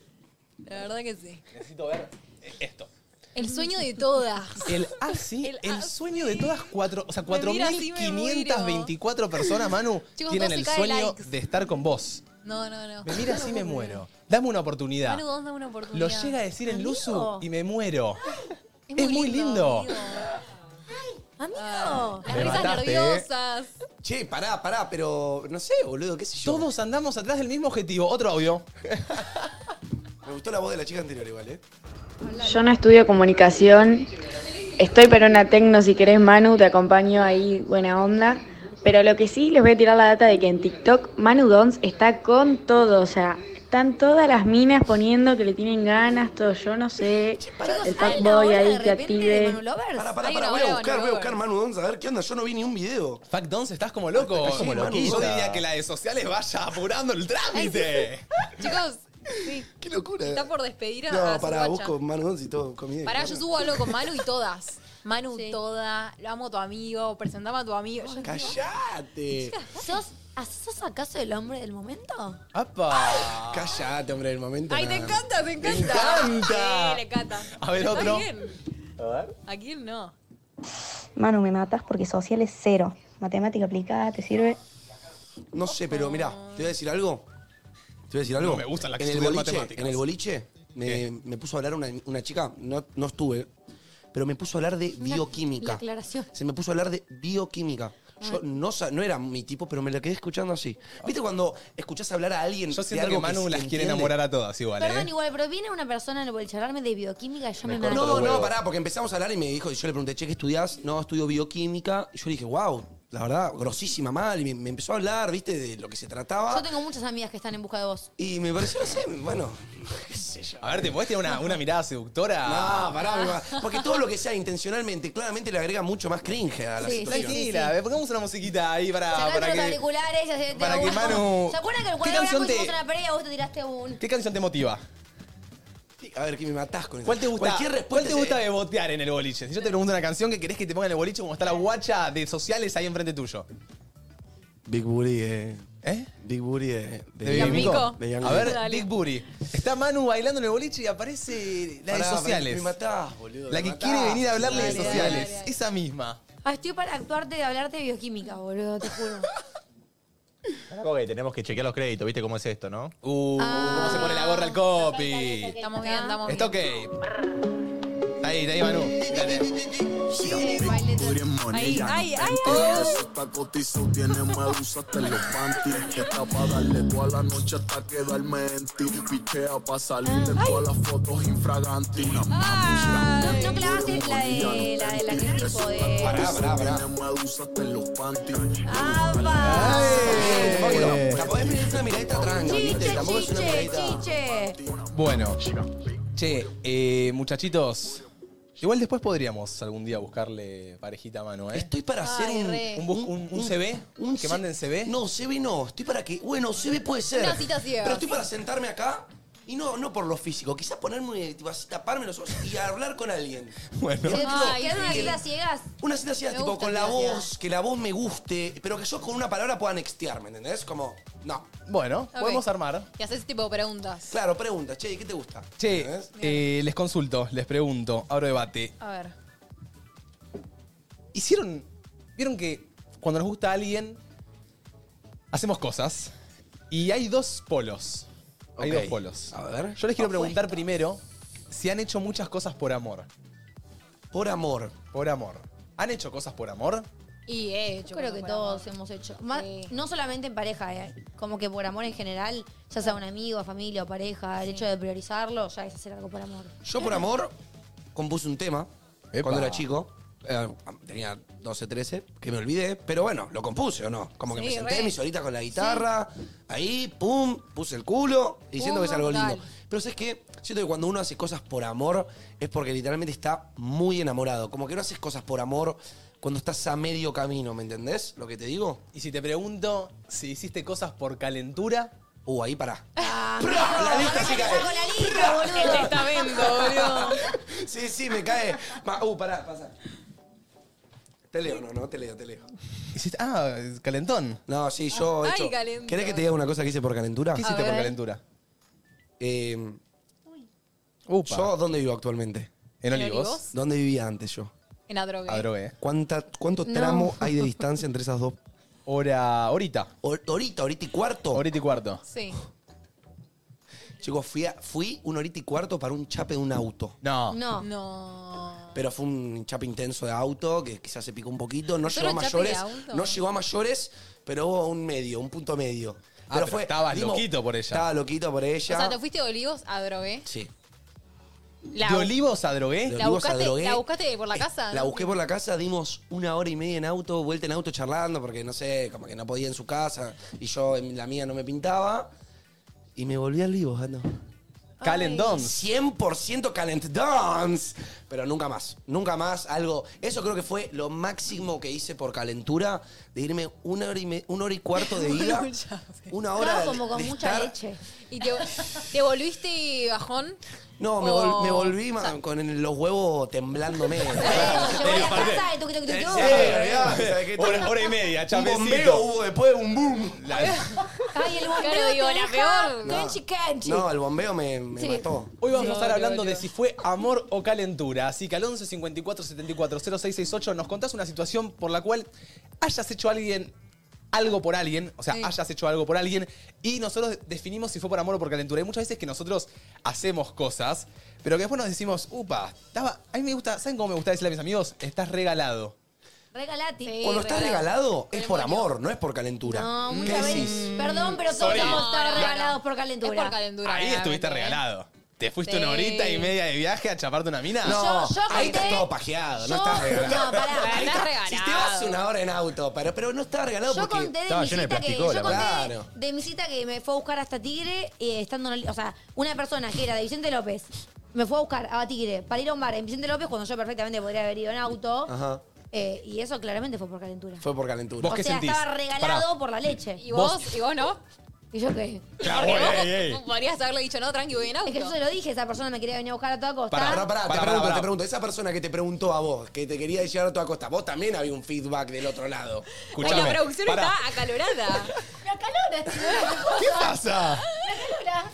La verdad que sí. Necesito ver eh, esto. El sueño de todas. El así, el, sueño de todas cuatro, o sea, mira así, me 4.524 personas, Manu, Chicos, tienen todo se el cae sueño likes. de estar con vos. No, no, no. Me mira así, me muero. Dame una oportunidad. Manu, dame una oportunidad. Lo llega a decir en Luzu Amigo. y me muero. Es muy lindo. Amigo. Las Me risas mataste, nerviosas. Che, pará, pará, pero no sé, boludo, qué sé yo. Todos andamos atrás del mismo objetivo. Otro audio. Me gustó la voz de la chica anterior igual, ¿eh? Yo no estudio comunicación. Estoy para una tecno, si querés, Manu, te acompaño ahí, buena onda. Pero lo que sí, les voy a tirar la data de que en TikTok Manu Dons está con todo, o sea, están todas las minas poniendo que le tienen ganas, todo, yo no sé. El fuckboy ahí que active. Pues, Pará, pará, pará, voy a buscar, voy a buscar Manu Dons a ver qué onda. Yo no vi ni un video. Fact Dons, estás como loco. Estás como Manu, loquita. Yo diría que la de sociales vaya apurando el trámite. Chicos, sí. Qué locura. Está por despedir a a No, su pará, guacha. busco Manu Dons y todo, comida. Pará, yo subo algo con Manu y todas. Manu, toda. Lo amo a tu amigo. Presentame a tu amigo. Callate. ¿Sos, ¿Sos acaso el hombre del momento? ¡Apa! Callate, hombre, del momento. Ay, te nada. encanta, te encanta. encanta. Sí, le encanta. A ver, Pero otro. ¿A quién? ¿A quién no? Manu, me matas porque social es cero. Matemática aplicada te sirve No sé, pero mirá, te voy a decir algo. Te voy a decir algo. No me gustan las que en el estudian boliche, matemáticas. En el boliche me, me puso a hablar una, una chica, no, no estuve, pero me puso a hablar de La bioquímica. aclaración. Se me puso a hablar de bioquímica. Ah. Yo no, sa- no era mi tipo, pero me la quedé escuchando así. ¿Viste cuando escuchás hablar a alguien? Yo de siento algo que Manu se las quiere entiende? enamorar a todas igual, Perdón, ¿eh? igual, pero viene una persona en el boliche a hablarme de bioquímica y yo me, mato. No, no, pará, porque empezamos a hablar y me dijo, y yo le pregunté, che, ¿qué estudiás? No, estudio bioquímica. Y yo le dije, wow, la verdad, grosísima mal. Y me, me empezó a hablar, viste, de lo que se trataba. Yo tengo muchas amigas que están en busca de vos. Y me pareció, no sé, bueno, qué sé yo. A ver, ¿te podés tener una, una mirada seductora? No, pará, mi mamá. porque todo lo que sea intencionalmente, claramente le agrega mucho más cringe a la Sí, situación. Tranquila, eh, pongamos una musiquita ahí para, Sacate para los que... auriculares y hacete para que uno. Manu- ¿Se acuerdan que ¿Qué el cuadro blanco canción te- hicimos una pelea y vos te tiraste un...? ¿Qué canción te motiva? A ver, que me matás con eso. ¿Cuál te gusta, Cualquier respuesta ¿cuál te es- gusta de botear en el boliche? Si yo te pregunto una canción que querés que te ponga en el boliche, como está la guacha de sociales ahí enfrente tuyo. Big Booty, eh. ¿Eh? Big Booty, eh. ¿De Young Mico? De Young A ver, Mico. Big Booty. Está Manu bailando en el boliche y aparece la de Pará, sociales. Me matás, boludo. la me que matás. quiere venir a hablarle de Dale, sociales. dale, Esa misma. Ah, Estoy para actuarte de hablarte de bioquímica, boludo, te juro. Ok, tenemos que chequear los créditos, ¿viste cómo es esto, no? Uh, ¿cómo Ah, se pone la gorra al copy? Estamos bien, estamos bien. Está ok. Ahí, ahí, Manu. Dale. Ahí, ahí, ahí. tiene medusa hasta en los panties. Está para darle toda la noche hasta quedarme en ti. Pichea para salir de todas las fotos infraganti. Ah. Una No, no clavaste la de la, de la que tipo de. Pará, pará, pará. Tiene medusa hasta en los panties. Ah. una miradita tranca, ¿viste? Tampoco es una miradita. Chiche. Bueno. Che, eh, muchachitos. Igual después podríamos algún día buscarle parejita a mano, ¿eh? Estoy para hacer un, un bus- un- un CV, que C- manden CV. No, CV no. Estoy para que. Bueno, CV puede ser. Una cita ciega. Pero estoy para sentarme acá y no, no por lo físico. Quizás ponerme, tipo, así, taparme los ojos y hablar con alguien. Bueno. ¿Qué Ay, una sí. cita ciegas? Una cita ciega, Me tipo, gusta con la cita ciega. voz, que la voz me guste, pero que yo con una palabra pueda anextearme, ¿entendés? Como, no. Bueno, Ok. podemos armar. Y haces tipo de preguntas. Claro, pregunta, che, ¿qué te gusta? Che, eh, les consulto, les pregunto, abro debate. A ver. Hicieron. Vieron que cuando nos gusta a alguien, hacemos cosas. Y hay dos polos. Hay Ok. dos polos. A ver. Yo les quiero preguntar primero si han hecho muchas cosas por amor. Por amor. Por amor. ¿Han hecho cosas por amor? Y he hecho. Creo cosas que por todos amor. hemos hecho. Más- No solamente en pareja, eh, como que por amor en general, ya sea un amigo, familia o pareja, el hecho de priorizarlo ya es hacer algo por amor. Yo por amor compuse un tema cuando era chico. eh, tenía 12, 13, que me olvidé, pero bueno, lo compuse o no. Como que Sí, me senté re. mis horitas con la guitarra, ahí, pum, puse el culo, diciendo que es algo lindo. Total. Pero ¿sabes qué? Siento que cuando uno hace cosas por amor es porque literalmente está muy enamorado. Como que no haces cosas por amor cuando estás a medio camino, ¿me entendés lo que te digo? Y si te pregunto si hiciste cosas por calentura. Uh, ahí pará. Ah, La lista se cae. El testamento, boludo. Sí, sí, me cae. Ma- uh, pará, pasa. Te leo, no, no, te leo, te leo. Hiciste- Ah, calentón. No, sí, yo. he Ay, hecho- calentón. ¿Querés que te diga una cosa que hice por calentura? ¿Qué hiciste A por ver. calentura? Eh, Upa. ¿Yo dónde vivo actualmente? En Olivos. Olivos? ¿Dónde vivía antes yo? En adrogué. ¿Cuánta, ¿Cuánto No. tramo hay de distancia entre esas dos? Hora, ahorita. Ahorita, ahorita y cuarto. Ahorita y cuarto. Sí. Chicos, fui, a- fui una horita y cuarto para un chape de un auto. No. No. No. Pero fue un chape intenso de auto que quizás se picó un poquito. No ¿Solo llegó a chape de mayores. auto? No llegó a mayores, pero hubo un medio, un punto medio. Ah, pero estabas loquito por ella. Estaba loquito por ella. O sea, te fuiste de Olivos a Drogué. Sí. La, ¿De olivos a ¿eh? drogué? la buscaste, la buscaste por la casa. ¿eh? La ¿no? busqué por la casa, dimos una hora y media en auto, vuelta en auto charlando, porque no sé, como que no podía en su casa y yo en la mía no me pintaba. Y me volví al vivo, Jano. Calendón. 100% calentdons. Pero nunca más, nunca más algo. Eso creo que fue lo máximo que hice por calentura, de irme una hora y, me- una hora y cuarto de ida. una hora Estaba de- como con de mucha estar- leche. ¿Y te, te volviste bajón? No, me, vol- me volví man, con el- los huevos temblándome. Casa de tuc, tuc, tuc, tuc. hora, hora y media, chapecito. Un bombeo hubo después, un boom. Ay, el bombeo Claro, te digo, la deja peor. Crunchy, crunchy. No, el bombeo me, me Sí. mató. Hoy vamos a estar No, hablando no, de si fue amor o calentura. Así que al 11 54 74 0668 nos contás una situación por la cual hayas hecho a alguien algo por alguien, o sea, hayas hecho algo por alguien y nosotros definimos si fue por amor o por calentura. Hay muchas veces que nosotros hacemos cosas, pero que después nos decimos, upa, estaba, a mí me gusta, ¿saben cómo me gusta decirle a mis amigos? Estás regalado. Regalate. Cuando estás regalado es por amor, no es por calentura. No, ¿Qué muchas decís? veces. Perdón, pero todos Sorry. hemos estado No, no, no. regalados por calentura. Es por calentura. Ahí estuviste regalado. ¿Te fuiste Sí. una horita y media de viaje a chaparte una mina? No, Yo- yo ahí conté- estás todo pajeado, no yo- estás regalado. no, pará. Ahí Estás está- regalado. Si te vas una hora en auto, pero, pero no estás regalado Yo porque... conté de mi cita que yo conté Claro. de mi cita que me fue a buscar hasta Tigre, eh, estando en el- o sea, una persona que era de Vicente López me fue a buscar a Tigre para ir a un bar en Vicente López cuando yo perfectamente podría haber ido en auto. Ajá, eh, y eso claramente fue por calentura. fue por calentura. o sea, estaba regalado por la leche. ¿Y vos? ¿Y vos no? ¿Y yo qué? Claro, Porque vos ey, ey. podrías haberle dicho, no, tranqui, voy en auto. Es que yo se lo dije, esa persona me quería venir a buscar a toda costa. Pará, pará, pará, Pará, te pará, pregunto, pará. te pregunto. Esa persona que te preguntó a vos, que te quería llevar a toda costa, vos también había un feedback del otro lado. Ay, la producción está acalorada. Me acalora, ¿Qué pasa?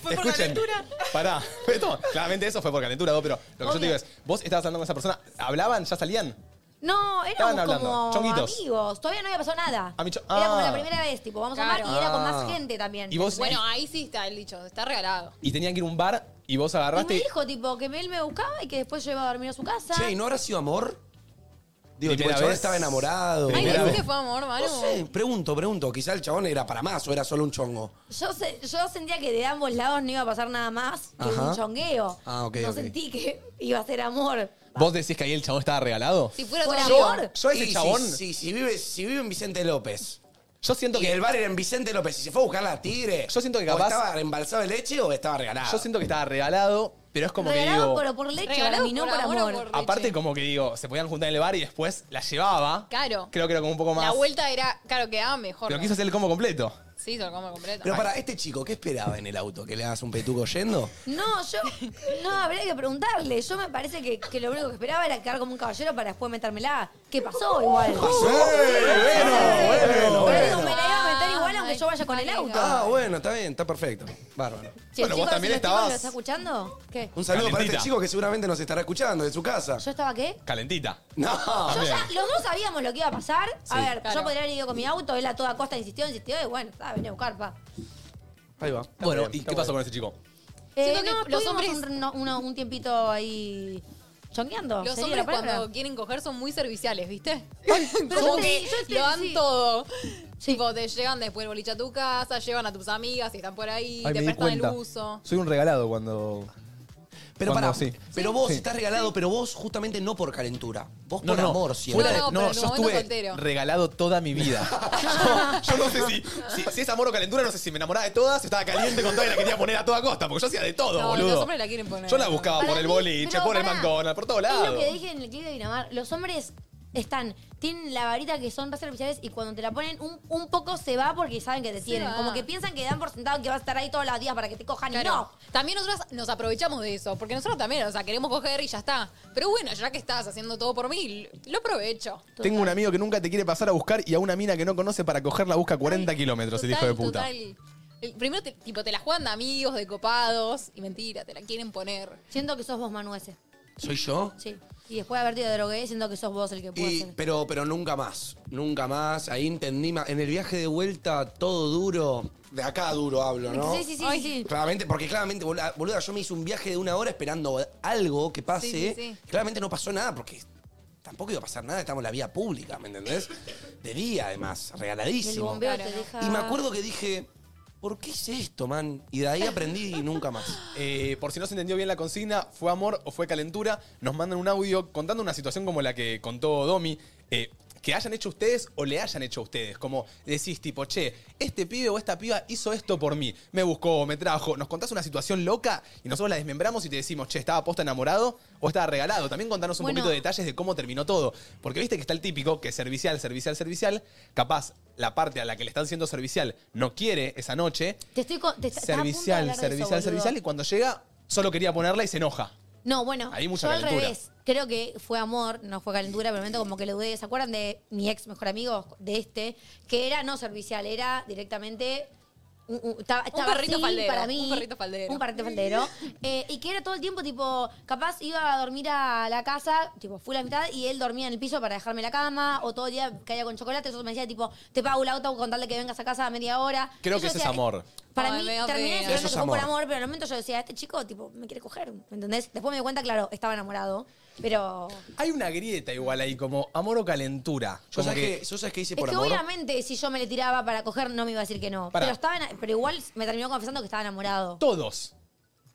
Fue Escuchen, Ah, Pará, esto, claramente eso fue por calentura, ¿no? pero lo que yo te Obvio. digo es, vos estabas hablando con esa persona, ¿hablaban? ¿Ya salían? No, Estaban éramos hablando, como chonguitos. amigos. Todavía no había pasado nada. A mi cho- Era como Ah. la primera vez, tipo, vamos a Claro. un bar y era con Ah. más gente también. ¿Y vos- Bueno, ahí sí está el dicho, está regalado. Y tenían que ir a un bar y vos Y me agarraste. dijo, ah. tipo, que él me buscaba y que después yo iba a dormir a su casa. Che, ¿y no habrá sido amor? Digo, tipo, Primera el chabón vez. estaba enamorado. Ay, Primera ¿Crees que fue amor, Manu? No sé, pregunto, pregunto. Quizá el chabón era para más o era solo un chongo. Yo, se- yo sentía que de ambos lados no iba a pasar nada más que Ajá. un chongueo. Ah, ok, no ok. sentí que iba a ser amor. ¿Vos decís que ahí el chabón estaba regalado? Si fuera por Yo- amor. Yo a ese Sí, chabón. sí, Sí, si vive, si vive en Vicente López. Yo siento y que. el bar era en Vicente López y se fue a buscar la tigre. Yo siento que capaz- O estaba embalsado de leche o estaba regalado. Yo siento que estaba regalado, pero es como que Regalado digo. pero por leche, Regalado para mí, no por por amor amor. o Aparte, como que digo, se podían juntar en el bar y después la llevaba. Claro. Creo que era como un poco más. La vuelta era, claro, quedaba mejor. Pero quiso hacer el combo completo. Sí, se lo como completo. Pero para este chico, ¿qué esperaba en el auto? ¿Que le hagas un petuco yendo? No, yo. No, habría que preguntarle. Yo me parece que, que lo único que esperaba era quedar como un caballero para después metérmela. ¿Qué pasó igual? Ah, bueno, Pero bueno. digo, me la iba a meter igual aunque yo vaya con el auto. Ah, bueno, está bien, está perfecto. Bárbaro. Si el chico- si el chico ¿Lo está escuchando? ¿Qué? Un saludo para Calentita. este chico que seguramente nos estará escuchando de su casa. ¿Yo estaba qué? Calentita. No. Yo ya, los dos sabíamos lo que iba a pasar. Sí. A ver, Claro. yo podría haber ido con mi auto, él a toda costa insistió, insistió, y bueno, está, venía a buscar, pa. Ahí va. Bueno, ¿y qué pasó con ese chico? Eh, Siento que no, los estuvimos hombres- un, no, uno- un tiempito ahí chongueando. Los Oh, sería hombres la palabra. cuando quieren coger son muy serviciales, ¿viste? pero yo Como te- que yo te- lo dan sí. todo. Tipo, te llegan después el boliche a tu casa, llevan a tus amigas si están por ahí, Ay, me te di prestan el cuenta. uso. Soy un regalado cuando. Pero cuando pará, sí. pero vos Sí. estás regalado, pero vos justamente no por calentura. Vos No, por no. amor siempre. Fuera de- No, no, No, yo estuve regalado toda mi vida. yo, yo no sé si, si, si es amor o calentura, no sé si me enamoraba de todas, estaba caliente con todas y la quería poner a toda costa, porque yo hacía de todo, No, los boludo. hombres la quieren poner. Yo la buscaba por el boliche, Pero por el pará, McDonald's, por todos Es lo lados. que dije en el clip de Dinamar. Los hombres están, tienen la varita que son re serviciales y cuando te la ponen, un, un poco se va porque saben que te tienen. va. Como que piensan que dan por sentado que vas a estar ahí todos los días para que te cojan Claro. y no. También nosotras nos aprovechamos de eso, porque nosotros también, o sea, queremos coger y ya está. Pero bueno, ya que estás haciendo todo por mí, lo aprovecho. Tengo un amigo que nunca te quiere pasar a buscar y a una mina que no conoce para cogerla busca 40 kilómetros, el hijo de puta. Total. El- Primero, te- tipo, te la juegan de amigos, de copados, y mentira, te la quieren poner. Siento que sos vos, Manu, ese. ¿Soy yo? Sí. Y después de haberte ido drogué, siento que sos vos el que puede Y- ser. pero, pero nunca más, nunca más. Ahí entendí más. En el viaje de vuelta, todo duro. De acá duro hablo, ¿no? Sí, sí, sí, Ay. sí. Claramente, porque claramente, boluda, boluda, yo me hice un viaje de una hora esperando algo que pase. Sí, sí, sí. Claramente no pasó nada porque tampoco iba a pasar nada. Estamos en la vía pública, ¿me entendés? De día, además, El regaladísimo. bombeo te deja... Y me acuerdo que dije, ¿por qué hice esto, man? Y de ahí aprendí y nunca más. Eh, por si no se entendió bien la consigna, ¿fue amor o fue calentura? Nos mandan un audio contando una situación como la que contó Domi. eh, que hayan hecho ustedes o le hayan hecho a ustedes. Como decís, tipo, che, este pibe o esta piba hizo esto por mí. Me buscó, me trajo. Nos contás una situación loca y nosotros la desmembramos y te decimos, che, estaba posta enamorado o estaba regalado. También contanos un Bueno. poquito de detalles de cómo terminó todo. Porque viste que está el típico que es servicial, servicial, servicial. Capaz la parte a la que le están siendo servicial no quiere esa noche. Te estoy... con- te está- estaba a punto de Servicial, hablar de eso, servicial, boludo. servicial. Y cuando llega, solo quería ponerla y se enoja. No, bueno, Hay mucha yo al calentura. revés. Creo que fue amor, no fue calentura, pero momento como que le dudé. ¿Se acuerdan de mi ex mejor amigo, de este? Que era no servicial, era directamente... Un, un- estaba- estaba perrito así faldero, para mí. un perrito faldero. Un perrito faldero. Eh, y que era todo el tiempo, tipo, capaz iba a dormir a la casa, tipo, fui la mitad y él dormía en el piso para dejarme la cama, o todo el día caía con chocolate. Entonces me decía, tipo, te pago el auto con tal de que vengas a casa a media hora. Creo Y yo que ese es decía, amor. para Ay, mí, me da terminé pena. diciendo que Eso es fue por amor. amor, pero en el momento yo decía, este chico, tipo, me quiere coger, ¿me entendés? Después me di cuenta, claro, estaba enamorado, pero... Hay una grieta igual ahí, como amor o calentura. Yo Como sabes que, yo sabes que hice Es por que amor. obviamente si yo me le tiraba para coger no me iba a decir que no. Pará. Pero estaba ena- pero igual me terminó confesando que estaba enamorado. todos.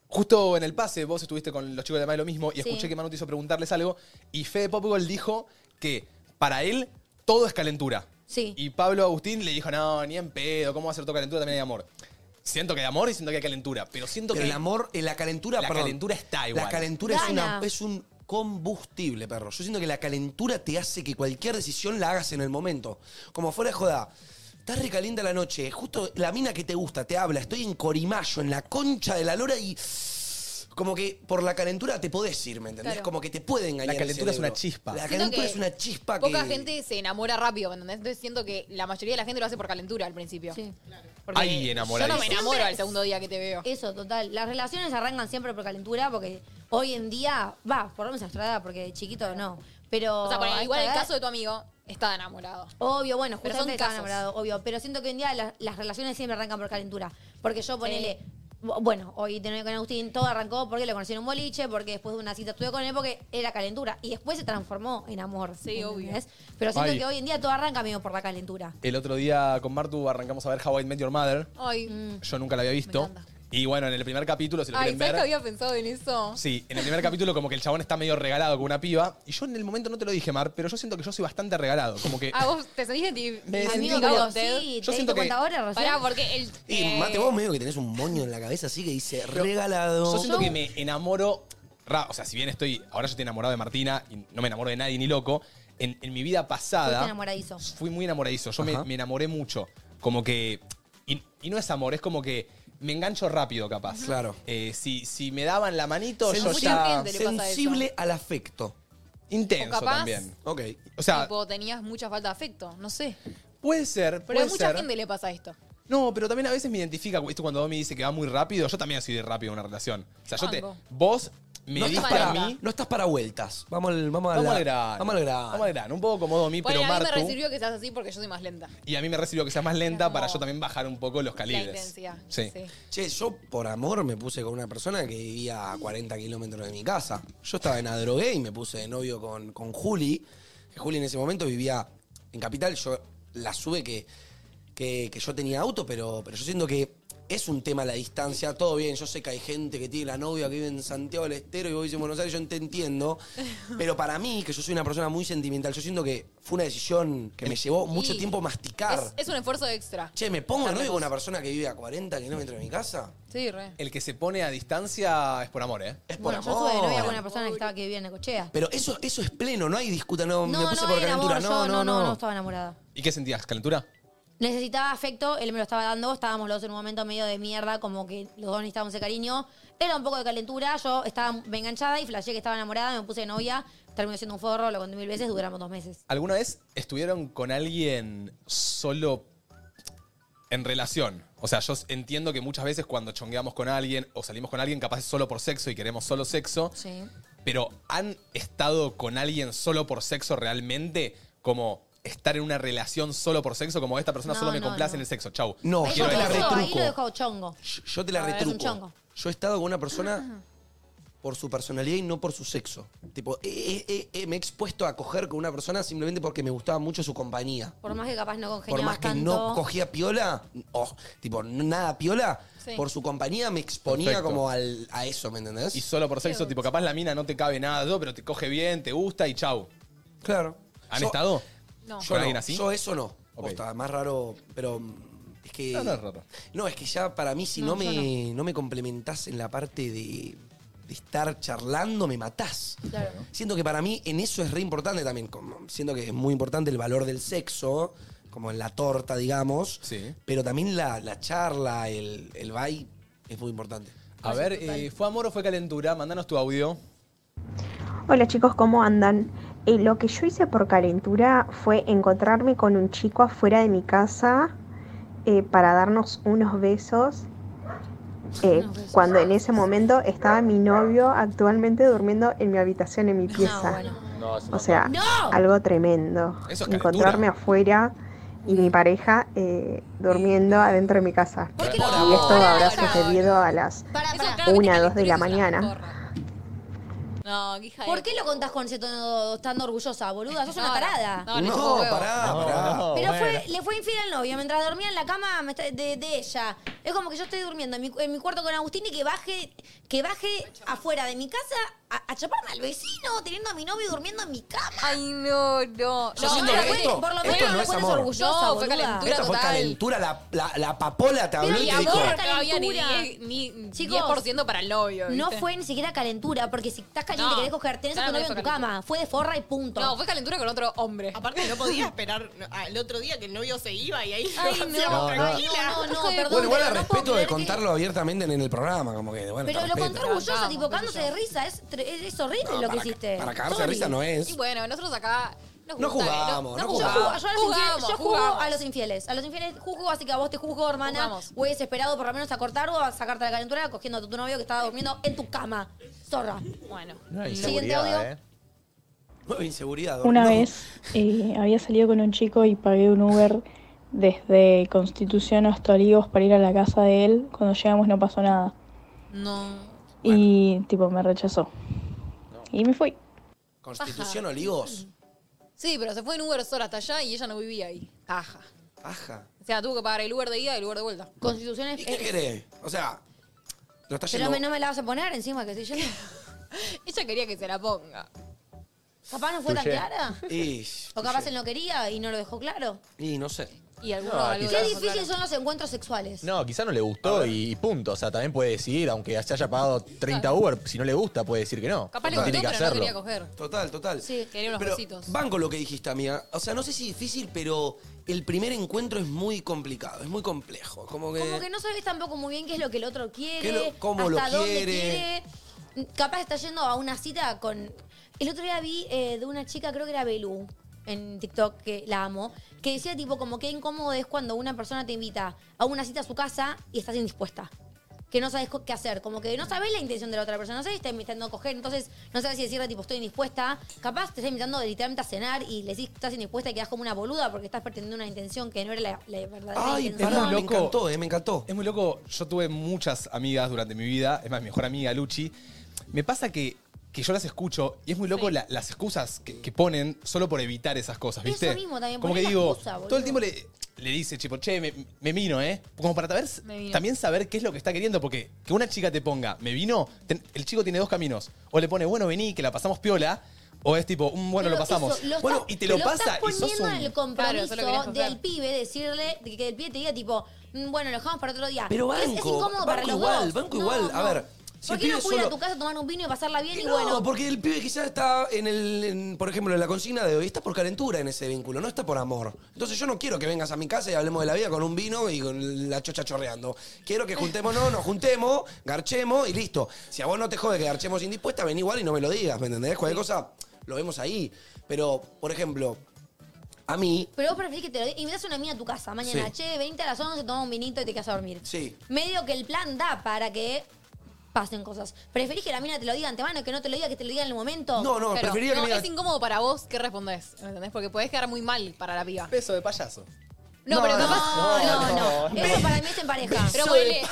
Justo en el pase, vos estuviste con los chicos de Además de lo mismo y Sí. escuché que Manu te hizo preguntarles algo. Y Fede Popgol dijo que para él todo es calentura. Sí. Y Pablo Agustín le dijo, no, ni en pedo, ¿cómo va a ser todo calentura? También hay amor. Siento que hay amor y siento que hay calentura, pero siento Pero que... el amor, eh, la calentura, La perdón. calentura está igual. La calentura es, Gana. una, es un combustible, perro. Yo siento que la calentura te hace que cualquier decisión la hagas en el momento. Como fuera de joda. Estás recaliente a la noche, justo la mina que te gusta te habla, estoy en Corimayo, en la concha de la lora y. Como que por la calentura te podés ir, ¿me entendés? Claro. Como que te puede engañar. el calentura es cerebro. una chispa. La Siento calentura que es una chispa que. Poca gente se enamora rápido, ¿me entendés? Entonces siento que la mayoría de la gente lo hace por calentura al principio. Sí. Hay Yo no me enamoradísimo. enamoro al segundo día que te veo. Eso, total. Las relaciones arrancan siempre por calentura porque hoy en día, va, por lo menos a nuestra edad, porque de chiquito no. Pero. O sea, ponele, a igual esta el edad- caso de tu amigo está enamorado. Obvio, bueno, Pero justamente son estaba casos. enamorado, obvio. Pero siento que hoy en día las, las relaciones siempre arrancan por calentura. Porque yo ponele. bu- Bueno, hoy de novio con Agustín, todo arrancó porque lo conocí en un boliche, porque después de una cita estuve con él, porque era calentura. Y después se transformó en amor. Sí, obvio. Pero siento Ay. que hoy en día todo arranca medio por la calentura. El otro día con Martu arrancamos a ver How I Met Your Mother. Ay. Mm. Yo nunca la había visto. Y bueno, en el primer capítulo, si lo Ay, quieren ¿sabes ver. que había pensado en eso? Sí, en el primer capítulo como que el chabón está medio regalado con una piba. Y yo en el momento no te lo dije, Mar, pero yo siento que yo soy bastante regalado. Como que... Ah, vos te sentís identificado. Eh. Me sentí Yo como- sí, ¿te siento diste que- cuenta ahora, Rocío? Pará, porque el. Y eh, mate, vos medio que tenés un moño en la cabeza así que dice Pero regalado. Yo siento que me enamoro. ra- o sea, si bien estoy. Ahora yo estoy enamorado de Martina y no me enamoro de nadie ni loco. En, en mi vida Fuiste pasada enamoradizo. fui muy enamoradizo. Yo me, Ajá. me enamoré mucho. Como que. Y, y no es amor, es como que me engancho rápido, capaz. Claro. Eh, si, si me daban la manito, yo Sensi- ya. gente le pasa Sensible al afecto. Intenso O capaz- también. Ok. O sea, tipo, tenías mucha falta de afecto, no sé. puede ser. Pero a puede mucha ser. gente le pasa esto. No, pero también a veces me identifica. ¿viste? Cuando Domi dice que va muy rápido, yo también soy de rápido en una relación. O sea, yo te. Banco. Vos me no, estás diste para, a mí. no estás para vueltas. Vamos al, vamos a Vamos la- al grano. Vamos al grano. Vamos al grano. Un poco como Domi, Bueno, pero a mí me Martu. recibió que seas así porque yo soy más lenta. Y a mí me recibió que seas más lenta para yo también bajar un poco los La calibres. intensidad. Sí. Che, yo por amor me puse con una persona que vivía a 40 kilómetros de mi casa. Yo estaba en Adrogué y me puse de novio con, con Juli. que Juli en ese momento vivía en Capital. Yo la sube que, que, que yo tenía auto, pero, pero yo siento que es un tema la distancia. Todo bien, yo sé que hay gente que tiene la novia que vive en Santiago del Estero y vos vivís en Buenos Aires, yo te entiendo. Pero para mí, que yo soy una persona muy sentimental, yo siento que fue una decisión que me llevó mucho Y tiempo masticar. Es, es un esfuerzo extra. Che, me pongo de novio con Carlos. una persona que vive a 40 kilómetros de mi casa. Sí, re. El que se pone a distancia es por amor, ¿eh? Es Bueno, yo estuve de novia con una persona que estaba que vivía en Necochea. Pero eso, eso es pleno, no hay discuta, no, No, me puse no por era calentura. amor, no, yo no, no, no, no estaba enamorada. ¿Y qué sentías? ¿Calentura? Necesitaba afecto, él me lo estaba dando, estábamos los dos en un momento medio de mierda, como que los dos necesitábamos de cariño. Era un poco de calentura, yo estaba me enganchada y flasheé que estaba enamorada, me puse de novia, terminó siendo un forro, lo conté mil veces, duramos dos meses. ¿Alguna vez estuvieron con alguien solo en relación? O sea, yo entiendo que muchas veces cuando chongueamos con alguien o salimos con alguien, capaz es solo por sexo y queremos solo sexo. Sí. Pero ¿han estado con alguien solo por sexo realmente? Como estar en una relación solo por sexo, como esta persona No, solo me no, complace no. en el sexo. Chau. No, Quiero yo te la esto. retruco. Ahí lo dejó chongo. Yo te la A ver, es un retruco. chongo. Yo he estado con una persona por su personalidad y no por su sexo. Tipo, eh, eh, eh, eh, me he expuesto a coger con una persona simplemente porque me gustaba mucho su compañía. Por más que capaz no congeniabas Por más que tanto. no cogía piola, o tipo, no- nada piola, Sí. por su compañía me exponía Perfecto. como al- a eso, ¿me entendés? Y solo por sexo, tipo, capaz la mina no te cabe nada, yo, pero te coge bien, te gusta y chau. Claro. ¿Han Yo- estado? No. ¿Con Yo, alguien no, así? yo eso no. Ok. Posta, más raro, pero mm, es que... No, no es raro. No, es que ya para mí si no, No, yo me, no. me complementás en la parte de, de estar charlando, me matás. Siento que para mí en eso es re importante también. como- siento que es muy importante el valor del sexo, como en la torta, digamos. Pero también la, la charla, el, el bye, es muy importante. A ver, eh, ¿fue amor o fue calentura? Mandanos tu audio. Hola chicos, ¿cómo andan? Eh, lo que yo hice por calentura fue encontrarme con un chico afuera de mi casa eh, para darnos unos besos. Eh, Cuando en ese momento estaba mi novio actualmente durmiendo en mi habitación, en mi pieza. O sea, algo tremendo. Eso es calentura. Encontrarme afuera y mi pareja eh, durmiendo adentro de mi casa. qué Y no? esto Pará, habrá pará. sucedido a las una, dos de la mañana. No, qué hija de- ¿Por qué lo contás con ese tono tan orgullosa, boluda? Sos una No, no. tarada. No, le chupo huevo. Pero fue, le fue infiel al novio mientras dormía en la cama me está- de, de ella. Es como que yo estoy durmiendo en mi, en mi cuarto con Agustín y que baje, que baje afuera de mi casa a, a chaparme al vecino, teniendo a mi novio durmiendo en mi cama. Ay, no, no. Yo no, siento no, que fue- esto- por lo esto menos no me es pones amor. orgullosa, No, fue boluda. calentura Esto fue calentura, la, la, la papola te habló Pero y y te dijo... amor, No había ni Calentura. 10%, ni Chicos, 10% para el novio. No ¿viste? fue ni siquiera calentura, porque si estás caliente y No, querés coger, tenés a tu novio claramente en tu fue calentura. cama. Fue de forra y punto. No, fue calentura con otro hombre. Aparte no podía esperar al otro día que el novio se iba y ahí Ay, lo no, hacíamos ay, tranquila. no, no, perdón, Bueno, igual pero al no puedo respeto de creer que- contarlo abiertamente en en el programa, como que, bueno, Pero te lo respeto. contó orgullosa, tipo, cagándose de risa. Es, tre- es- es horrible No, lo que para- hiciste. para cagarse de risa no es. Y bueno, nosotros acá nos No gusta, eh, jugamos, no Yo jugamos. jugo- yo, a los Jugamos, infieles- yo jugo jugamos. a los infieles. A los infieles juzgo, así que a vos te juzgo, hermana. Voy desesperado por lo menos a cortar o a sacarte la calentura cogiendo a tu novio que estaba durmiendo en tu cama. Zorra. Bueno. Una Siguiente inseguridad, audio. ¿eh? Nueva inseguridad. Dor- Una no. vez eh, había salido con un chico y pagué un Uber desde Constitución hasta Olivos para ir a la casa de él. Cuando llegamos no pasó nada. No. Y tipo me rechazó. Y me fui. Constitución Olivos. Sí, pero se fue en Uber sola hasta allá y ella no vivía ahí. Ajá. Paja. O sea, tuvo que pagar el Uber de ida y eh, el Uber de vuelta. Constituciones. ¿Qué querés? O sea, lo está Pero yendo. me- no me la vas a poner encima, que si yo. Ella quería que se la ponga. Capaz no fue tan Tuyé. clara. Y, O capaz él no quería y no lo dejó claro. y no sé. Y alguno No, Qué quizá- difíciles son los encuentros sexuales. No, quizá no le gustó y punto. O sea, también puede decidir, aunque se haya pagado 30 Uber, si no le gusta, puede decir que no. Capaz le no gustó, tiene que pero no hacerlo. quería coger. Total, total. Sí, quería unos Pero besitos. banco lo que dijiste, amiga. O sea, no sé si difícil, pero el primer encuentro es muy complicado, es muy complejo. Como que. Como que no sabes tampoco muy bien qué es lo que el otro ¿Qué quiere, lo- cómo hasta lo dónde quiere? quiere. Capaz está yendo a una cita con. El otro día vi eh, de una chica, creo que era Belú, en TikTok, que la amo, que decía tipo como que incómodo es cuando una persona te invita a una cita a su casa y estás indispuesta. Que no sabes co- qué hacer, como que no sabes la intención de la otra persona, no sabes si te está invitando a coger, entonces no sabes si decirle tipo estoy indispuesta, capaz te está invitando literalmente a cenar y le decís que estás indispuesta y quedás como una boluda porque estás pretendiendo una intención que no era la, la verdadera Ay, intención. pará, me encantó, eh, me encantó. Es muy loco. Yo tuve muchas amigas durante mi vida. Es más, mi mejor amiga, Luchi. Me pasa que, que yo las escucho y es muy loco la- las excusas que, que ponen solo por evitar esas cosas, ¿viste? Eso mismo también, Como que poné la digo, excusa, boludo. todo el tiempo le, le dice, tipo, che, me, me vino, ¿eh? Como para saber- Me vino. también saber qué es lo que está queriendo, porque que una chica te ponga, me vino, ten- el chico tiene dos caminos. O le pone, bueno, vení, que la pasamos piola. O es tipo, "Mm, bueno, lo Pero pasamos. eso, lo bueno, estás- y te lo, pasa estás y sos poniendo un... en el Claro, compromiso solo querías coger. del pibe decirle, de que el pibe te diga tipo, "Mm, bueno, lo dejamos para otro día. Pero Es- banco. es, incómodo banco para los igual, dos. banco No, igual. A no. ver. Si ¿Por el qué pibe no puedo ir a solo- tu casa a tomar un vino y pasarla bien y No, bueno? porque el pibe quizás está en el. en, por ejemplo, en la consigna de hoy, está por calentura en ese vínculo, no está por amor. Entonces yo no quiero que vengas a mi casa y hablemos de la vida con un vino y con la chocha chorreando. Quiero que juntémonos, nos juntemos, garchemos y listo. Si a vos no te jode que garchemos indispuesta, ven igual y no me lo digas, ¿me entendés? Cualquier cosa lo vemos ahí. Pero, por ejemplo, a mí. Pero vos preferís que te lo diga. Invitas a una amiga a tu casa mañana, Sí. che, venite a las 11, toma un vinito y te quedas a dormir. Sí. Medio que el plan da para que pasen cosas. ¿Preferís que la mina te lo diga antemano, que no te lo diga, que te lo diga en el momento? Claro, preferiría que me diga- Es incómodo para vos, ¿qué respondés? ¿Me entendés? Porque podés quedar muy mal para la piba. Beso de payaso. No, pero capaz. No, no, no. Eso para mí es en pareja. Beso Pero de ponele-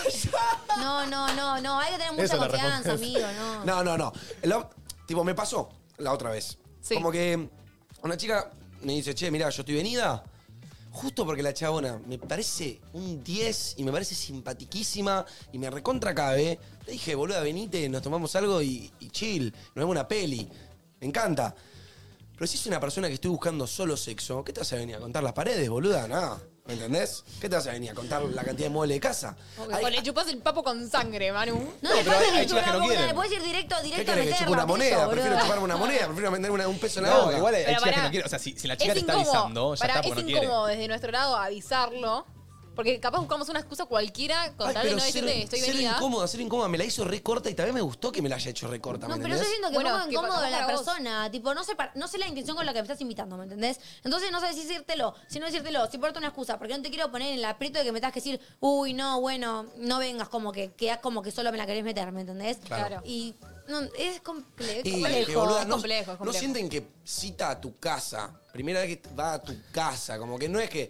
No, no, no, no. Hay que tener mucha Eso la confianza, respuesta. amigo, no. No, no, no. La- tipo, me pasó la otra vez. Como que una chica me dice, che, mirá, yo estoy venida. Justo porque la chabona me parece un 10 y me parece simpatiquísima y me recontra cabe. Le dije, boluda, venite, nos tomamos algo y, y chill, nos vemos una peli. Me encanta. Pero si es una persona que estoy buscando solo sexo, ¿qué te vas a venir a contar las paredes, boluda? Nada. ¿Me entendés? ¿Qué te vas a venir a contar la cantidad de muebles de casa? Porque O le chupás el papo con sangre, Manu. No, le puedes ir directo a la boca, le puedes ir directo, ¿Qué directo a querés? que meterla. chupe una moneda, boludo. prefiero chuparme una moneda, prefiero vender una- un peso en la No, boca. igual hay Pero chicas que pará. no quieren. O sea, si, si la chica Es te está incómodo. avisando, ya Pará, está, porque es no quiere. incómodo desde nuestro lado avisarlo. Porque capaz buscamos una excusa cualquiera con Ay, tal de pero no ser, decirte estoy ser venida. incómoda, ser incómoda. Me la hizo recorta y también me gustó que me la haya hecho recorta, ¿me No, pero yo entendés? siento que Bueno, pongo que incómodo pasó a la para vos. persona. Tipo, no sé, pa- no sé la intención con la que me estás invitando, ¿me entendés? Entonces no sabes si decírtelo, si no decírtelo, si ponerte una excusa, porque no te quiero poner en el aprieto de que me tengas que decir, uy, no, bueno, no vengas, como que quedas como que solo me la querés meter, ¿me entendés? Claro. Y no, es complejo. Y, que, boluda, no, no sienten que cita a tu casa, primera vez que va a tu casa, como que no es que,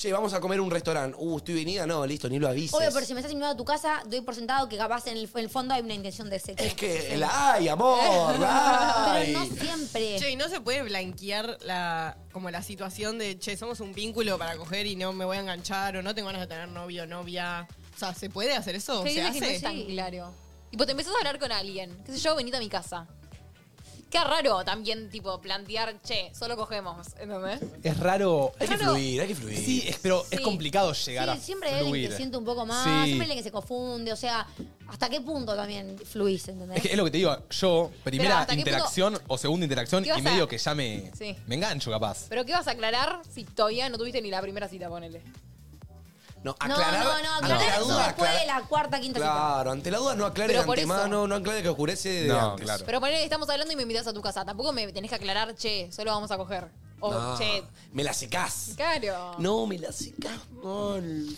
che, vamos a comer a un restaurante, uh, estoy venida, no, listo, ni lo avises. Obvio, pero si me estás invitando a tu casa, doy por sentado que capaz en el, en el fondo hay una intención de sexo. Es que la hay, amor, la hay. Pero no siempre. Che, ¿y no se puede blanquear la, como la situación de, che, somos un vínculo para coger y no me voy a enganchar o no tengo ganas de tener novio o novia? O sea, ¿se puede hacer eso? Sí, ¿Se dicen que no hace? es tan claro. Y pues te empezás a hablar con alguien. Qué sé yo, venite a mi casa. Qué raro también, tipo, plantear, che, solo cogemos. ¿Entendés? Es raro. Hay que Raro. hay que fluir. Sí, es- pero es Sí. complicado llegar Sí, a siempre hay alguien fluir. que siente un poco más, Sí. siempre hay alguien que se confunde, o sea, ¿hasta qué punto también fluís, entendés? Es que es lo que te digo, yo, primera ¿hasta qué interacción o segunda interacción ¿Qué vas y medio a- que ya me, Sí. me engancho capaz. Pero ¿qué vas a aclarar si todavía no tuviste ni la primera cita, ponele? No, no, aclarar, no, Ah, no, ante la aclarar eso duda, después aclarar- de la cuarta, quinta cita. Claro, ante la duda no aclares de Pero por antemano, no aclares que oscurece de No, antes. claro. Pero ponele, estamos hablando y me invitas a tu casa. Tampoco me tenés que aclarar, che, solo vamos a oh, coger. O, No, che, me la secás. claro. No, me la secás. Mm,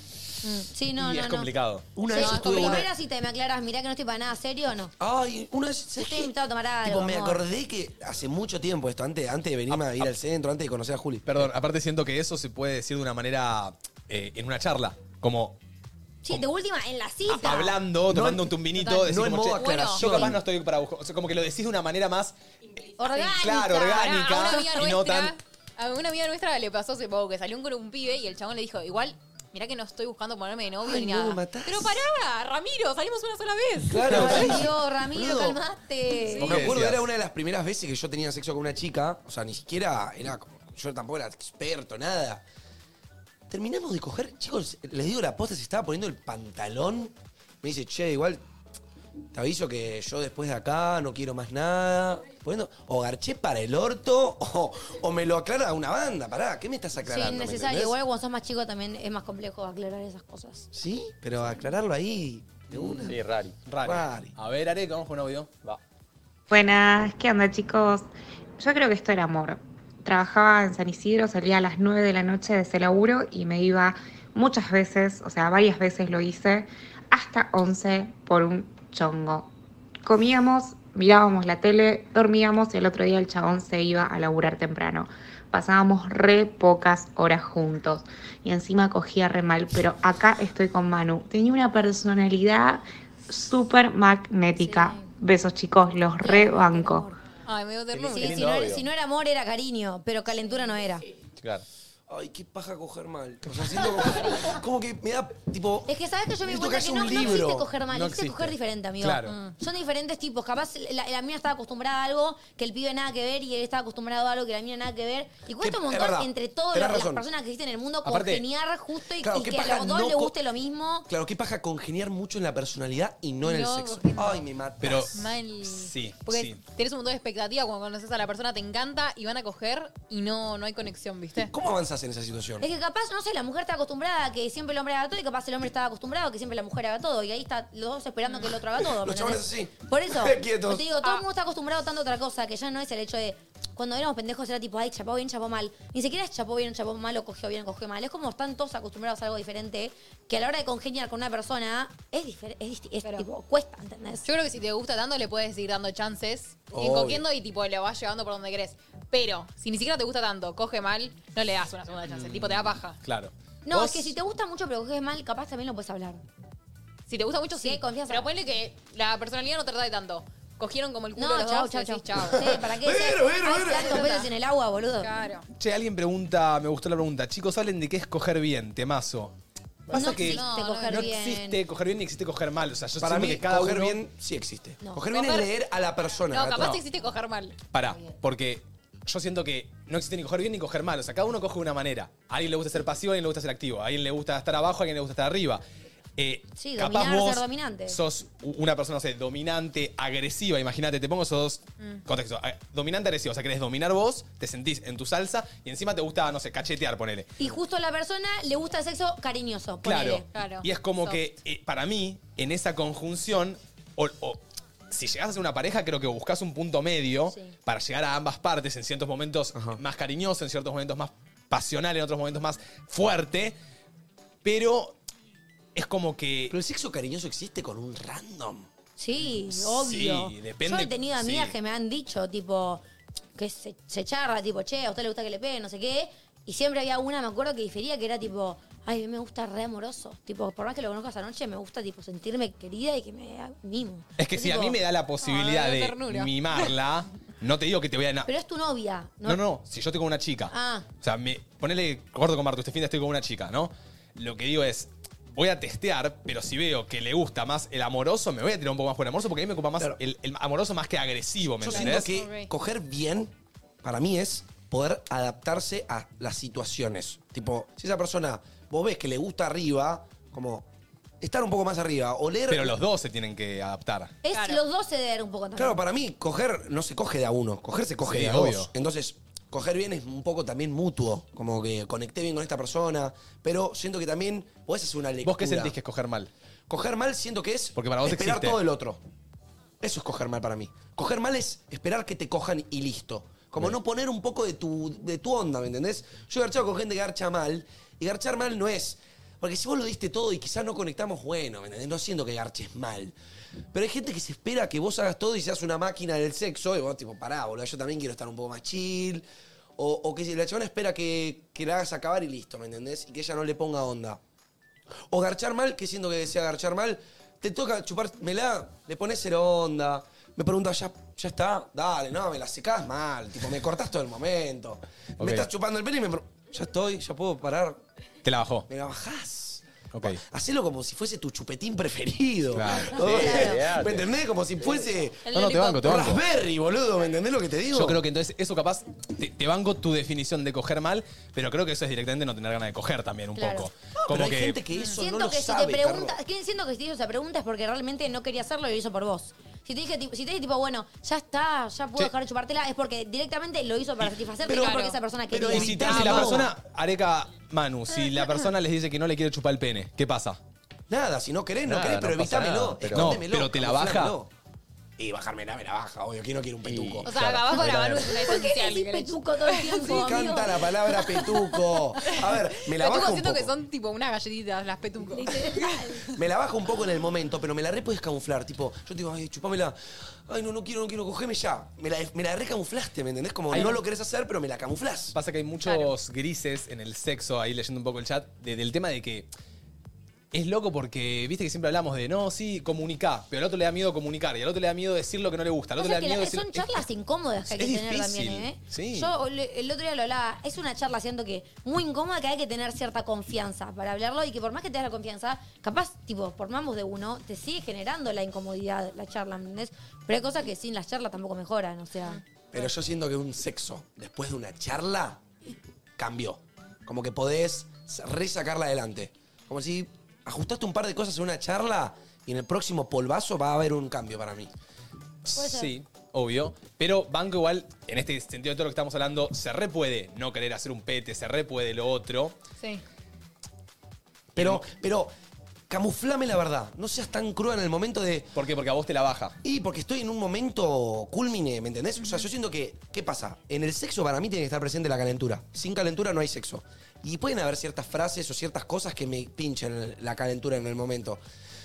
Sí, no, y no, es no. complicado. Una Sí, vez estuve primero una- si te me aclaras, mirá que no estoy para nada serio o no. Ay, una vez. ¿sabes Estoy qué? invitado a tomar algo. Tipo, me amor. acordé que hace mucho tiempo esto, antes, antes de venirme a ir al centro, antes de conocer a Juli. Ah, Perdón, aparte siento que eso se puede decir de una manera eh, en una charla. Como Sí, de última, en la cita. Ah. hablando, tomando un tumbinito, total. decís No en como, modo "Che, aclaración". yo capaz no estoy para buscar. O sea, como que lo decís de una manera más Orgánica. claro, orgánica Pará, a una amiga y no nuestra- tan. A una amiga nuestra le pasó hace poco que salió con un pibe y el chabón le dijo, igual, mirá que no estoy buscando ponerme de novio Ay, ni no, nada. me matás. Pero pará, Ramiro, salimos una sola vez. Claro. Ay, Dios, Ramiro, Boludo. calmaste. Eh, Me acuerdo, decías? era una de las primeras veces que yo tenía sexo con una chica. O sea, ni siquiera era como- Yo tampoco era experto, nada. Terminamos de coger. Chicos, les digo, la posta se estaba poniendo el pantalón. Me dice, che, igual te aviso que yo después de acá no quiero más nada. Poniendo, o garché para el orto o, o me lo aclara una banda. Pará, ¿qué me estás Sí, aclarando? ¿Me innecesario. entendés? Igual cuando sos más chico también es más complejo aclarar esas cosas. Sí, pero aclararlo ahí. Mm, Sí, rari. Rari. A ver, Are, que vamos con audio. Va. Buenas, ¿qué onda chicos? Yo creo que esto era amor. Trabajaba en San Isidro, salía a las 9 de la noche de ese laburo y me iba muchas veces, o sea, varias veces lo hice, hasta 11 por un chongo. Comíamos, mirábamos la tele, dormíamos y el otro día el chabón se iba a laburar temprano. Pasábamos re pocas horas juntos y encima cogía re mal, pero acá estoy con Manu. Tenía una personalidad súper magnética. Besos chicos, los re banco. Ay, me dio ternura. Sí, si no, era, si no era amor, era cariño, pero calentura no era. Claro. Ay, qué paja coger mal. O sea, siento como, como que me da tipo. Es que sabes que yo me di Esto cuenta que es que no, un no libro. existe coger mal, No existe, existe. coger diferente, amigo. Claro. Mm. Son diferentes tipos. Capaz la, la mina estaba acostumbrada a algo que el pibe nada que ver y él estaba acostumbrado a algo que la mina nada que ver. Y cuesta un es montón verdad. entre todas Tenés las las razón. personas que existen en el mundo Aparte- congeniar justo y, Claro, y qué que a paja los dos no le co- guste lo mismo. Claro, qué paja congeniar mucho en la personalidad y no en el No, sexo. porque no. Ay, me mata. Pero- Mal. Sí, Porque sí. tenés un montón de expectativa cuando conoces a la persona, te encanta y van a coger y no, no hay conexión, ¿viste? ¿Cómo avanzas en esa situación? Es que capaz, no sé, la mujer está acostumbrada a que siempre el hombre haga todo y capaz el hombre estaba acostumbrado a que siempre la mujer haga todo. Y ahí están los dos esperando que el otro haga todo. ¿me Los chavales así. entendés? Por eso, Quietos. yo te digo, Ah. todo el mundo está acostumbrado a tanto otra cosa que ya no es el hecho de. Cuando éramos pendejos era tipo, ay, chapó bien, chapó mal. Ni siquiera es chapó bien, chapó mal, o cogió bien, cogió mal. Es como están todos acostumbrados a algo diferente que a la hora de congeniar con una persona es diferente, es, disti- es tipo, cuesta, ¿entendés? Yo creo que si te gusta tanto le puedes ir dando chances, Obvio. encogiendo y tipo lo vas llevando por donde querés. Pero si ni siquiera te gusta tanto, coge mal, no le das una segunda chance, Mm. el tipo te da paja. Claro. No, Vos- es que si te gusta mucho pero coges mal, capaz también lo puedes hablar. Si te gusta mucho, sí. hay confianza. Pero ponle que la personalidad no te trata de tanto. Cogieron como el culo No, los chau, dos, chau, y decís, chau. chau. Sí, ¿para qué? Pero, pero, Hay pero. tantos peces en el agua, boludo. Claro. Che, alguien pregunta, me gustó la pregunta. Chicos, hablen de qué es coger bien, temazo. Pasa no que existe coger no bien. existe coger bien ni existe coger mal. O sea, yo Para siento mí, que cada coger uno- bien sí existe. No. Coger bien es Coger- leer a la persona. No, gato. capaz te hiciste coger mal. Pará, porque yo siento que no existe ni coger bien ni coger mal. O sea, cada uno coge de una manera. A alguien le gusta ser pasivo, a alguien le gusta ser activo. A alguien le gusta estar abajo, a alguien le gusta estar arriba. Eh, Sí, capaz dominar, vos ser dominante. Sos u- una persona, no sé, dominante, agresiva. Imagínate, te pongo esos dos Mm. contextos. A- Dominante, agresivo. O sea, querés dominar vos, te sentís en tu salsa y encima te gusta, no sé, cachetear, ponele. Y justo a la persona le gusta el sexo cariñoso. Claro. ponele. Y es como que, eh, para mí, en esa conjunción, o, o si llegas a ser una pareja, creo que buscas un punto medio para llegar a ambas partes, en ciertos momentos más cariñoso, en ciertos momentos más pasional, en otros momentos más fuerte, pero es como que... Pero el sexo cariñoso existe con un random. Sí, Sí, obvio. depende- Yo he tenido amigas sí. que me han dicho, tipo, que se, se charra, tipo, che, a usted le gusta que le peguen, no sé qué. Y siempre había una, me acuerdo, que difería, que era tipo, ay, a mí me gusta re amoroso. Tipo, por más que lo conozcas anoche, me gusta, tipo, sentirme querida y que me da mimo. Es que si a mí me da la posibilidad "Ah, de ternura". mimarla, no te digo que te voy a... na- Pero es tu novia, ¿no? No, no, no, si yo estoy con una chica. Ah, O sea, me, ponele corto con Martu, este fin de estoy con una chica, ¿no? Lo que digo es, voy a testear, pero si veo que le gusta más el amoroso, me voy a tirar un poco más por el amoroso, porque a mí me ocupa más el, el amoroso más que agresivo, ¿me Yo siento entendés? que coger bien, para mí, es poder adaptarse a las situaciones. Tipo, si esa persona, vos ves que le gusta arriba, como estar un poco más arriba, o leer... Pero los dos se tienen que adaptar. es los dos ceder un poco también. Claro, para mí, coger no se coge de a uno, coger se coge Sí, de a obvio. dos. Entonces, coger bien es un poco también mutuo, como que conecté bien con esta persona, pero siento que también podés hacer una lectura. ¿Vos qué sentís que es coger mal? Coger mal siento que es Porque para vos esperar existe. todo el otro. Eso es coger mal para mí. Coger mal es esperar que te cojan y listo. Como no poner un poco de tu, de tu onda, ¿me entendés? Yo he garchado con gente que garcha mal, y garchar mal no es, Porque si vos lo diste todo y quizás no conectamos, bueno, ¿me entendés? No siento que garches mal. Pero hay gente que se espera que vos hagas todo y seas una máquina del sexo. Y vos, tipo, pará, boludo, yo también quiero estar un poco más chill. O, o que si la chabona espera que, que la hagas acabar y listo, ¿me entendés? Y que ella no le ponga onda. O garchar mal, que siento que sea garchar mal, te toca chupármela, le pones cero onda. Me pregunta, ¿ya, ya está? Dale, no, me la secás mal. Tipo, me cortás todo el momento. Ok. Me estás chupando el pelo y me... pro- Ya estoy, ya puedo parar. Te la bajó. Me la bajás. Ok. Hacelo como si fuese tu chupetín preferido. Claro. Oh, Sí, claro. ¿Me entendés? Como si fuese... No, no, te banco, te banco. Raspberry, boludo, ¿me entendés lo que te digo? Yo creo que entonces eso capaz, te, te banco tu definición de coger mal, pero creo que eso es directamente no tener ganas de coger también un Claro. poco. No, Como pero hay gente que eso Siento que si te preguntas, que siento que si te hizo esa pregunta es porque realmente no quería hacerlo y lo hizo por vos. Si te dije, tipo- si te dije tipo, bueno, ya está, ya puedo Sí. dejar de chupártela, es porque directamente lo hizo para satisfacerte pero- no porque esa persona quería. Y si, si la persona, Areca Manu, si la persona les dice que no le quiere chupar el pene, ¿qué pasa? Nada, si no querés, no Nada, querés, pero no pasa evitámelo. nada, pero- No, escóndemelo, pero te la camuflámelo. Y bajármela me la baja, obvio, que no quiero un petuco. O sea, acabás con la mano es una ¿Por qué esencial. decís petuco todo el Me tiempo, amigo? encanta la palabra petuco. A ver, me la Petuco bajo un siento poco. que son tipo unas galletitas, las petucos. Me la bajo un poco en el momento, pero me la re podés camuflar. Tipo, yo te digo, ay, chupámela. Ay, no, no quiero, no quiero, cogeme ya. Me la, me la recamuflaste, ¿me entendés? Como Ahí- no lo querés hacer, pero me la camuflás. Pasa que hay muchos grises en el sexo, ahí leyendo un poco el chat, de- del tema de que es loco porque, viste que siempre hablamos de, no, sí, comunicar, pero al otro le da miedo comunicar, y al otro le da miedo decir lo que no le gusta, al otro Pasa le da que miedo la- decir... son charlas incómodas que hay es que tener difícil, también, ¿eh? sí. Yo le- el otro día lo hablaba, es una charla, siento que muy incómoda que hay que tener cierta confianza para hablarlo y que por más que te la confianza, capaz, tipo, por mambos de uno, te sigue generando la incomodidad la charla, ¿me ¿entendés? Pero hay cosas que sin las charlas tampoco mejoran, o sea. Pero yo siento que un sexo, después de una charla, cambió. Como que podés resacarla adelante. Como si ajustaste un par de cosas en una charla y en el próximo polvazo va a haber un cambio para mí. Puede ser. eh, Sí, obvio. Pero banco igual, en este sentido de todo lo que estamos hablando, se re puede no querer hacer un pete, se re puede lo otro. Sí. Pero, pero, camuflame la verdad. No seas tan cruda en el momento de. ¿Por qué? Porque a vos te la baja. Y porque estoy en un momento culmine, ¿me entendés? O sea, yo siento que. ¿Qué pasa? En el sexo para mí tiene que estar presente la calentura. Sin calentura no hay sexo. Y pueden haber ciertas frases o ciertas cosas que me pinchen el- la calentura en el momento.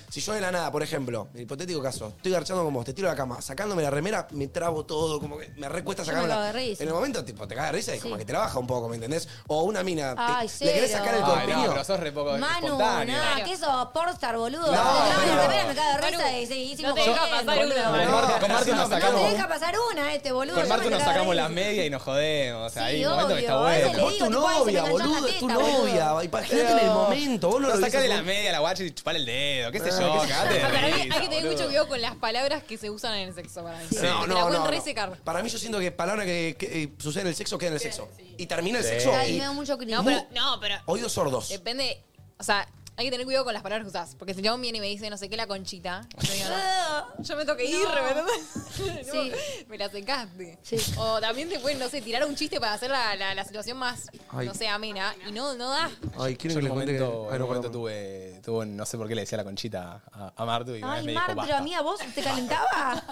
Si yo de la nada, por ejemplo, en el hipotético caso, estoy garchando con vos, te tiro a la cama, sacándome la remera, me trabo todo, como que me recuesta Yo me sacarme cago la. de risa. En el momento, tipo, te cagas de risa y Sí. como que te la baja un poco, ¿me entendés? O una mina, te- Ay, le querés cero. sacar el Ay, no, corpiño. pero sos re poco Manu, espontáneo. nada, que eso, Pornstar, boludo. No, No, pero- me cago de risa y seguimos no te deja comiendo, pasar boludo. una, Con Marta- con Marta nos No te sacamos... deja pasar una este, boludo. Con yo me Marta nos cago de sacamos risa. la media y nos jodemos. O sea, Sí, hay un momento que está obvio, a ese bueno. le Vos tu digo, tipo, ay, se me novia, enganchó en la boludo, es tu teta, boludo. novia. Imagínate en el momento, vos no lo sacás de viste la como- media a la guacha y chupar el dedo, qué sé Ah, yo, qué sé yo. cagate de Para mí risa, Hay que tener boludo. mucho cuidado con las palabras que se usan en el sexo para mí. Sí. No, Te no, la pueden no, no. resecar. Para mí yo siento que palabra que, que, eh, sucede en el sexo queda en el sexo. Y termina el Sí. sexo Ay, y me da mucho cringe. No, pero- no, pero- Oídos sordos. Depende, o sea, hay que tener cuidado con las palabras que usás. Porque si el chabón viene y me dice, no sé qué, la conchita. Yo, digo, Ah. no, yo me tengo que ir, ¿me entendés? No, Me la secaste. O también te pueden, no sé, tirar un chiste para hacer la, la- la situación más, Ay. no sé, amena. Y no, no da. Ay, quiero que les cuente momento, En un momento tuve, tuve, un- no sé por qué le decía la conchita a, a Martu y una vez Ay, me Mar, dijo pero a basta. mí a vos te calentaba.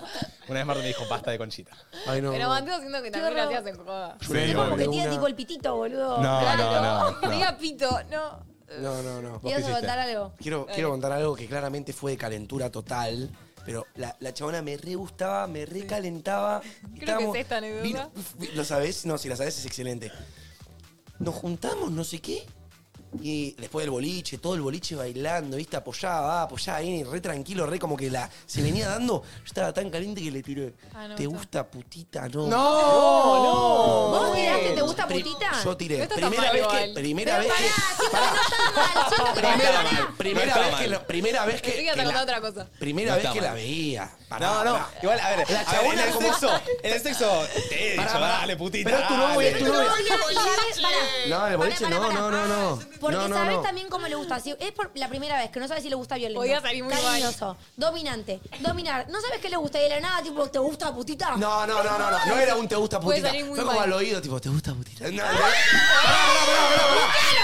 Una vez Martu me dijo basta de conchita. Ay, pero Mateo siento que también horror. lo hacías en joda. Sí, Ah, obvio. Porque tiene tipo el pitito, boludo. No, Claro. no, no, no. Diga pito, no. No, no, no. ¿Ibas a contar algo? Quiero, Dale. quiero contar algo que claramente fue de calentura total. Pero la, la chabona me re gustaba, me re calentaba. Creo que Estábamos- es esta anécdota. Vino- ¿Lo sabes? No, si la sabes es excelente. Nos juntamos, no sé qué. Y después del boliche, todo el boliche bailando, ¿viste? Apoyaba, ah, apoyaba ahí, re tranquilo, re como que la se venía dando. Yo estaba tan caliente que le tiré. Ah, no, ¿Te está. gusta putita? No, No. no. No, ¿Vos tiraste, no. "¿Te gusta Pri- putita"? Yo No tiré. está tan Primera mal vez que. igual. Primera Pero vez que. Primera vez- primera vez que la- primera vez que- Pensé ibas a que la- contar otra cosa. Primera No vez está que mal. la veía. Pará, No, no, pará. igual, a ver, La a ver, chabona en el como- sexo, en el sexo, te he dicho, Pará, pará. dale, putita. Pero es tu dale. novia, es tu novia. No, No, en el boliche no, no, no, no. Porque no, no, sabes no. también cómo le gusta. Si es por la primera vez que no sabes si le gusta violento. Podía salir muy mal. Cariñoso, dominante, dominar. No sabes qué le gusta y de la nada, tipo, ¿te gusta putita? No, no, no, no, no. No era un te gusta Puede putita. salir muy Fue como mal. al oído, tipo, ¿te gusta putita? No, no. Pará, pará,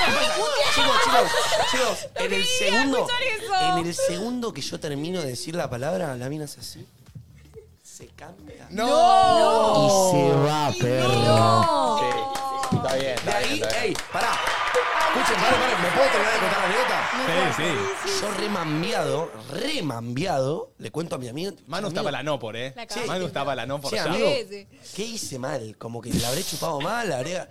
pará, pará, pará. Chicos, chicos, chicos. En el segundo. escuchar eso. En el segundo que yo termino de decir la palabra, la mina es así. Se cambia. No. Y se va, perro. No. Sí, sí, sí. Está bien. De ahí, ey, pará. Escuchen, pará, pará. ¿Me puedo terminar de contar la anécdota? Sí, sí. Yo remambiado, remambiado, le cuento a mi amigo. Manu está para la no por, ¿eh? La Sí. cagó. Manu está para la no por Che, ya. amigo, ¿qué hice mal? Como que la habré chupado mal, la habré...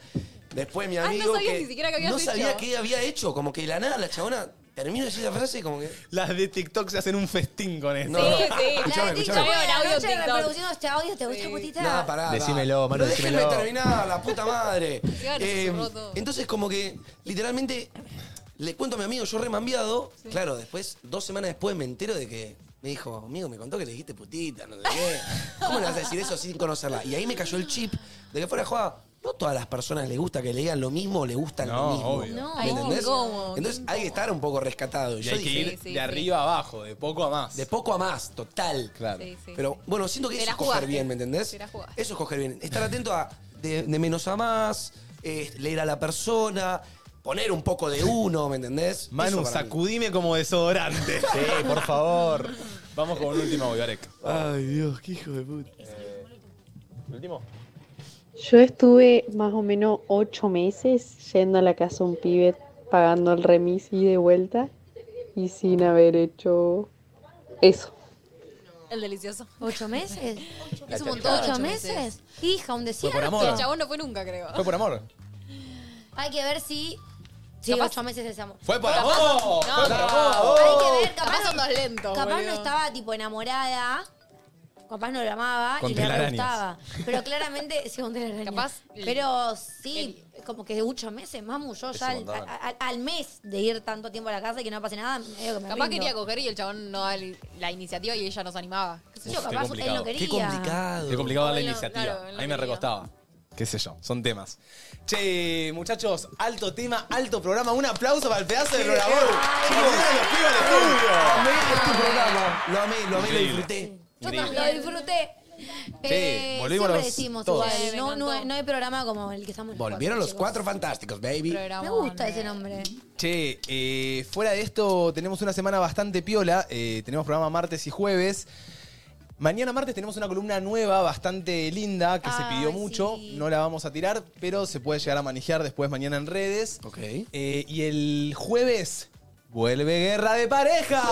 Después mi Ah, no amigo sabías que ni siquiera que habías no sabía hecho. qué había hecho. Como que de la nada la chabona termina de decir la frase y como que... Las de TikTok se hacen un festín con esto. No, no. Escuchame, escuchame. Bueno, El audio la noche TikTok. reproduciendo este audio, ¿te gusta, putita? No, pará. Decímelo, Manu, Manu, déjenme decímelo. terminar, la puta madre. Claro, Eh, se borró todo. entonces, como que, literalmente, le cuento a mi amigo, yo remambiado. Claro, después, dos semanas después, me entero de que me dijo, amigo, me contó que le dijiste putita, no sé qué. ¿Cómo le vas a decir eso sin conocerla? Y ahí me cayó el chip de que fuera jugada. No todas las personas les gusta que le digan lo mismo o le gustan lo No, mismo. obvio. ¿Me No, qué entendés? incómodo, qué Entonces hay que estar un poco rescatado. Y Yo hay que dije, ir de arriba a abajo, de poco a más. De poco a más, total. Claro. Sí, sí, Pero bueno, siento que Te la eso es coger jugaste. bien, ¿me entendés? Te la jugaste. Eso es coger bien. Estar atento a de, de menos a más, eh, leer a la persona, poner un poco de uno, ¿me entendés? Manu, Eso para mí. sacudime como desodorante. Sí, por favor. Vamos con un último, Vivarek. Ay, Dios, qué hijo de puta. ¿El último? Yo estuve más o menos ocho meses yendo a la casa de un pibe, pagando el remis y de vuelta, y sin haber hecho eso. El delicioso. ¿Ocho meses? La Es un montón. chanchada. ¿Ocho meses? Hija, un desierto. amor. El chabón no fue nunca, creo. ¿Fue por amor? Hay que ver si... Si ocho meses es amor. ¡Fue por Capaz- amor! No, ¡Fue por amor! Hay que ver, capaz, Uh, Capaz son dos lentos, capaz boludo. no estaba tipo enamorada, capaz no lo amaba Con y le re telarañas. gustaba. Pero claramente, sí, con telarañas. Capaz- Pero sí, como que ocho meses, mamu, yo ya al, montón. al- al mes de ir tanto tiempo a la casa y que no pase nada, medio que me Capaz rindo. quería coger y el chabón no da el- la iniciativa y ella nos animaba. ¿Qué sé yo? Yo, Qué capaz él no complicado. quería. Qué complicado darle Él no- iniciativa. claro, él no a mí me quería. recostaba. Qué sé yo, son temas. Che, muchachos, alto tema, alto programa. Un aplauso para el pedazo de programa. Chicos, vienen los pibes al estudio. Amé este programa. Lo amé, lo amé, lo Increíble. disfruté. Yo Increíble. lo disfruté. Eh, volvimos siempre los- decimos todos. igual, Sí, no, no, no hay programa como el que estamos nosotros, Volvieron los chicos. cuatro fantásticos, baby. Me gusta ese nombre. Che, eh, fuera de esto, tenemos una semana bastante piola. Eh, tenemos programa martes y jueves. Mañana martes tenemos una columna nueva, bastante linda, que se pidió mucho. No la vamos a tirar, pero se puede llegar a manejar después mañana en redes. Eh, Ok. y el jueves vuelve Guerra de Pareja.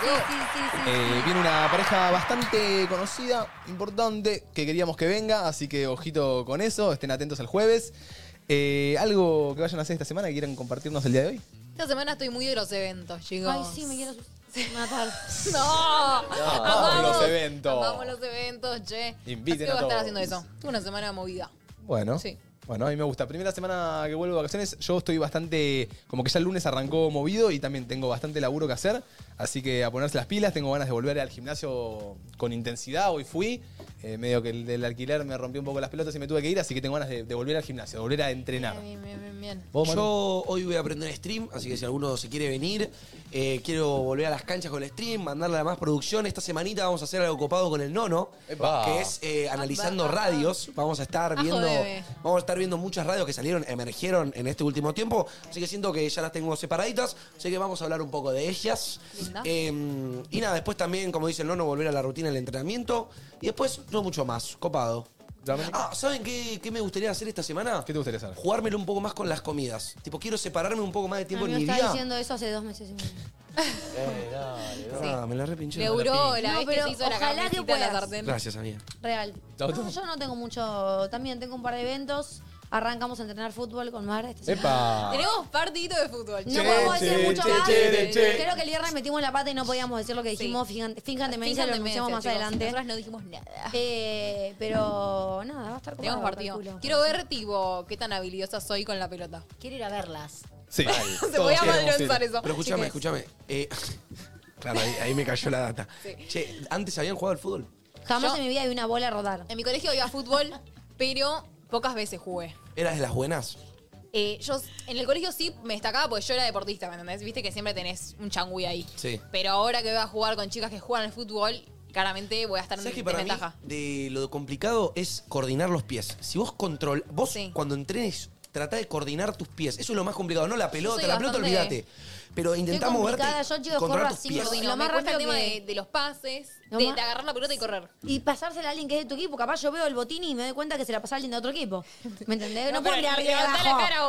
Sí, sí, sí, sí. Eh, viene una pareja bastante conocida, importante, que queríamos que venga, así que ojito con eso, estén atentos el jueves. Eh, ¿Algo que vayan a hacer esta semana que quieran compartirnos el día de hoy? Esta semana estoy muy de los eventos, chicos. Ay, sí, me quiero matar. No, amamos los eventos. Ah, Vamos los eventos, che. Inviten Así que a voy a estar todos. haciendo eso. Tuve una semana movida. Bueno. Sí. Bueno, a mí me gusta. Primera semana que vuelvo de vacaciones, yo estoy bastante. Como que ya el lunes arrancó movido y también tengo bastante laburo que hacer. Así que a ponerse las pilas, tengo ganas de volver al gimnasio con intensidad. Hoy fui, eh, medio que el del alquiler me rompió un poco las pelotas y me tuve que ir, así que tengo ganas de, de volver al gimnasio, de volver a entrenar. Bien, bien, bien, bien. Yo hoy voy a aprender stream, así que si alguno se quiere venir, eh, quiero volver a las canchas con el stream, mandarle a más producción. Esta semanita vamos a hacer algo copado con el nono, Epa. que es eh, analizando Epa. radios. Vamos a estar Ajo, viendo, bebé. vamos a estar viendo muchas radios que salieron, emergieron en este último tiempo, así que siento que ya las tengo separaditas, así que vamos a hablar un poco de ellas. Linda. Eh, y nada, después también, como dice el nono, volver a la rutina del entrenamiento y después no mucho más, copado. Ah, ¿saben qué, qué me gustaría hacer esta semana? ¿Qué te gustaría hacer? Jugármelo un poco más con las comidas. Tipo, quiero separarme un poco más de tiempo Ay, en me mi está vida. diciendo eso hace dos meses y medio. Eh, Ah, me la repinché. Le duró la No, vez que pero se hizo la ojalá carnecita que puedas. en la sartén. Gracias, amiga. Real. Chau, No, chau. yo no tengo mucho. También tengo un par de eventos. Arrancamos a entrenar fútbol con Mar. este esta semana. ¡Epa! Tenemos partidito de fútbol. No chicos. podemos decir mucho más. che, che. Creo que el viernes metimos la pata y no podíamos decir lo que dijimos. Fijan, fíjate, me dice, Fíjate, lo me anunciamos dice, más chicos, adelante. Nosotras no dijimos nada. Eh, pero nada, va a estar Tenemos copado, partido. calculo. Quiero ver, tipo, qué tan habilidosa soy con la pelota. Quiero ir a verlas. Sí. Se podía malversar eso. Pero escúchame, Chicas. escúchame. Eh, claro, ahí, ahí me cayó la data. Che, ¿antes habían jugado al fútbol? Jamás Yo- en mi vida vi una bola rodar. En mi colegio iba a fútbol, pero pocas veces jugué. ¿Eras de las buenas? Eh, yo en el colegio sí me destacaba porque yo era deportista, ¿me entendés? Viste que siempre tenés un changui ahí. Sí. Pero ahora que voy a jugar con chicas que juegan al fútbol, claramente voy a estar en ¿Sabes que para mí desventaja. de lo complicado es coordinar los pies? Si vos control, vos cuando entrenes Trata de coordinar tus pies. Eso es lo más complicado. No la pelota, soy la pelota, bastante- olvídate. Pero intentá Estoy moverte. complicada, yo, chicos, controlar corro tus así, pies. coordino. No, Lo me más cuesta el rápido tema que- de, de los pases, Lo de, más- de agarrar la pelota y correr. Y pasársela a alguien que es de tu equipo. Capaz yo veo el botín y me doy cuenta que se la pasa a alguien de otro equipo. ¿Me entendés? No, No, puedo pero mirar arriba le- y levantá la abajo. cara,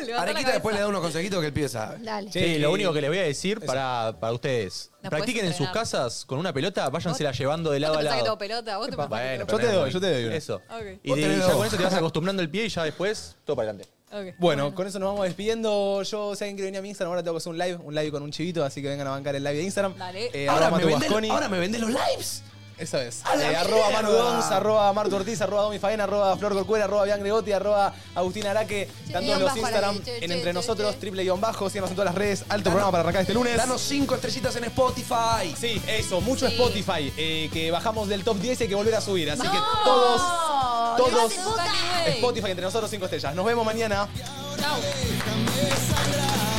boludo. Arequita después le da unos consejitos que el pibe sabe. Dale. Sí, lo único que les voy a decir para, para ustedes. La puedes Practiquen en sus entrenar. casas con una pelota, váyansela llevando de lado ¿Vos a te pensás que tengo lado. pelota? ¿Vos te pensás que Bueno, pero tengo Yo te no, doy, yo te doy una. Eso. Ok. Y Vos de- tenés ya dos. con eso te vas acostumbrando el pie y ya después todo para adelante. pelota? Ok. Bueno, con eso nos vamos despidiendo. Yo, si alguien quiere venir a mi Instagram, ahora tengo que hacer un live, un live con un chivito, así que vengan a bancar el live de Instagram. Eh, Dale. Ahora arroba me Matu vende- Guasconi. ahora me vende los lives. Eso es. ¡A la Eh, arroba mierda! Manu Dons, arroba Martu Ortiz, arroba Domi Faena, arroba Flor Corcuera, arroba Bian Gregotti, arroba Agustín Araque. Tanto guión en los bajo a la Instagram, vez, che, en che, Entre che, Nosotros, triple guión bajo, síganos en todas las redes. Alto programa para arrancar este lunes. Danos cinco estrellitas en Spotify. Sí, eso, mucho Spotify, eh, que bajamos del top 10 y hay que volver a subir. Así que No, todos, no todos, se puta. Spotify entre nosotros 5 estrellas. Nos vemos mañana. Chau. Déjame sangrar.